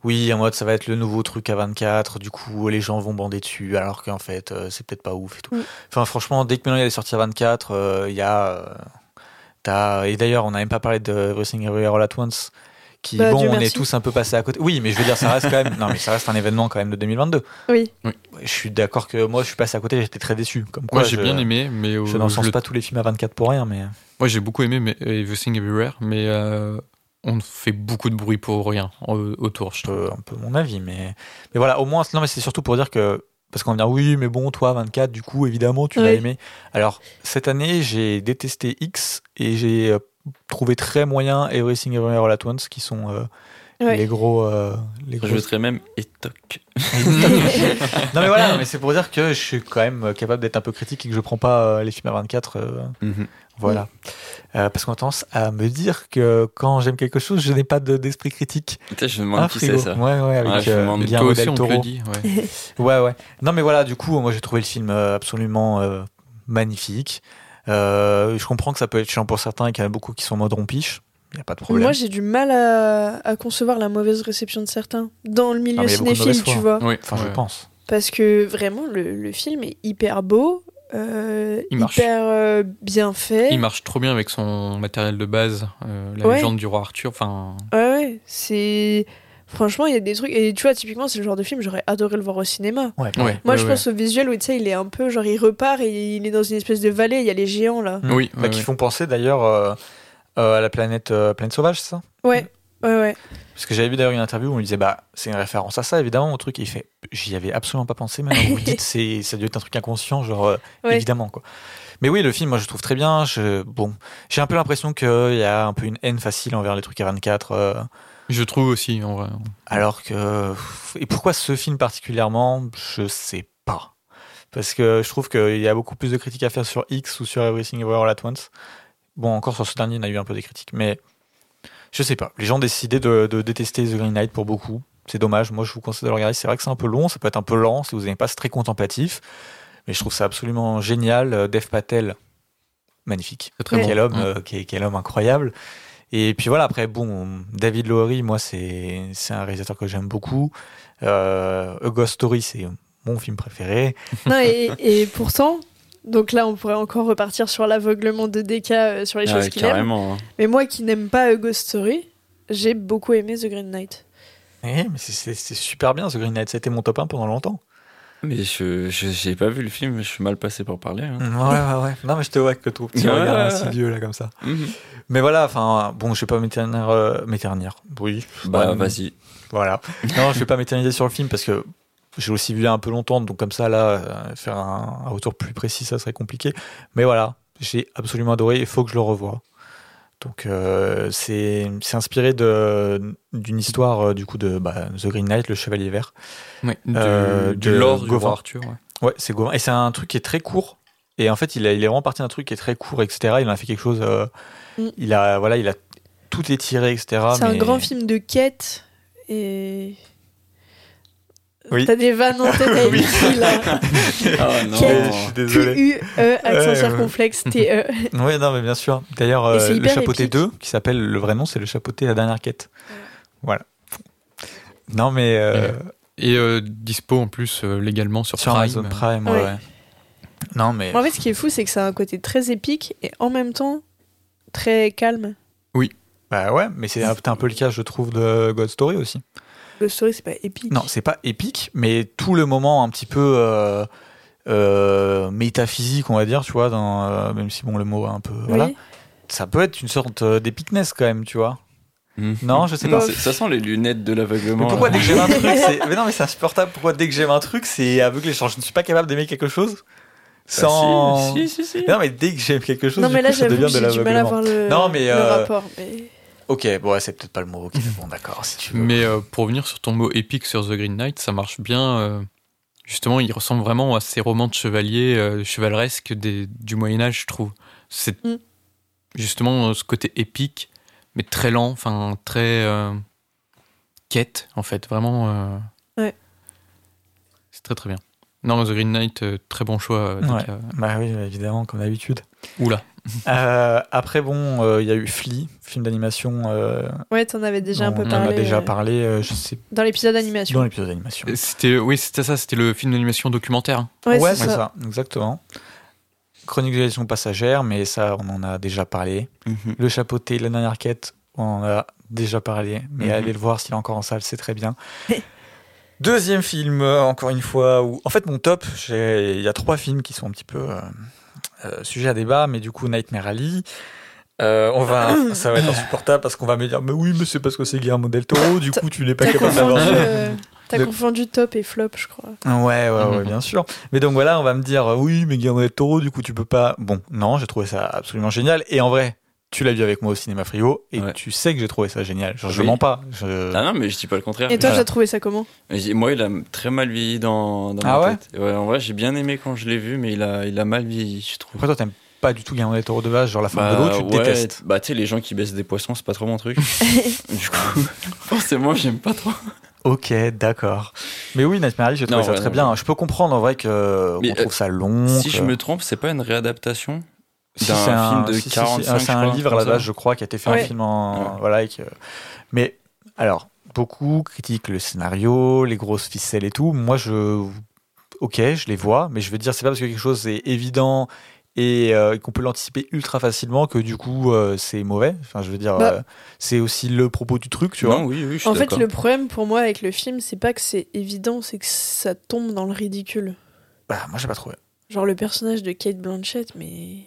S1: oui, en mode ça va être le nouveau truc à 24, du coup les gens vont bander dessus alors qu'en fait euh, c'est peut-être pas ouf et tout.
S2: Mm.
S1: Enfin franchement, dès que maintenant il est sorti à 24, euh, il y a. euh, t'as- et d'ailleurs, on n'a même pas parlé de Everything Everywhere All At Once qui,
S2: Bah,
S1: bon,
S2: Dieu
S1: on est
S2: merci.
S1: tous un peu passés à côté. Oui, mais je veux dire, ça reste quand même, non, mais ça reste un événement quand même de 2022.
S2: Oui.
S1: Je suis d'accord que moi, je suis passé à côté, j'étais très déçu. Comme quoi,
S4: Moi j'ai
S1: je-
S4: bien aimé, mais euh,
S1: Je n'encense
S4: je le-
S1: pas tous les films à 24 pour rien, mais euh,
S4: moi j'ai beaucoup aimé mais, euh, Everything Everywhere, mais euh, on fait beaucoup de bruit pour rien euh, autour, je trouve.
S1: euh, un peu mon avis. Mais, mais voilà, au moins, non, mais c'est surtout pour dire que. Parce qu'on va me dire, oui, mais bon, toi, 24, du coup, évidemment, tu l'as
S2: Oui.
S1: aimé. Alors, cette année, j'ai détesté X et j'ai euh, trouvé très moyen Everything Everywhere All At Once, qui sont euh,
S2: Ouais.
S1: les gros. euh, les
S3: Je
S1: gros...
S3: voterais même Etoc.
S1: non, mais voilà, non, mais c'est pour dire que je suis quand même euh, capable d'être un peu critique et que je prends pas euh, les films à 24. euh, Voilà. Euh, parce qu'on a tendance à me dire que quand j'aime quelque chose, je n'ai pas de- d'esprit critique.
S3: Putain, je me
S1: Ah,
S3: demande qui c'est
S1: frigo.
S3: ça.
S1: Ouais, ouais, avec
S3: Ouais, je me
S1: euh,
S3: demande.
S4: Mais
S1: Guillermo
S4: toi aussi
S1: del
S4: on te
S1: Toro.
S4: le dit, ouais.
S1: Ouais, ouais. Non, mais voilà, du coup, moi j'ai trouvé le film euh, absolument euh, magnifique. Euh, je comprends que ça peut être chiant pour certains et qu'il y en a beaucoup qui sont en mode rompiche. Il n'y a pas de problème.
S2: Moi, j'ai du mal à, à concevoir la mauvaise réception de certains dans le milieu
S1: Ah, mais il y a beaucoup de
S2: cinéphile,
S1: mauvaises
S2: tu
S1: fois.
S2: vois.
S4: Oui,
S1: enfin,
S4: ouais.
S1: je pense.
S2: Parce que vraiment, le, le film est hyper beau, euh,
S4: Il marche.
S2: hyper euh, bien fait.
S4: Il marche trop bien avec son matériel de base, euh, la
S2: Ouais.
S4: légende du roi Arthur. Enfin,
S2: Ouais, ouais, c'est. Franchement, il y a des trucs. Et tu vois, typiquement, c'est le genre de film, j'aurais adoré le voir au cinéma.
S1: Ouais.
S4: ouais.
S2: Moi,
S4: ouais,
S2: je
S4: ouais.
S2: pense au visuel où, tu sais, il est un peu. Genre, il repart et il est dans une espèce de vallée, il y a les géants, là.
S1: Hmm.
S4: Oui,
S1: Bah,
S4: ouais,
S1: qui
S4: ouais.
S1: font penser d'ailleurs euh, euh, à la planète, euh, planète sauvage, c'est ça
S2: Ouais, ouais, ouais.
S1: Parce que j'avais vu d'ailleurs une interview où on me disait, bah, c'est une référence à ça, évidemment, au truc. Et il fait, j'y avais absolument pas pensé, mais vous le dites, c'est, ça doit être un truc inconscient, genre, euh,
S2: Ouais.
S1: évidemment, quoi. Mais oui, le film, moi, je le trouve très bien. Je, bon, j'ai un peu l'impression qu'il y a un peu une haine facile envers les trucs à 24. euh,
S4: Je trouve aussi, en vrai.
S1: alors que. Et pourquoi ce film particulièrement Je sais pas. Parce que je trouve qu'il y a beaucoup plus de critiques à faire sur X ou sur Everything Everywhere All At Once. Bon, encore sur ce dernier, il y en a eu un peu des critiques, mais je sais pas. Les gens ont décidé de, de détester The Green Knight pour beaucoup. C'est dommage. Moi, je vous conseille de le regarder. C'est vrai que c'est un peu long, ça peut être un peu lent si vous n'aimez pas, c'est très contemplatif. Mais je trouve ça absolument génial. Euh, Dev Patel, magnifique.
S4: C'est très
S2: Ouais.
S4: bon.
S1: Quel homme,
S4: Ouais.
S1: euh, quel, quel homme incroyable. Et puis voilà, après, bon, David Lowery, moi, c'est c'est un réalisateur que j'aime beaucoup. Euh, A Ghost Story, c'est mon film préféré.
S2: Non, et, et pourtant, donc là, on pourrait encore repartir sur l'aveuglement de Deka euh, sur les
S3: Ah
S2: choses
S3: ouais,
S2: qu'il aime.
S3: carrément. hein.
S2: Mais moi qui n'aime pas A Ghost Story, j'ai beaucoup aimé The Green Knight.
S1: Eh, mais c'est- c'est c'est super bien, ce Green Knight. C'était mon top 1 pendant longtemps.
S3: Mais je je- j'ai pas vu le film, je suis mal passé pour parler. hein.
S1: Ouais, ouais, ouais. Non, mais je te vois avec le tout petit
S3: Ouais,
S1: regard
S3: ouais, ouais.
S1: insidieux, là, comme ça.
S3: Mhm.
S1: Mais voilà, enfin, bon, je vais pas m'éternir. euh, m'éternir. Oui.
S3: Bah
S1: Ouais,
S3: vas-y.
S1: Voilà. Non, je vais pas m'éterniser sur le film parce que j'ai aussi vu un peu longtemps, donc comme ça, là, euh, faire un, un retour plus précis, ça serait compliqué. Mais voilà, j'ai absolument adoré et il faut que je le revoie. Donc, euh, c'est c'est inspiré de- d'une histoire euh, du coup de bah, The Green Knight, le Chevalier Vert.
S4: Ouais, de,
S1: Euh,
S4: de
S1: de
S4: l'or du
S1: Gauvin.
S4: roi Arthur. ouais.
S1: Ouais, c'est Gauvin. Et c'est un truc qui est très court. Et en fait, il, a- il est vraiment parti d'un truc qui est très court, etc. Il en a fait quelque chose. euh,
S2: Mm.
S1: Il a voilà, il a tout étiré, etc.
S2: c'est un
S1: Ah, mais-
S2: grand film de quête et.
S1: Oui.
S2: T'as des vannes en tête à écrit, là.
S3: Ah
S1: Je
S3: non.
S1: suis désolé.
S2: Q-U-E,
S1: Ouais,
S2: accent
S1: ouais.
S2: circonflexe, E. T-E.
S1: Oui, non, mais bien sûr. D'ailleurs,
S2: Et
S1: euh,
S2: c'est
S1: le
S2: hyper
S1: chapeauté
S2: épique.
S1: 2, qui s'appelle, le vrai nom, c'est le chapeauté La Dernière Quête. Voilà. Non, mais euh,
S4: Et euh, dispo en plus euh, légalement sur,
S1: sur
S4: Prime.
S1: Amazon Prime, ouais,
S2: Ouais.
S1: ouais. Non, mais.
S2: Moi, en fait, ce qui est fou, c'est que ça a un côté très épique et en même temps très calme.
S1: Bah ouais, mais c'est un, un peu le cas, je trouve, de God Story aussi.
S2: Le story, c'est pas épique.
S1: Non, c'est pas épique, mais tout le moment un petit peu euh, euh, métaphysique, on va dire, tu vois, dans, euh, même si bon, le mot est un peu.
S2: Oui.
S1: Voilà. Ça peut être une sorte euh, d'épicness quand même, tu vois. Mm-hmm. Non, je sais
S3: Non,
S1: pas.
S3: c'est- ça sent les lunettes de l'aveuglement.
S1: Mais pourquoi
S3: là. Ah,
S1: dès que j'aime un truc, c'est. Mais non, mais c'est insupportable. Pourquoi dès que j'aime un truc, c'est aveuglé Genre, je ne suis pas capable d'aimer quelque chose
S3: Bah,
S1: sans.
S3: Si, si, si. si.
S1: Mais non, mais dès que j'aime quelque chose,
S2: Non,
S1: du
S2: mais là,
S1: coup, ça
S2: j'avoue
S1: devient
S2: que
S1: de
S2: j'ai du mal à
S1: l'aveuglement.
S2: voir le,
S1: Non, mais,
S2: le
S1: euh,
S2: rapport. mais-
S1: Ok, bon, ouais, c'est peut-être pas le mot. Ok, bon, d'accord, si tu veux.
S4: Mais euh, pour revenir sur ton mot épique sur The Green Knight, ça marche bien. euh, justement, il ressemble vraiment à ces romans de chevaliers euh, chevaleresques des- du Moyen Âge, je trouve. C'est
S2: Mm.
S4: justement euh, ce côté épique, mais très lent, enfin très euh, quête, en fait, vraiment. euh,
S2: Ouais.
S4: C'est très très bien. Non, mais The Green Knight, euh, très bon choix. euh,
S1: Ouais.
S4: Dick, euh,
S1: Bah oui, évidemment, comme d'habitude.
S4: Oula.
S1: Euh, après, bon, euh, il y a eu Flea, film d'animation. euh,
S2: Ouais, t'en avais déjà un
S1: on
S2: peu
S1: en
S2: parlé.
S1: a déjà
S2: euh,
S1: parlé, euh, je sais
S2: Dans l'épisode
S1: plus,
S2: d'animation.
S1: dans l'épisode d'animation.
S4: C'était, oui, c'était ça, c'était le film d'animation documentaire. hein.
S2: Ouais,
S1: Ouais,
S2: c'est
S1: c'est
S2: ça.
S1: ça, exactement. Chronique de l'aviation passagère, mais ça, on en a déjà parlé.
S3: Mhm.
S1: Le chapeauté, la dernière quête, on en a déjà parlé, mais
S3: Mhm.
S1: allez le voir s'il est encore en salle, c'est très bien. Deuxième film, euh, encore une fois, où en fait mon top, j'ai- il y a trois films qui sont un petit peu euh, euh, sujet à débat, mais du coup Nightmare Alley. euh, on va, ça va être insupportable parce qu'on va me dire, mais oui, mais c'est parce que c'est Guillermo del Toro, du coup tu l'es pas
S2: T'as
S1: capable
S2: confondu,
S1: d'avoir. fait.
S2: euh, t'as
S4: Le-
S2: confondu top et flop, je crois.
S1: Ouais, ouais, ouais,
S4: Mhm.
S1: bien sûr. Mais donc voilà, on va me dire, euh, oui, mais Guillermo del Toro, du coup, tu peux pas. Bon, non, j'ai trouvé ça absolument génial. Et en vrai, tu l'as vu avec moi au cinéma Frigo, et
S3: Ouais.
S1: tu sais que j'ai trouvé ça génial. Genre, je
S3: Oui.
S1: mens pas. Je-
S3: Ah non, mais je dis pas le contraire.
S2: Et toi,
S1: Voilà.
S2: t'as trouvé ça comment
S3: Mais j'ai- Moi, il a très mal vieilli dans, dans
S1: Ah
S3: ma
S1: ouais
S3: tête. Ouais, en vrai, j'ai bien aimé quand je l'ai vu, mais il a, il a mal vieilli, je trouve.
S1: Pourquoi toi, t'aimes pas du tout Guillermo del Toro de base Genre, la forme de l'eau, tu
S3: Bah ouais,
S1: détestes.
S3: Bah, tu sais, les gens qui baissent des poissons, c'est pas trop mon truc. du coup, forcément, j'aime pas trop.
S1: Ok, d'accord. Mais oui, Nightmare Alley, j'ai trouvé
S3: Non,
S1: ça
S3: ouais,
S1: très
S3: non,
S1: bien. Je peux comprendre en vrai que euh,
S3: Mais,
S1: qu'on trouve ça long.
S3: si
S1: que-
S3: je me trompe, c'est pas une réadaptation
S1: euh, Si,
S3: d'un
S1: c'est
S3: film de
S1: si, si, si,
S3: 45,
S1: c'est
S3: je
S1: un
S3: crois,
S1: livre à
S3: comme
S1: la
S3: ça.
S1: base, je crois, qui a été fait un
S2: Ouais.
S1: film en.
S3: Ouais.
S1: Voilà, et que- Mais alors, beaucoup critiquent le scénario, les grosses ficelles et tout. Moi, je. Ok, je les vois, mais je veux dire, c'est pas parce que quelque chose est évident et euh, qu'on peut l'anticiper ultra facilement que du coup, euh, c'est mauvais. Enfin, je veux dire,
S2: Bah.
S1: euh, c'est aussi le propos du truc, tu vois.
S3: Non, oui, oui, je suis
S2: En fait,
S3: d'accord.
S2: le problème pour moi avec le film, c'est pas que c'est évident, c'est que ça tombe dans le ridicule.
S1: Bah, moi, j'ai pas trouvé.
S2: Genre le personnage de Kate Blanchett, mais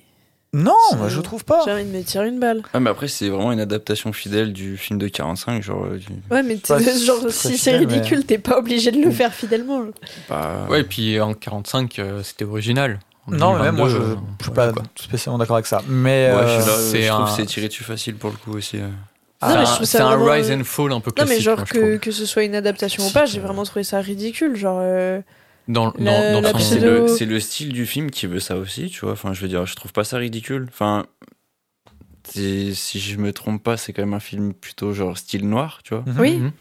S1: Non,
S2: C'est-
S1: moi, je trouve pas.
S2: j'ai envie de me tirer une balle.
S3: Ah, mais après, c'est vraiment une adaptation fidèle du film de 45. Genre, euh, du-
S2: Ouais, mais
S1: sais pas
S2: t'es-
S1: si
S2: genre
S1: c'est
S2: si
S1: très
S2: c'est
S1: fidèle, mais-
S2: ridicule, t'es pas obligé de le faire fidèlement.
S3: bah,
S4: Ouais, et puis en 45, euh, c'était original. En
S1: Ah Non, mais même moi,
S4: 2022,
S1: je,
S4: euh,
S1: je suis
S4: voilà,
S1: pas
S4: quoi.
S1: spécialement d'accord avec ça. Mais
S3: ouais, je
S1: euh,
S3: suis là,
S4: c'est
S3: je trouve
S4: un-
S3: que c'est tiré dessus facile pour le coup aussi. euh.
S2: Non, mais je
S4: C'est un-
S2: trouve ça
S4: c'est un
S2: vraiment- euh,
S4: rise and fall un peu
S2: Non,
S4: classique.
S2: mais genre
S4: moi, je
S2: que,
S4: trouve.
S2: que ce soit une adaptation ou pas, j'ai vraiment trouvé ça ridicule. Genre, euh,
S4: Dans,
S2: le-
S4: dans- dans
S2: la
S4: son-
S2: pseudo-
S3: C'est
S2: C'est le-
S3: le, c'est le style du film qui veut ça aussi, tu vois. Enfin, je veux dire, je trouve pas ça ridicule. Enfin, c'est- si je me trompe pas, c'est quand même un film plutôt genre style noir, tu vois.
S1: Mhm.
S2: oui,
S4: Mhm.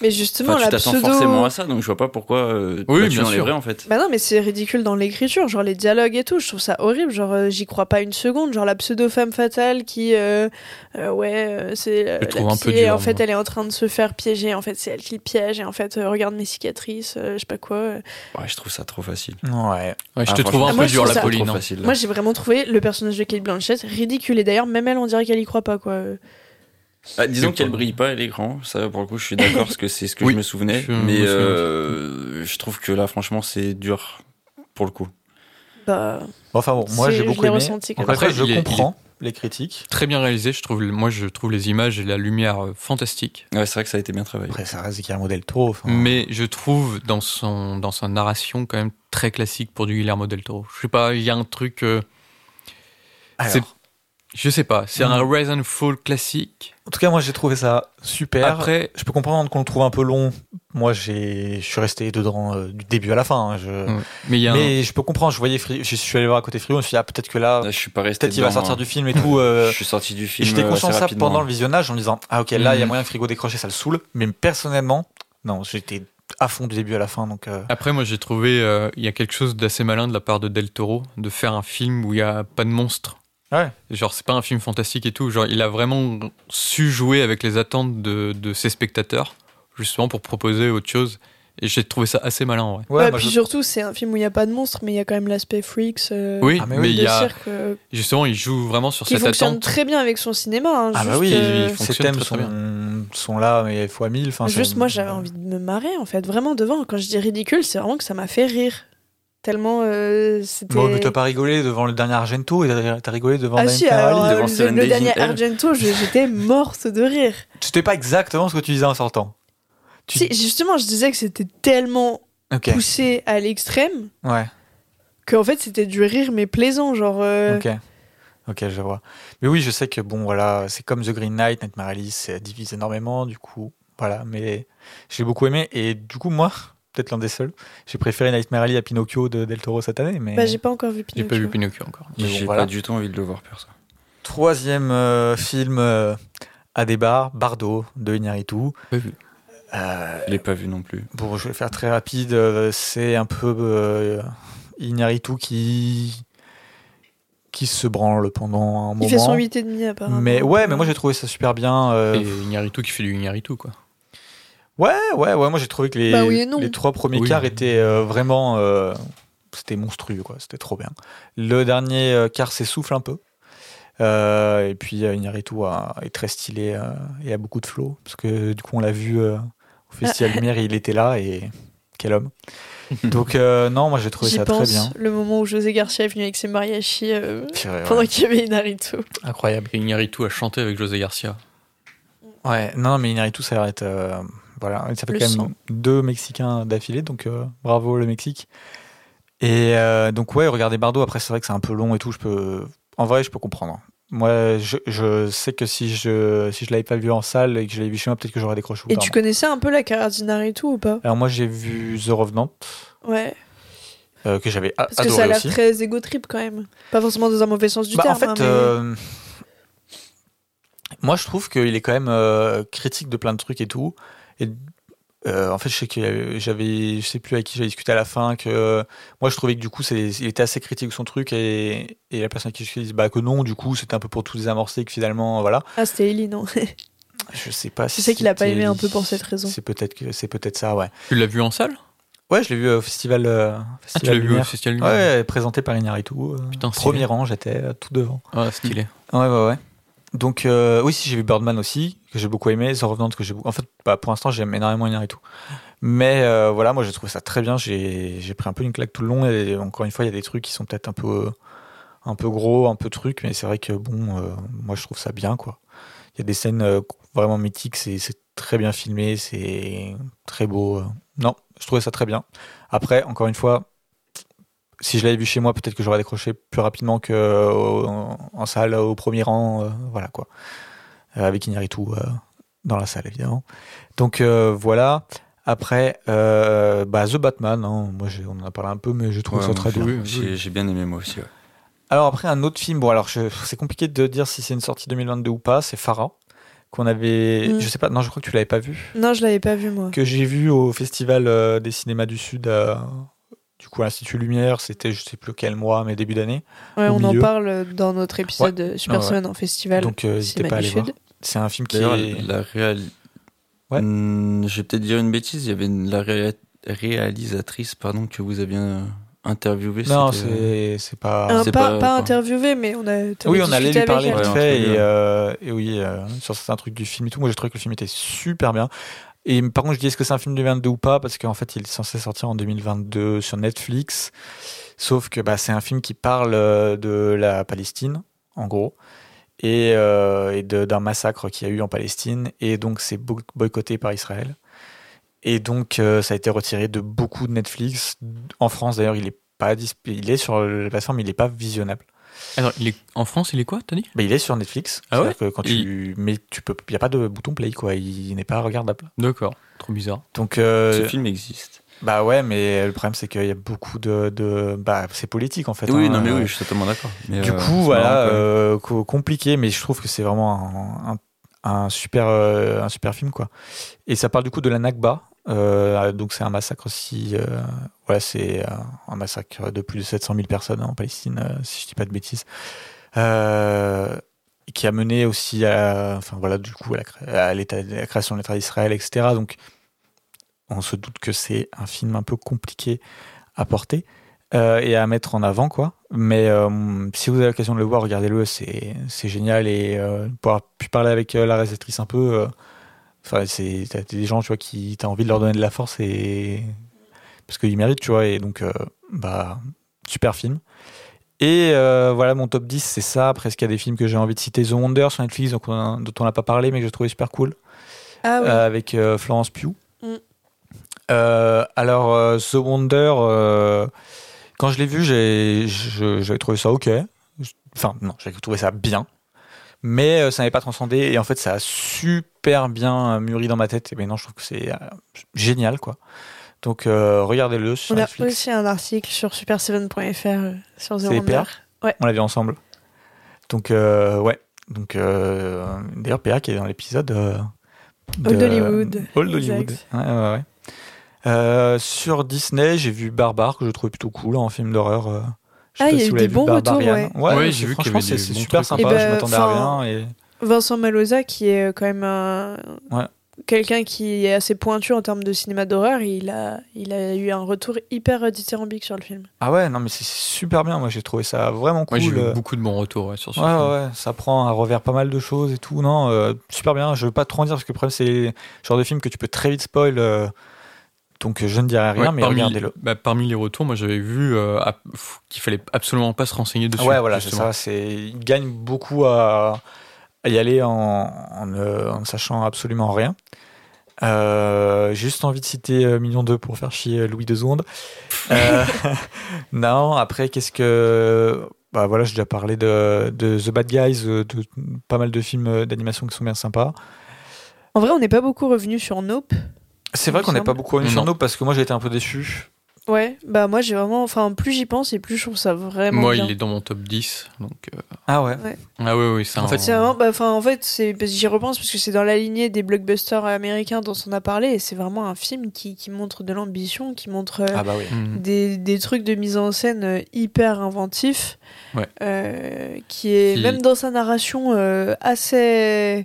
S2: mais justement,
S3: Enfin, tu
S2: la
S3: t'attends
S2: pseudo.
S3: forcément à ça, donc je vois pas pourquoi euh,
S4: Oui,
S3: là, tu
S4: bien sûr.
S3: l'enlèverais en fait.
S2: Bah non, mais c'est ridicule dans l'écriture, genre les dialogues et tout, je trouve ça horrible, genre euh, j'y crois pas une seconde, genre la pseudo-femme fatale qui, euh, euh, ouais, euh, c'est euh,
S4: Je
S2: la
S4: trouve un
S2: psy,
S4: peu
S2: et
S4: dur,
S2: en fait
S4: moi.
S2: elle est en train de se faire piéger, en fait c'est elle qui le piège, et en fait euh, regarde mes cicatrices, euh, je sais pas quoi. euh.
S3: Ouais, je trouve ça trop facile.
S1: Ouais.
S4: Ouais,
S3: Ah,
S4: je te trouve
S2: franchement,
S4: un peu
S2: moi,
S4: dur,
S2: je
S4: la
S2: trouve
S4: Pauline.
S3: trop
S4: hein.
S3: facile. là.
S2: Moi j'ai vraiment trouvé le personnage de Kate Blanchett ridicule, et d'ailleurs même elle on dirait qu'elle y croit pas, quoi. euh.
S3: Ah, disons
S4: C'est
S3: qu'elle
S4: quoi
S3: brille pas, elle est grand. Ça, pour le coup, je suis d'accord parce que c'est ce que
S4: Oui,
S3: je me souvenais.
S4: je me
S3: mais
S4: souviens
S3: euh, je trouve que là, franchement, c'est dur pour le coup.
S2: Bah,
S1: Bon, Enfin bon, moi
S2: C'est-
S1: j'ai
S2: je
S1: beaucoup
S2: l'ai
S1: aimé.
S2: ressenti comme
S1: Encore une
S4: ça.
S1: fois, je
S4: Après, il est-
S1: comprends les critiques.
S4: Très bien réalisé, je trouve. Moi, je trouve les images et la lumière euh, fantastiques.
S3: Ouais, c'est vrai que ça a été bien travaillé.
S1: Après, ça reste Guillermo del Toro. enfin.
S4: Mais je trouve dans son dans sa narration quand même très classique pour du Guillermo del Toro. Je sais pas, il y a un truc. euh,
S1: Alors,
S4: c'est- je sais pas. C'est
S1: Mhm.
S4: un rise and fall classique.
S1: en tout cas, moi j'ai trouvé ça super.
S4: Après,
S1: je peux comprendre qu'on le trouve un peu long. Moi, j'ai, je suis resté dedans euh, du début à la fin. hein, je-
S4: mais il y a. un-
S1: Mais je peux comprendre. Je voyais, Fri- je suis allé voir à côté Frio. Je me suis dit ah, peut-être que là,
S3: Là, je suis pas resté.
S1: peut-être il va
S3: dedans,
S1: sortir
S3: hein.
S1: du film et tout. euh,
S3: Je suis sorti du film.
S1: J'étais
S3: euh,
S1: conscient de
S3: assez
S1: ça
S3: rapidement.
S1: pendant le visionnage en me disant Ah, ok, là, il y a
S4: Mhm.
S1: moyen de frigo décroché, ça le saoule. Mais personnellement, non, j'étais à fond du début à la fin. Donc, euh,
S4: Après, moi, j'ai trouvé euh, il y a quelque chose d'assez malin de la part de Del Toro de faire un film où il y a pas de monstre.
S1: Ouais.
S4: Genre, c'est pas un film fantastique et tout. Genre, il a vraiment su jouer avec les attentes de, de ses spectateurs, justement pour proposer autre chose. Et j'ai trouvé ça assez malin, ouais.
S2: ouais,
S1: moi,
S2: puis
S1: je-
S2: surtout c'est un film où il y a pas de monstre, mais il y a quand même l'aspect freaks. euh,
S4: Oui,
S1: Ah, mais
S4: mais,
S1: oui,
S4: il
S2: de
S4: y a,
S2: cirque, euh,
S4: justement, il joue vraiment sur
S2: qui
S4: cette
S2: fonctionne
S4: attente.
S2: très bien avec son cinéma. hein,
S1: Ah bah
S2: juste,
S1: oui,
S2: euh,
S4: il
S1: ces
S4: fonctionne
S1: thèmes
S4: très, très
S1: sont, sont là, mais fois mille. enfin,
S2: Juste,
S1: c'est-
S2: moi, j'avais envie de me marrer, en fait, vraiment devant. Quand je dis ridicule, c'est vraiment que ça m'a fait rire. Tellement euh, c'était.
S1: Bon, mais t'as pas rigolé devant le dernier Argento et t'as t'as rigolé devant
S2: ah
S1: Nightmare
S2: si,
S1: Alley.
S2: alors, euh,
S3: devant
S2: le,
S3: Steven
S2: le dernier
S3: Design, elle.
S2: Argento, je- j'étais morte de rire.
S1: C'était pas exactement ce que tu disais en sortant. Tu-
S2: Si, justement, je disais que c'était tellement
S1: Ok.
S2: poussé à l'extrême
S1: Ouais.
S2: qu'en fait, c'était du rire, mais plaisant. Genre, euh,
S1: Ok. Ok, je vois. Mais oui, je sais que bon, voilà, c'est comme The Green Knight, Nightmare Alley, ça divise énormément, du coup, voilà. Mais j'ai beaucoup aimé et du coup, moi, peut-être l'un des seuls, j'ai préféré Nightmare Alley à Pinocchio de Del Toro cette année. Mais
S2: bah, j'ai pas encore vu
S4: J'ai
S2: Pinocchio.
S4: pas vu Pinocchio encore.
S1: Mais bon,
S3: J'ai
S1: voilà. Euh,
S3: pas du tout envie de le voir, perso.
S1: troisième euh, film euh, à débat, Bardo de Iñárritu.
S4: Pas vu.
S1: Euh,
S3: Je l'ai pas vu non plus.
S1: Bon, je vais faire très rapide. euh, C'est un peu euh, Iñárritu qui qui se branle pendant un moment.
S2: Il fait son 8,5 apparemment.
S1: mais ouais, mais moi j'ai trouvé ça super bien. euh,
S4: Et Iñárritu qui fait du Iñárritu, quoi.
S1: ouais, ouais, ouais. Moi j'ai trouvé que les,
S2: Bah oui et non.
S1: les trois premiers
S4: Oui.
S1: quarts étaient euh, vraiment, euh, c'était monstrueux quoi. C'était trop bien. Le dernier euh, quart s'essouffle un peu. Euh, et puis euh, Iñárritu a- est très stylé euh, et a beaucoup de flow. Parce que du coup, on l'a vu euh, au Festival Lumière, il était là et quel homme. Donc, euh, non, moi j'ai trouvé
S2: J'y
S1: ça très bien.
S2: pense, le moment où José Garcia est venu avec ses mariachis euh,
S1: Purée, ouais.
S2: pendant qu'il y avait Inarito.
S1: Incroyable.
S4: Et Iñárritu a chanté avec José Garcia.
S1: Ouais, non, mais Inarritu, ça a l'air d'être, euh, voilà, ça fait
S2: Le
S1: quand
S2: sang.
S1: même deux Mexicains d'affilée, donc euh, bravo le Mexique. Et euh, donc, ouais, regardez Bardo. Après, c'est vrai que c'est un peu long et tout. Je peux, en vrai, je peux comprendre. hein. Moi, je, je sais que si je si je l'avais pas vu en salle et que je l'avais vu chez moi, peut-être que j'aurais décroché. au bout
S2: Et
S1: d'un
S2: tu
S1: moment.
S2: connaissais un peu la carrière d'Inarito ou pas
S1: Alors moi, j'ai vu The Revenant
S2: Ouais.
S1: euh, que j'avais a-
S2: Parce que ça a
S1: adoré
S2: l'air
S1: aussi.
S2: très égo trip quand même. Pas forcément dans un mauvais sens du
S1: Bah,
S2: terme.
S1: en fait,
S2: hein, mais-
S1: euh, moi je trouve qu'il est quand même euh, critique de plein de trucs et tout. Et euh, en fait, je sais que euh, j'avais, je sais plus avec qui j'avais discuté à la fin que euh, moi je trouvais que du coup, c'est, il était assez critique de son truc et, et la personne qui disait bah que non, du coup, c'était un peu pour tout désamorcer que finalement, voilà.
S2: Ah, c'était Ellie, non
S1: Je sais pas.
S2: Je sais qu'il a pas
S1: c'était-
S2: aimé un peu pour cette raison.
S1: C'est peut-être que c'est peut-être ça, ouais.
S4: Tu l'as vu en salle
S1: Ouais, je l'ai vu au festival. euh,
S4: Ah, tu
S1: festival
S4: l'as vu au
S1: Lumière.
S4: Festival Lumière
S1: Ouais, présenté par Iñárritu. euh,
S4: Putain, stylé.
S1: premier rang, j'étais euh, tout devant.
S4: Ah, stylé.
S1: Ouais, ouais, ouais. Donc, euh, oui, si j'ai vu Birdman aussi, que j'ai beaucoup aimé, The Revenant, que j'ai beaucoup. En fait, bah, pour l'instant, j'aime énormément Inarritu. Mais euh, voilà, moi, j'ai trouvé ça très bien. J'ai j'ai pris un peu une claque tout le long. Et encore une fois, il y a des trucs qui sont peut-être un peu, euh, un peu gros, un peu truc. Mais c'est vrai que, bon, euh, moi, je trouve ça bien, quoi. Il y a des scènes euh, vraiment mythiques. C'est c'est très bien filmé. C'est très beau. euh. Non, je trouvais ça très bien. Après, encore une fois, si je l'avais vu chez moi, peut-être que j'aurais décroché plus rapidement que euh, au- en, en salle au premier rang, euh, voilà quoi. Euh, avec Inaritu dans la salle évidemment. Donc euh, voilà. Après, euh, bah, The Batman, hein, moi j'ai- on en a parlé un peu, mais je trouve
S3: Ouais,
S1: ça
S3: moi,
S1: très
S3: j'ai-
S1: bien.
S4: Oui, oui.
S3: J'ai j'ai bien aimé moi aussi. ouais.
S1: Alors après un autre film, bon alors je- c'est compliqué de dire si c'est une sortie 2022 ou pas. C'est Farah qu'on avait,
S2: Mm.
S1: je sais pas, non je crois que tu l'avais pas vu,
S2: Non, je l'avais pas vu moi.
S1: que j'ai vu au festival euh, des cinémas du Sud, euh, du coup à l'Institut Lumière, c'était je sais plus quel mois, mais début d'année.
S2: Ouais,
S1: au
S2: on
S1: milieu.
S2: en parle dans notre épisode de Super
S1: Ah ouais.
S2: Semaine en festival.
S1: Donc euh, n'hésitez
S2: Cinéma
S1: pas à
S2: du
S1: aller voir.
S2: Sud.
S1: C'est un film qui
S3: D'ailleurs,
S1: est.
S3: la réal...
S1: Ouais.
S3: Hmm, je vais peut-être dire une bêtise. Il y avait une- la réa- réalisatrice, pardon, que vous aviez euh, interviewée.
S1: Non,
S3: c'était- euh,
S1: c'est c'est pas.
S2: Un,
S3: c'est
S2: pas,
S3: pas-
S2: pas
S3: pas-
S2: interviewé, mais on a. t'avais
S1: Oui, on allait
S2: discuté
S1: lui
S2: avec
S1: parler
S2: elle.
S1: vite
S3: Ouais,
S1: fait
S3: entre
S1: et,
S3: les deux.
S1: euh, et oui, euh, sur certains trucs du film et tout. Moi, j'ai trouvé que le film était super bien. Et par contre, je dis est-ce que c'est un film de 2022 ou pas Parce qu'en fait, il est censé sortir en 2022 sur Netflix. Sauf que bah, c'est un film qui parle euh, de la Palestine, en gros, et, euh, et de- d'un massacre qu'il y a eu en Palestine. Et donc, c'est bo- boycotté par Israël. Et donc, euh, ça a été retiré de beaucoup de Netflix. En France, d'ailleurs, il est pas disp- il est sur la plateforme, il n'est pas visionnable.
S4: Alors, il est... en France, il est quoi, t'as dit
S1: Mais Bah, il est sur Netflix.
S4: Ah ouais
S1: C'est-à-dire que quand tu mais tu peux il y a pas de bouton play quoi, il n'est pas regardable.
S4: D'accord. Trop bizarre.
S1: Donc euh,
S3: Ce film existe.
S1: bah ouais, mais le problème c'est qu'il y a beaucoup de, de bah c'est politique en fait.
S3: oui,
S1: hein.
S3: non, mais oui, je suis totalement d'accord. Mais,
S1: Du
S3: euh,
S1: coup
S3: c'est marrant,
S1: voilà
S3: quand même.
S1: euh, co- compliqué, mais je trouve que c'est vraiment un, un- un super euh, un super film quoi. Et ça parle du coup de la Nakba. Euh, donc c'est un massacre aussi. euh, voilà, c'est euh, un massacre de plus de 700 000 personnes en Palestine, euh, si je dis pas de bêtises. Euh, qui a mené aussi à, enfin voilà, du coup à la, cré- à l'état- à la création de l'État d'Israël, etc. Donc on se doute que c'est un film un peu compliqué à porter euh, et à mettre en avant, quoi. Mais euh, si vous avez l'occasion de le voir, regardez-le, c'est c'est génial et euh, pour avoir pu parler avec euh, la réalisatrice un peu. euh, Enfin, c'est t'as des gens, tu vois, qui t'as envie de leur donner de la force et parce qu'ils méritent, tu vois. Et donc, euh, bah, super film. Et euh, voilà, mon top 10, c'est ça. Après, est-ce qu'il y a des films que j'ai envie de citer The Wonder sur Netflix, donc on a- dont on n'a pas parlé, mais que j'ai trouvé super cool,
S2: Ah oui.
S1: euh, avec euh, Florence Pugh.
S2: Mm.
S1: Euh, alors, euh, The Wonder, euh, quand je l'ai vu, j'ai- je- j'avais trouvé ça ok. Je- Enfin, non, j'avais trouvé ça bien. Mais euh, ça n'avait pas transcendé. Et en fait, ça a super bien euh, mûri dans ma tête. Et maintenant, je trouve que c'est euh, génial, quoi. Donc, euh, regardez-le sur
S2: On a
S1: Netflix.
S2: aussi un article sur super7.fr euh, sur The
S1: C'est les
S2: Wonder.
S1: PA? On l'a vu ensemble. Donc, euh, ouais. Donc, euh, d'ailleurs, PA qui est dans l'épisode. euh, de-
S2: Old Hollywood.
S1: Old Hollywood.
S2: Exact.
S1: Ouais, ouais, ouais. Euh, sur Disney, j'ai vu Barbare, que je trouvais plutôt cool, en film d'horreur. euh, je sais
S2: Ah,
S1: pas
S2: il y
S1: si vous
S2: a eu
S1: l'avez
S2: des
S1: vu,
S2: bons retours,
S1: Barbarian.
S4: ouais. Ouais, j'ai
S1: c'est-
S4: vu qu'il y
S1: franchement,
S4: avait
S1: c'est
S4: des
S1: c'est
S4: bons
S1: super
S4: trucs.
S1: sympa,
S2: Et
S1: je
S2: ben,
S1: m'attendais à
S2: enfin,
S1: rien. Et...
S2: Vincent Maloza qui est quand même euh, un
S1: Ouais.
S2: quelqu'un qui est assez pointu en termes de cinéma d'horreur, il a, il a eu un retour hyper dithyrambique sur le film.
S1: Ah ouais, non, mais c'est super bien. Moi, j'ai trouvé ça vraiment cool.
S4: Moi, j'ai eu
S1: Euh,
S4: beaucoup de bons retours ouais, sur ce
S1: Ouais,
S4: film.
S1: ouais, ça prend à revers pas mal de choses et tout. Non, euh, super bien. Je veux pas trop en dire parce que le problème, c'est le genre de film que tu peux très vite spoil. euh, donc, euh, je ne dirai rien,
S4: Ouais,
S1: mais
S4: parmi,
S1: regardez-le.
S4: bah, parmi les retours, moi j'avais vu euh, à- f- qu'il fallait absolument pas se renseigner dessus.
S1: Ouais, voilà, c'est ça.
S4: justement.
S1: C'est, il gagne beaucoup à, à y aller en, en ne, en ne sachant absolument rien. Euh, j'ai juste envie de citer euh, Million 2 pour faire chier Louis de Zonde. Euh, non, après, qu'est-ce que. Bah voilà, j'ai déjà parlé de, de The Bad Guys, euh, de pas mal de films euh, d'animation qui sont bien sympas.
S2: En vrai, on n'est pas beaucoup revenu sur Nope.
S1: C'est
S2: Il
S1: vrai
S2: me
S1: qu'on n'est pas
S2: semble.
S1: beaucoup revenu sur
S4: Non.
S1: nous parce que moi j'ai été un peu déçu.
S2: Ouais, bah moi j'ai vraiment. Enfin, plus j'y pense et plus je trouve ça vraiment.
S4: Moi,
S2: bien.
S4: il est dans mon top 10. Donc, euh,
S1: Ah ouais.
S4: Ah oui, oui, c'est
S1: En
S4: un-
S1: fait,
S2: C'est vraiment, bah, enfin, en fait, c'est, parce que j'y repense parce que c'est dans la lignée des blockbusters américains dont on a parlé et c'est vraiment un film qui, qui montre de l'ambition, qui montre euh,
S1: Ah bah oui.
S4: Mm.
S2: des, des trucs de mise en scène euh, hyper inventifs,
S4: Ouais.
S2: euh, qui est
S4: Qui-
S2: même dans sa narration euh, assez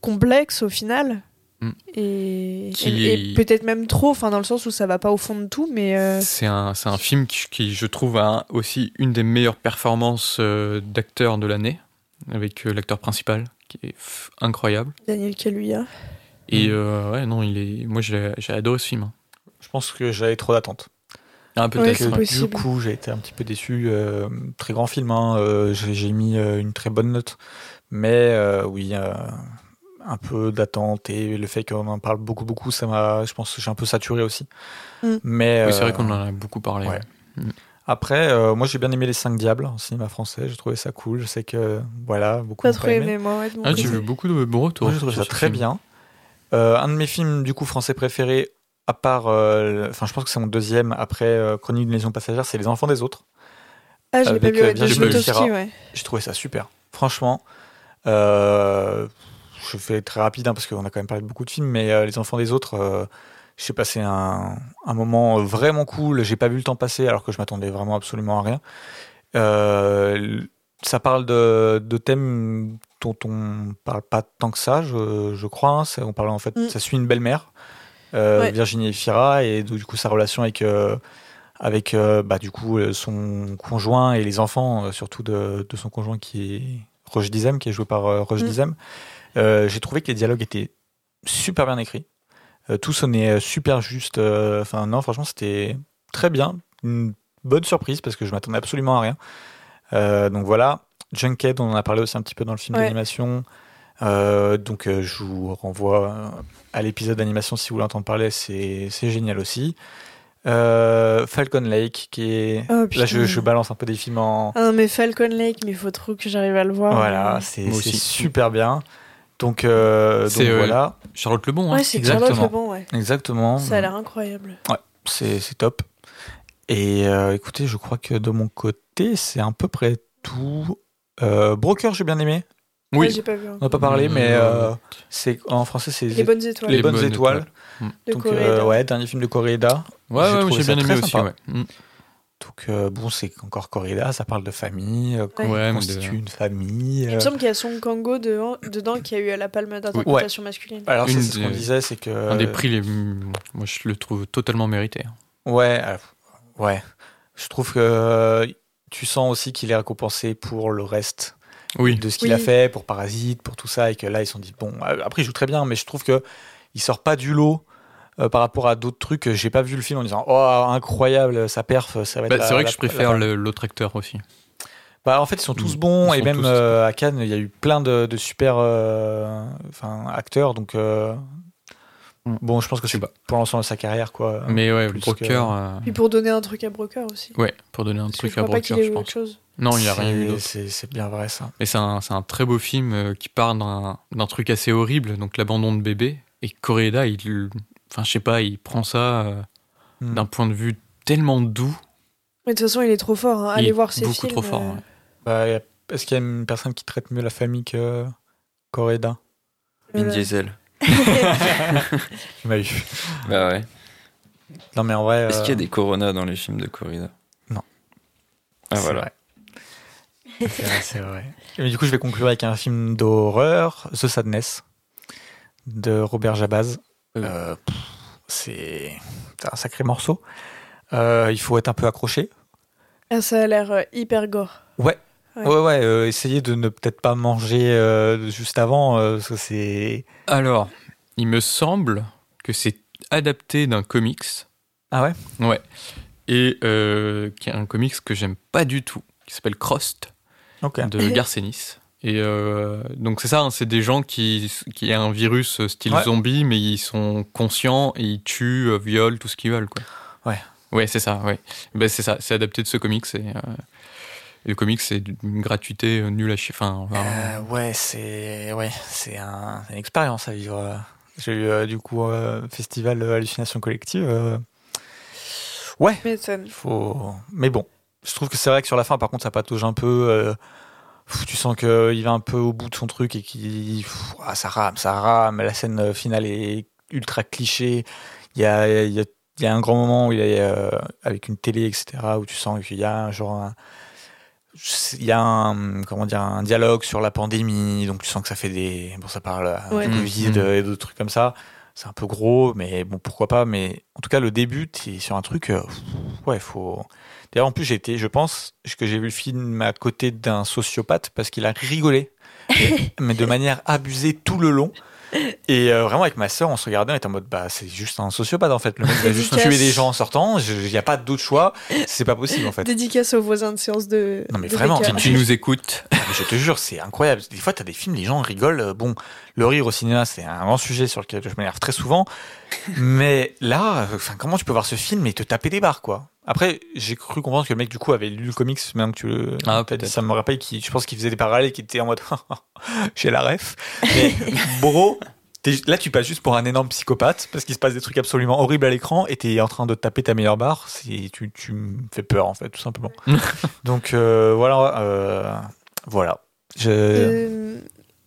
S2: complexe au final.
S4: Mm.
S2: Et,
S4: Qui-
S2: et- et peut-être même trop, enfin dans le sens où ça va pas au fond de tout, mais euh,
S4: C'est un, c'est un film qui, qui, je trouve, a aussi une des meilleures performances euh, d'acteur de l'année, avec euh, l'acteur principal, qui est pff, incroyable.
S2: Daniel Kaluuya.
S4: Et
S1: Mm.
S4: euh, ouais, non, il est... moi, j'ai j'ai adoré ce film. hein.
S1: Je pense que j'avais trop d'attentes.
S4: Ah,
S2: Ouais,
S4: peut-être.
S2: c'est
S4: ouais.
S2: possible.
S1: Du coup, j'ai été un petit peu déçu. Euh, très grand film, hein. Euh, j'ai j'ai mis euh, une très bonne note. Mais euh, oui, euh, un peu d'attente et le fait qu'on en parle beaucoup, beaucoup, ça m'a. Je pense que j'ai un peu saturé aussi.
S2: Mm.
S1: Mais
S4: Oui, c'est vrai
S1: euh,
S4: qu'on en a beaucoup parlé.
S1: ouais.
S4: ouais.
S1: après, euh, moi j'ai bien aimé Les Cinq Diables en cinéma français. J'ai trouvé ça cool. Je sais que voilà, beaucoup
S2: Pas
S1: n'ont
S2: trop
S1: aimé.
S2: aimé, moi, ouais, de mon
S4: Ah, j'ai
S2: côté.
S4: vu beaucoup de bons retours.
S1: Moi, je trouve
S4: sur
S1: ça
S4: ce
S1: très
S4: film.
S1: bien. Euh, un de mes films du coup français préférés, à part, euh, le- enfin je pense que c'est mon deuxième après euh, Chronique d'une lésion passagère, c'est Les Enfants des autres.
S2: Ah, je l'ai pas
S1: avec,
S2: vu,
S1: euh,
S2: ouais, de
S1: Virginie
S2: Zlotowski,
S1: Fira.
S2: ouais.
S1: J'ai trouvé ça super. Franchement, euh, je fais très rapide hein, parce qu'on a quand même parlé de beaucoup de films, mais euh, Les Enfants des Autres, euh, j'ai passé un, un moment vraiment cool. J'ai pas vu le temps passer alors que je m'attendais vraiment absolument à rien. Euh, ça parle de, de thèmes dont on parle pas tant que ça, je, je crois. hein. Ça- On parle en fait,
S2: Mm.
S1: ça suit une belle-mère, euh,
S2: Ouais.
S1: Virginie Fira, et du coup sa relation avec euh, avec euh, bah, du coup euh, son conjoint et les enfants euh, surtout de, de son conjoint qui est Roche Dizem qui est joué par euh, Roche
S2: Mm.
S1: Dizem Euh, j'ai trouvé que les dialogues étaient super bien écrits Euh, tout sonnait euh, super juste Euh, enfin non franchement c'était très bien une bonne surprise parce que je m'attendais absolument à rien Euh, donc voilà Junkhead on en a parlé aussi un petit peu dans le film
S2: Ouais.
S1: d'animation Euh, donc euh, je vous renvoie euh, à l'épisode d'animation si vous voulez entendre parler c'est c'est génial aussi euh, Falcon Lake, qui est.
S2: Oh,
S1: Là,
S2: putain.
S1: je, je balance un peu des films en.
S2: Ah non, mais Falcon Lake, mais il faut trop que j'arrive à le voir.
S1: Voilà, c'est
S4: Moi
S1: c'est
S4: aussi.
S1: super bien. Donc, euh, donc
S4: C'est, euh,
S1: voilà,
S4: Charlotte Lebon, hein.
S2: Ouais, c'est Charlotte
S1: exactement.
S2: Lebon, ouais.
S1: exactement.
S2: Ça a l'air incroyable.
S1: C'est c'est top. Et euh, écoutez, je crois que de mon côté, c'est à peu près tout. Euh, Broker, j'ai bien aimé.
S4: Oui.
S2: Ouais, j'ai pas vu. hein.
S1: On n'a pas parlé, mais
S4: Euh,
S1: euh, c'est en français, c'est
S2: Les bonnes étoiles
S1: Les bonnes étoiles.
S2: de
S1: Donc,
S2: Corée.
S1: euh, ouais, dernier film de Coréda.
S4: Ouais,
S1: J'ai
S4: ouais,
S1: trouvé
S4: j'ai
S1: ça
S4: bien aimé
S1: très
S4: aussi.
S1: sympa.
S4: Ouais. Mm.
S1: Donc, euh, bon, c'est encore Coréda, ça parle de famille, euh, comment
S4: Ouais,
S1: on
S4: mais
S1: constitue
S4: de-
S1: une famille.
S2: Il
S1: euh,
S2: me semble qu'il y a Song Kango de- dedans qui a eu la palme d'interprétation masculine.
S1: Alors, c'est
S4: Une
S1: c'est ce qu'on
S4: des-
S1: disait, c'est que.
S4: Un des prix, les... moi je le trouve totalement mérité. hein.
S1: Ouais, euh, ouais. Je trouve que euh, tu sens aussi qu'il est récompensé pour le reste
S4: Oui,
S1: de ce qu'il
S2: Oui.
S1: a fait, pour Parasite, pour tout ça, et que là ils se sont dit bon. euh, Après, il joue très bien, mais je trouve que il sort pas du lot. euh, par rapport à d'autres trucs, j'ai pas vu le film en disant oh incroyable sa perf, ça va être.
S4: Bah,
S1: la-
S4: c'est vrai
S1: la-
S4: que je préfère
S1: la-
S4: le- l'autre acteur aussi.
S1: Bah, en fait, ils sont tous
S4: Ils
S1: bons
S4: sont
S1: et même
S4: tous-
S1: euh, à Cannes, il y a eu plein de, de super euh, enfin, acteurs, donc euh,
S4: Mm.
S1: bon, je pense que
S4: Je sais
S1: c'est
S4: pas.
S1: pour l'ensemble de sa carrière quoi.
S4: Mais ouais,
S1: Ah, plus
S4: Broker.
S1: que-
S4: euh,
S2: Puis pour donner un truc à Broker aussi.
S4: Ouais, pour donner un
S2: Parce que
S4: truc
S2: je
S4: à
S2: crois pas qu'il
S4: Broker,
S2: ait
S4: je
S2: eu autre
S4: pense.
S2: chose.
S4: Non, il a rien eu
S1: C'est-
S4: d'autre.
S1: C'est c'est bien vrai ça.
S4: Mais c'est un, c'est un très beau film euh, qui part d'un d'un truc assez horrible, donc l'abandon de bébé. Et Coréda, il. Enfin, je sais pas, il prend ça euh,
S1: Mm.
S4: d'un point de vue tellement doux.
S2: Mais de toute façon, il est trop fort. hein.
S4: il
S2: Allez
S4: est
S2: voir ses
S4: Beaucoup
S2: films.
S4: trop fort.
S2: euh,
S4: ouais.
S1: Bah, y a- Est-ce qu'il y a une personne qui traite mieux la famille que Correda
S2: mais
S1: euh,
S3: Vin
S2: là-
S3: Diesel.
S1: Tu m'as eu.
S3: Bah ouais.
S1: euh, Non, mais en vrai.
S3: Est-ce
S1: euh,
S3: qu'il y a des coronas dans les films de corrida
S1: Non.
S3: Ah
S1: c'est
S3: voilà.
S1: vrai. C'est vrai, c'est vrai. Mais du coup, je vais conclure avec un film d'horreur, The Sadness. de Robert Jabaz.
S4: Oui.
S1: Euh, pff, c'est c'est un sacré morceau. Euh, il faut être un peu accroché.
S2: Ah, ça a l'air euh, hyper gore. Ouais.
S1: Ouais, ouais, euh, essayez de ne peut-être pas manger euh, juste avant, euh, parce que c'est.
S4: Alors, il me semble que c'est adapté d'un comics.
S1: Ah ouais
S4: Ouais. Et euh, qui est un comics que j'aime pas du tout, qui s'appelle Crost,
S1: Ok.
S4: de Garcenis. Et euh, donc c'est ça, hein, c'est des gens qui, qui a un virus euh, style
S1: Ouais.
S4: zombie, mais ils sont conscients et ils tuent, euh, violent, tout ce qu'ils veulent. Quoi.
S1: Ouais.
S4: Ouais, c'est ça, ouais. Ben, c'est ça, c'est adapté de ce comics. Et, euh, et le comics, c'est d'une gratuité euh, nulle à chier. Enfin, vraiment.
S1: Euh, ouais, c'est ouais, c'est un, c'est une expérience à vivre. euh. J'ai eu euh, du coup euh, festival euh, hallucination collective. euh. Ouais,
S2: Mais ça-
S1: il faut. Mais bon, je trouve que c'est vrai que sur la fin, par contre, ça patauge un peu. euh, pff, Tu sens qu'il va un peu au bout de son truc et qu'il. pff, ah, ça rame, ça rame. La scène euh, finale est ultra cliché. Il y a, il y a- il y a un grand moment où il est euh, avec une télé, etc., où tu sens qu'il y a un genre. un- il y a un, comment dire, un dialogue sur la pandémie, donc tu sens que ça fait des. Bon, ça parle euh,
S2: Ouais.
S1: du Covid
S4: Mhm.
S1: euh, et d'autres trucs comme ça. C'est un peu gros, mais bon, pourquoi pas. Mais en tout cas, le début, t'es sur un truc. euh, pff, ouais, faut. D'ailleurs, en plus, j'ai été, je pense que j'ai vu le film à côté d'un sociopathe parce qu'il a rigolé, mais, mais de manière abusée tout le long. Et euh, vraiment, avec ma sœur, on se regardait, on était en mode, bah, c'est juste un sociopathe en fait. Le mec il a juste
S2: Dédicace.
S1: tué des gens en sortant, il n'y a pas d'autre choix, c'est pas possible en fait.
S2: Dédicace aux voisins de séance de.
S1: Non, mais
S2: de
S1: vraiment,
S2: Becker.
S1: mais
S4: Tu nous écoutes.
S1: Mais Je te jure, c'est incroyable. Des fois, t'as des films, les gens rigolent. Euh, Bon, le rire au cinéma, c'est un grand sujet sur lequel je m'énerve très souvent. Mais là, euh, enfin, comment tu peux voir ce film et te taper des barres, quoi Après, j'ai cru comprendre que le mec, du coup, avait lu le comics, même que tu le.
S4: Ah,
S1: t'as dit,
S4: peut-être.
S1: ça me rappelle qu'il, je pense qu'il faisait des parallèles, qu'il était en mode, chez la ref. Mais, bro. t'es- Là, tu passes juste pour un énorme psychopathe parce qu'il se passe des trucs absolument horribles à l'écran et t'es en train de taper ta meilleure barre. C'est- Tu, tu me fais peur, en fait, tout simplement. Donc, euh, voilà. euh, voilà. Je...
S2: Euh,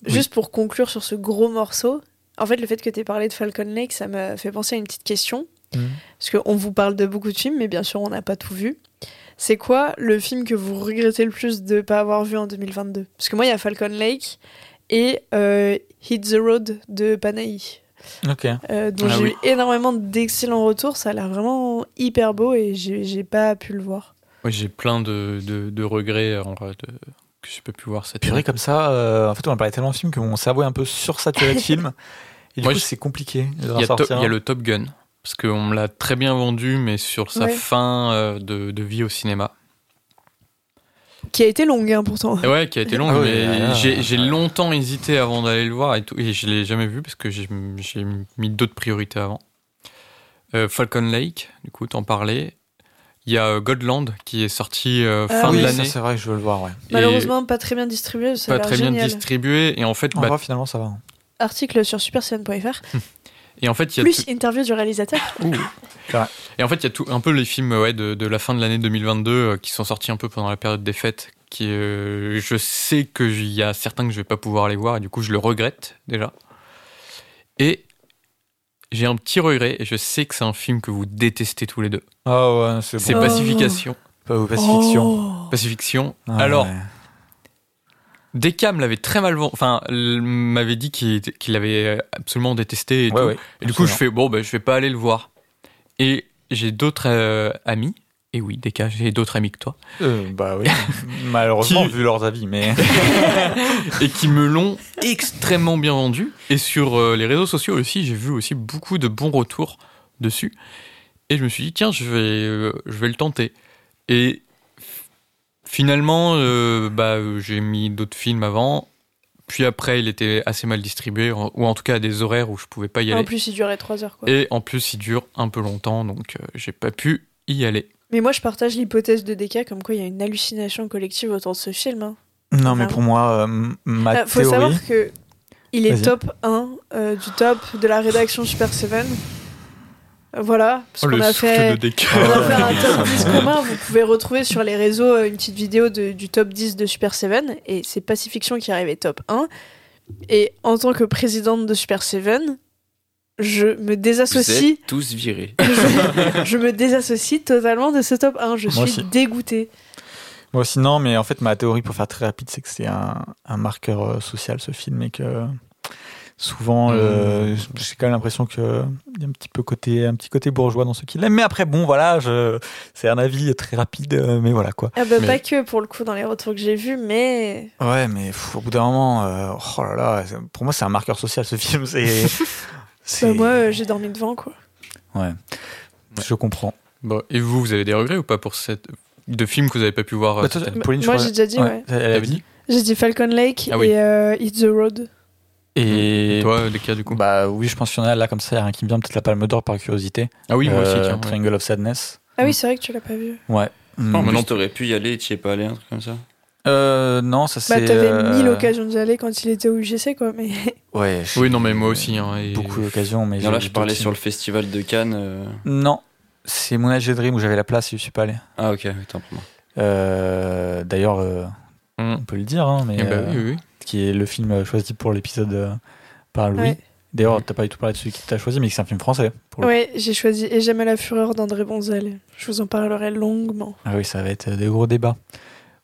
S1: oui.
S2: Juste pour conclure sur ce gros morceau, en fait, le fait que tu aies parlé de Falcon Lake, ça m'a fait penser à une petite question.
S1: Mhm.
S2: Parce qu'on vous parle de beaucoup de films, mais bien sûr, on n'a pas tout vu. C'est quoi le film que vous regrettez le plus de ne pas avoir vu en 2022 Parce que moi, il y a Falcon Lake et euh, Hit the Road de Panahi,
S1: Ok.
S2: euh, dont
S4: Ah
S2: j'ai
S4: oui.
S2: eu énormément d'excellents retours. Ça a l'air vraiment hyper beau et j'ai j'ai pas pu le voir.
S4: Ouais, j'ai plein de, de, de regrets en vrai, de- que je peux plus voir cette
S1: Purée,
S4: année.
S1: comme ça, euh, en fait, on a parlé tellement de films que mon cerveau est un peu sursaturé de films. Et du
S4: Moi,
S1: coup,
S4: je-
S1: c'est compliqué de hein.
S4: Il y, a
S1: ressortir.
S4: Top- il y a le Top Gun, parce qu'on me l'a très bien vendu, mais sur sa
S2: Ouais.
S4: fin euh, de, de vie au cinéma.
S2: Qui a été longue, hein, pourtant.
S4: Et ouais, qui a été longue,
S1: Ah oui,
S4: mais
S1: là, là,
S4: j'ai,
S1: là.
S4: j'ai longtemps hésité avant d'aller le voir et tout, et je l'ai jamais vu parce que j'ai, j'ai mis d'autres priorités avant. Euh, Falcon Lake, du coup, t'en parlais. Il y a euh, Godland qui est sorti euh,
S2: Ah
S4: fin
S1: oui,
S4: de
S1: ça,
S4: l'année.
S1: c'est vrai que je veux le voir, ouais.
S4: et
S2: Malheureusement, pas très bien distribué. Ça a
S4: pas
S2: l'air
S4: très bien
S2: génial.
S4: distribué. Et en fait,
S1: On
S4: bah,
S1: voit finalement, ça va. hein.
S2: Article sur supercine.fr.
S4: et en fait, il y a
S2: Plus interview du réalisateur.
S4: Et en fait, il y a tout, un peu les films ouais, de, de la fin de l'année 2022 euh, qui sont sortis un peu pendant la période des fêtes. Qui, euh, je sais qu'il y a certains que je vais pas pouvoir aller voir et du coup, je le regrette déjà. Et j'ai un petit regret et je sais que c'est un film que vous détestez tous les deux.
S1: Ah ouais, c'est
S4: C'est
S1: bon.
S2: pas-
S4: Pacification.
S1: Pas... ou Pacifiction.
S2: Oh
S4: Pacifiction.
S1: Ah
S4: Alors,
S1: ouais.
S4: Decam l'avait très mal vendu. Enfin, l- m'avait dit qu'il qu'il l'avait euh, absolument détesté. Et
S1: Ouais,
S4: tout.
S1: ouais,
S4: Et du coup, je
S1: absolument.
S4: fais bon, ben, je vais pas aller le voir. Et j'ai d'autres euh, amis. Et oui, Deka, j'ai d'autres amis que toi.
S1: Euh, bah oui. Malheureusement,
S4: Qui-
S1: vu leurs avis, mais.
S4: et qui me l'ont extrêmement bien vendu. Et sur euh, les réseaux sociaux aussi, j'ai vu aussi beaucoup de bons retours dessus. Et je me suis dit, tiens, je vais, euh, je vais le tenter. Et f- finalement, euh, bah, euh, j'ai mis d'autres films avant. Puis après, il était assez mal distribué, en- ou en tout cas à des horaires où je pouvais pas y
S2: En
S4: aller.
S2: plus, il durait 3 heures. Quoi.
S4: Et en plus, il dure un peu longtemps, donc euh, j'ai pas pu y aller.
S2: Mais moi, je partage l'hypothèse de Deka comme quoi il y a une hallucination collective autour de ce film. hein.
S1: non, mais pour moi, euh, m- ma
S2: Ah, faut
S1: théorie.
S2: savoir que il est
S1: Vas-y.
S2: top 1 euh, du top de la rédaction Super 7. Euh, Voilà, parce qu'on
S4: Oh, le
S2: a fait,
S4: de Deka.
S2: on a fait un top 10 commun. Vous pouvez retrouver sur les réseaux euh, une petite vidéo de- du top 10 de Super 7. Et c'est Pacifiction qui est arrivé top 1. Et en tant que présidente de Super 7, je me
S3: Vous
S2: désassocie
S3: êtes tous virés.
S2: je, je me désassocie totalement de ce top 1. Je
S1: Moi
S2: suis
S1: aussi.
S2: dégoûtée.
S1: Moi aussi, non, mais en fait, ma théorie, pour faire très rapide, c'est que c'est un, un marqueur euh, social, ce film, et que Souvent, euh, j'ai quand même l'impression qu'il y a un petit, peu côté, un petit côté bourgeois dans ceux qui l'aiment. Mais après, bon, voilà, je... c'est un avis très rapide, euh, mais voilà quoi.
S2: Ah bah,
S4: Mais-
S2: Pas que pour le coup dans les retours que j'ai vus, mais
S1: Ouais, mais pff, au bout d'un moment, euh, oh là là, c'est- pour moi, c'est un marqueur social ce film. C'est. c'est-
S2: bah, moi euh, j'ai dormi devant quoi.
S1: Je comprends.
S4: Bon, et vous, vous avez des regrets ou pas pour cette de films que vous n'avez pas pu voir euh,
S1: Bah, toi,
S4: cette année
S1: Pauline, je
S2: moi
S1: crois-
S2: j'ai déjà dit, ouais.
S1: Elle avait
S4: T'avais
S1: dit.
S4: dit
S2: J'ai dit Falcon Lake
S4: Ah oui.
S2: et euh, Hit the Road.
S1: Et.
S4: Toi, Dekia, du coup
S1: Bah oui, je pense qu'il y en a là comme ça, il y en a un qui me vient peut-être la palme d'or par curiosité.
S4: Ah oui, moi aussi,
S1: Euh,
S4: tiens. ouais.
S1: Triangle of Sadness.
S2: Ah oui, c'est vrai que tu l'as pas vu.
S1: Ouais.
S3: En
S1: Mm.
S4: Oh, mais non.
S3: plus, t'aurais pu y aller et t'y es pas allé, un truc comme ça.
S1: Euh, non, ça c'est.
S2: Bah t'avais
S1: euh,
S2: mille occasions d'y aller quand il était au UGC quoi, mais
S1: Ouais. je-
S4: Oui, non, mais moi aussi. hein, et-
S1: Beaucoup d'occasions, mais.
S3: Non, là,
S1: j'ai-
S3: je parlais sur le festival de Cannes. euh,
S1: Non, c'est mon âge de dream où j'avais la place et je suis pas allé.
S3: Ah, ok, attends pour moi.
S1: Euh, D'ailleurs, euh,
S4: Mm.
S1: on peut le dire, hein, mais.
S4: Eh bah
S1: euh,
S4: oui, oui.
S1: qui est le film choisi pour l'épisode euh, par Louis.
S2: Ouais.
S1: D'ailleurs, t'as pas du tout parlé de celui qui t'a choisi, mais c'est un film français. Pour le
S2: ouais, j'ai choisi Et jamais la fureur d'André Bonzel. Je vous en parlerai longuement.
S1: Ah oui, ça va être des gros débats.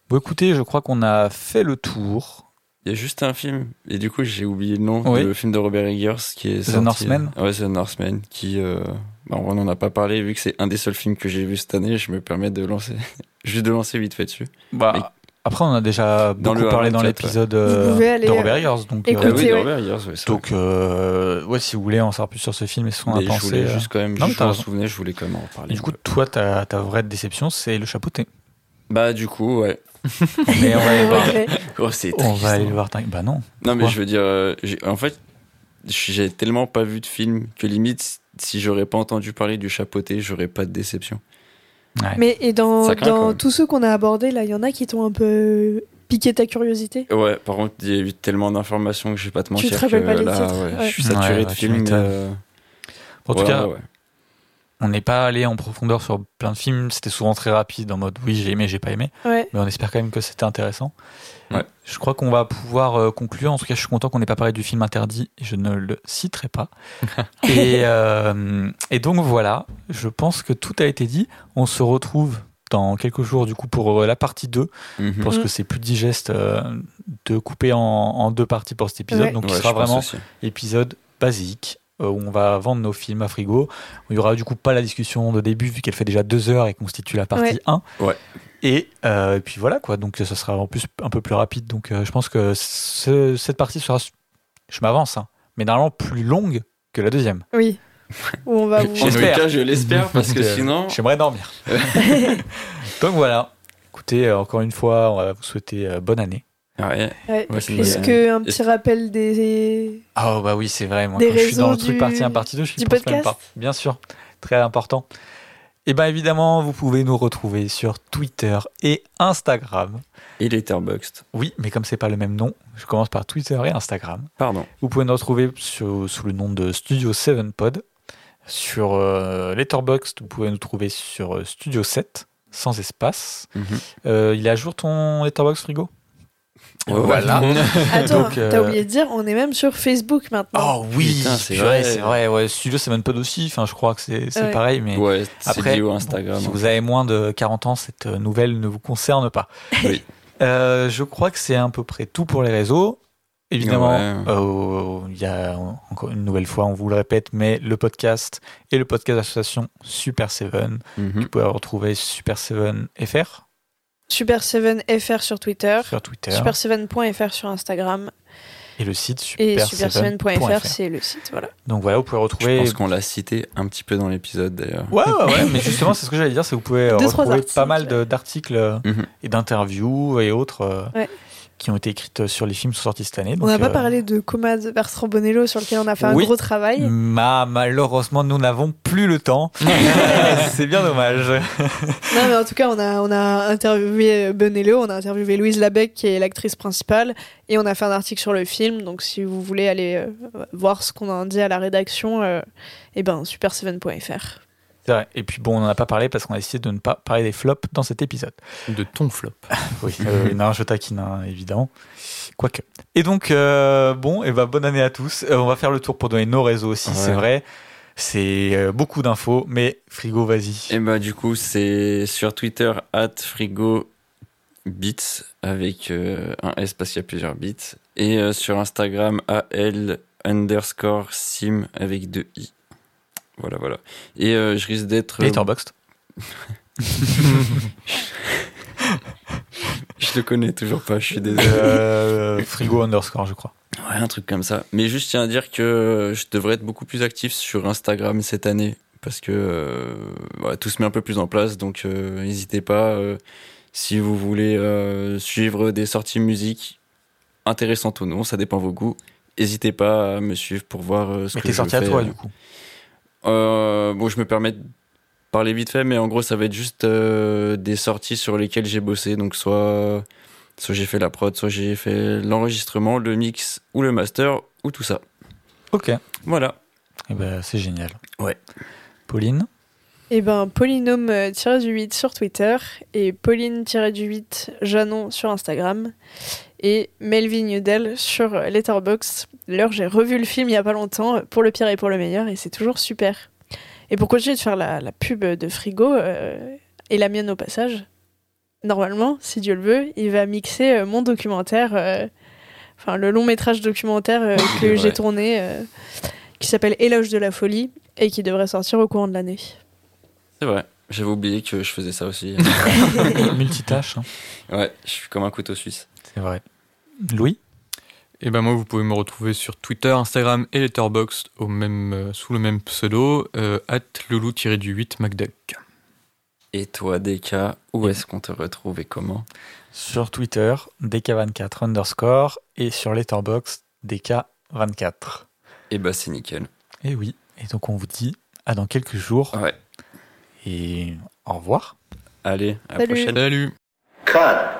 S1: Bon, écoutez, je crois qu'on a fait le tour.
S3: Il y a juste un film, et du coup, j'ai oublié le nom,
S1: Oui.
S3: le film de Robert Eggers qui est
S1: The
S3: sorti- euh,
S1: Northman
S3: Ouais, The Northman, qui. euh, bah, en vrai, on n'en a pas parlé, vu que c'est un des seuls films que j'ai vu cette année, je me permets de lancer. Juste de lancer vite fait dessus. Mais-
S1: Après, on a déjà
S3: Bah, Dans
S1: beaucoup
S3: le
S1: parlé dans
S3: 24,
S1: l'épisode euh,
S2: pouvez aller,
S1: de Robert
S2: euh,
S1: Eggers. Donc,
S2: écouter.
S3: Ah
S2: Écoutez,
S3: oui, de
S2: ouais.
S3: Robert Eggers, ouais, c'est vrai.
S1: donc euh, ouais, si vous voulez en savoir plus sur ce film et ce qu'on a
S3: Mais je
S1: pensé.
S3: voulais
S1: euh.
S3: juste quand même,
S1: Non, mais
S3: juste
S1: t'as
S3: pour en
S1: raison.
S3: souvenir, je voulais quand même en
S1: Et
S3: parler.
S1: du coup, toi, ta, ta vraie déception, c'est le chapeauté.
S3: bah, du coup, ouais.
S1: Mais on va aller voir.
S2: Regret.
S3: Oh, c'est
S1: On
S3: triste,
S1: va aller
S3: hein.
S1: le voir. t'inquiète. Bah non.
S3: Non, mais
S1: Pourquoi
S3: je veux dire, euh, j'ai- en fait, j'ai tellement pas vu de film que limite, si j'aurais pas entendu parler du chapeauté, j'aurais pas de déception.
S1: Ouais.
S2: Mais et dans,
S3: Ça craint, quand
S2: dans
S3: même.
S2: tous ceux qu'on a abordés là, il y en a qui t'ont un peu euh, piqué ta curiosité.
S3: Ouais, par contre, il y a eu tellement d'informations que je vais pas te mentir.
S2: rappelles
S3: que
S2: pas les
S3: là,
S2: titres,
S3: ouais,
S2: ouais.
S3: Je suis saturé
S1: Ouais,
S3: de
S1: ouais, tu
S3: films.
S1: m'étonnes.
S3: euh,
S1: En tout
S3: ouais,
S1: cas,
S3: ouais, ouais.
S1: on n'est pas allé en profondeur sur plein de films. C'était souvent très rapide, en mode oui, j'ai aimé, j'ai pas aimé.
S2: Ouais.
S1: mais on espère quand même que c'était intéressant.
S3: Ouais.
S1: Je crois qu'on va pouvoir euh, conclure. En tout cas, je suis content qu'on n'ait pas parlé du film interdit. Je ne le citerai pas. et, euh, et donc voilà, je pense que tout a été dit. On se retrouve dans quelques jours du coup pour euh, la partie 2. Je
S3: Mhm.
S1: pense
S2: Mhm.
S1: que c'est plus digeste euh, de couper en, en deux parties pour cet épisode.
S2: Ouais.
S1: Donc
S3: Ouais,
S1: il
S3: je
S1: sera
S3: pense
S1: vraiment
S3: aussi.
S1: épisode basique euh, où on va vendre nos films à frigo. Il y aura du coup pas la discussion de début vu qu'elle fait déjà deux heures et constitue la partie
S2: Ouais.
S1: 1.
S3: Ouais.
S1: Et, euh, et puis voilà quoi, donc ce sera en plus un peu plus rapide. Donc euh, je pense que ce- cette partie sera, je m'avance, hein, mais normalement plus longue que la deuxième.
S2: Oui. Où on va vous...
S3: En tout
S1: J'espère.
S3: cas, je l'espère parce que
S1: Euh,
S3: sinon.
S1: J'aimerais dormir. donc voilà. Écoutez, euh, encore une fois, on va vous souhaiter euh, bonne année.
S3: Ouais.
S2: Ouais.
S3: Ouais, c'est une
S2: Est-ce
S3: bonne
S2: que un petit rappel des
S1: Ah bah oui, c'est vrai. Moi,
S2: Des
S1: quand je suis dans le
S2: réseaux
S1: truc
S2: du-
S1: partie 1, partie 2, je suis
S2: du podcast
S1: Bien sûr, très important. Et bien évidemment, vous pouvez nous retrouver sur Twitter et Instagram.
S3: Et Letterboxd.
S1: Oui, mais comme c'est pas le même nom, je commence par Twitter et Instagram.
S3: Pardon.
S1: Vous pouvez nous retrouver sur- sous le nom de Studio 7 Pod. Sur euh, Letterboxd, vous pouvez nous trouver sur euh, Studio 7, sans espace.
S3: Mhm.
S1: Euh, il est à jour ton Letterboxd frigo Voilà.
S2: Attends,
S1: Donc, euh,
S2: t'as oublié de dire, on est même sur Facebook maintenant.
S1: Oh oui,
S3: Putain, c'est
S1: purée,
S3: vrai.
S1: c'est vrai. ouais, Studio 7 Pod aussi, enfin, je crois que c'est c'est
S2: Ouais.
S1: pareil. Mais...
S3: Ouais, c'est
S1: Après,
S3: lié au
S1: bon,
S3: Instagram.
S1: si
S3: hein.
S1: vous avez moins de 40 ans, cette euh, nouvelle ne vous concerne pas.
S3: Oui.
S1: Euh, je crois que c'est à peu près tout pour les réseaux. Évidemment,
S3: Ouais.
S1: euh, il y a encore une nouvelle fois, on vous le répète, mais le podcast et le podcast d'association Super Seven.
S3: Mhm.
S1: Vous pouvez le retrouver Super Seven FR
S2: Super7FR sur Twitter,
S1: sur Twitter
S2: super7.fr sur Instagram
S1: et le site
S2: et
S1: super7.fr.
S2: super7.fr c'est le site, voilà.
S1: Donc voilà, vous pouvez
S3: Je
S1: retrouver.
S3: pense qu'on l'a cité un petit peu dans l'épisode d'ailleurs.
S1: Ouais, ouais, ouais, mais justement, c'est ce que j'allais dire, c'est que vous pouvez euh,
S2: Deux, trois
S1: retrouver pas
S2: articles.
S1: mal de- d'articles euh,
S3: Mhm.
S1: et d'interviews et autres euh,
S2: Ouais.
S1: qui ont été écrites euh, sur les films qui sont sortis cette année.
S2: on
S1: Donc,
S2: n'a pas
S1: euh,
S2: parlé de Coma de Bertrand Bonello sur lequel on a fait
S1: oui.
S2: un gros travail.
S1: Ma- malheureusement, nous n'avons plus le temps. c'est bien dommage.
S2: Non, mais en tout cas, on a, on a interviewé Bonello, on a interviewé Louise Labec, qui est l'actrice principale, et on a fait un article sur le film. Donc, si vous voulez aller euh, voir ce qu'on a dit à la rédaction, euh, eh ben, super7.fr.
S1: C'est vrai. Et puis bon, on n'en a pas parlé parce qu'on a essayé de ne pas parler des flops dans cet épisode.
S4: De ton flop.
S1: Oui, euh, non, je taquine, hein, évidemment. Quoique. Et donc, euh, bon, et ben, bonne année à tous. Euh, on va faire le tour pour donner nos réseaux aussi,
S3: Ouais.
S1: c'est vrai. C'est euh, beaucoup d'infos, mais frigo, vas-y.
S3: Et bah du coup c'est sur Twitter at frigo beats avec euh, un S parce qu'il y a plusieurs bits et euh, sur Instagram al underscore sim avec deux i. Voilà, voilà. Et euh, je risque d'être.
S1: Et Boxt.
S3: euh, je le connais toujours pas, je suis désolé.
S1: Euh, frigo underscore, je crois.
S3: Ouais, un truc comme ça. Mais juste, je tiens à dire que je devrais être beaucoup plus actif sur Instagram cette année parce que euh, ouais, tout se met un peu plus en place. Donc, euh, n'hésitez pas euh, si vous voulez euh, suivre des sorties musique intéressantes ou non, ça dépend vos goûts. N'hésitez pas à me suivre pour voir euh, ce
S1: Mais
S3: que
S1: t'es
S3: je
S1: sorti à
S3: fais.
S1: toi, du coup.
S3: Euh, bon, je me permets de parler vite fait, mais en gros, ça va être juste euh, des sorties sur lesquelles j'ai bossé. Donc, soit, soit j'ai fait la prod, soit j'ai fait l'enregistrement, le mix ou le master ou tout ça.
S1: Ok.
S3: Voilà.
S1: Eh ben, c'est génial.
S3: Ouais.
S1: Pauline
S2: Et ben polynôme-du-8 sur Twitter et Pauline-du-8 Janon sur Instagram et Melvin Udel sur Letterboxd. L'heure, j'ai revu le film il y a pas longtemps euh, pour le pire et pour le meilleur et c'est toujours super. Et pour continuer de faire la, la pub de Frigo euh, et la mienne au passage, normalement, si Dieu le veut, il va mixer euh, mon documentaire, euh, enfin le long métrage documentaire euh, que
S3: Ouais.
S2: j'ai tourné euh, qui s'appelle Éloge de la folie et qui devrait sortir au courant de l'année.
S3: C'est vrai. J'avais oublié que je faisais ça aussi.
S1: Multitâche, hein.
S3: ouais, je suis comme un couteau suisse.
S1: c'est vrai. Louis
S4: Et ben moi, vous pouvez me retrouver sur Twitter, Instagram et Letterboxd au même, euh, sous le même pseudo, euh, at loulou-du8macduck.
S3: Et toi, Deka, où est-ce qu'on te retrouve et comment
S1: Sur Twitter, DK24 underscore et sur Letterboxd, DK24.
S3: Et bah, c'est nickel.
S1: Et Eh oui. Et donc, on vous dit à dans quelques jours
S3: Ouais.
S1: et au revoir.
S3: Allez, à la
S2: Salut.
S3: prochaine.
S4: Salut
S5: Cut.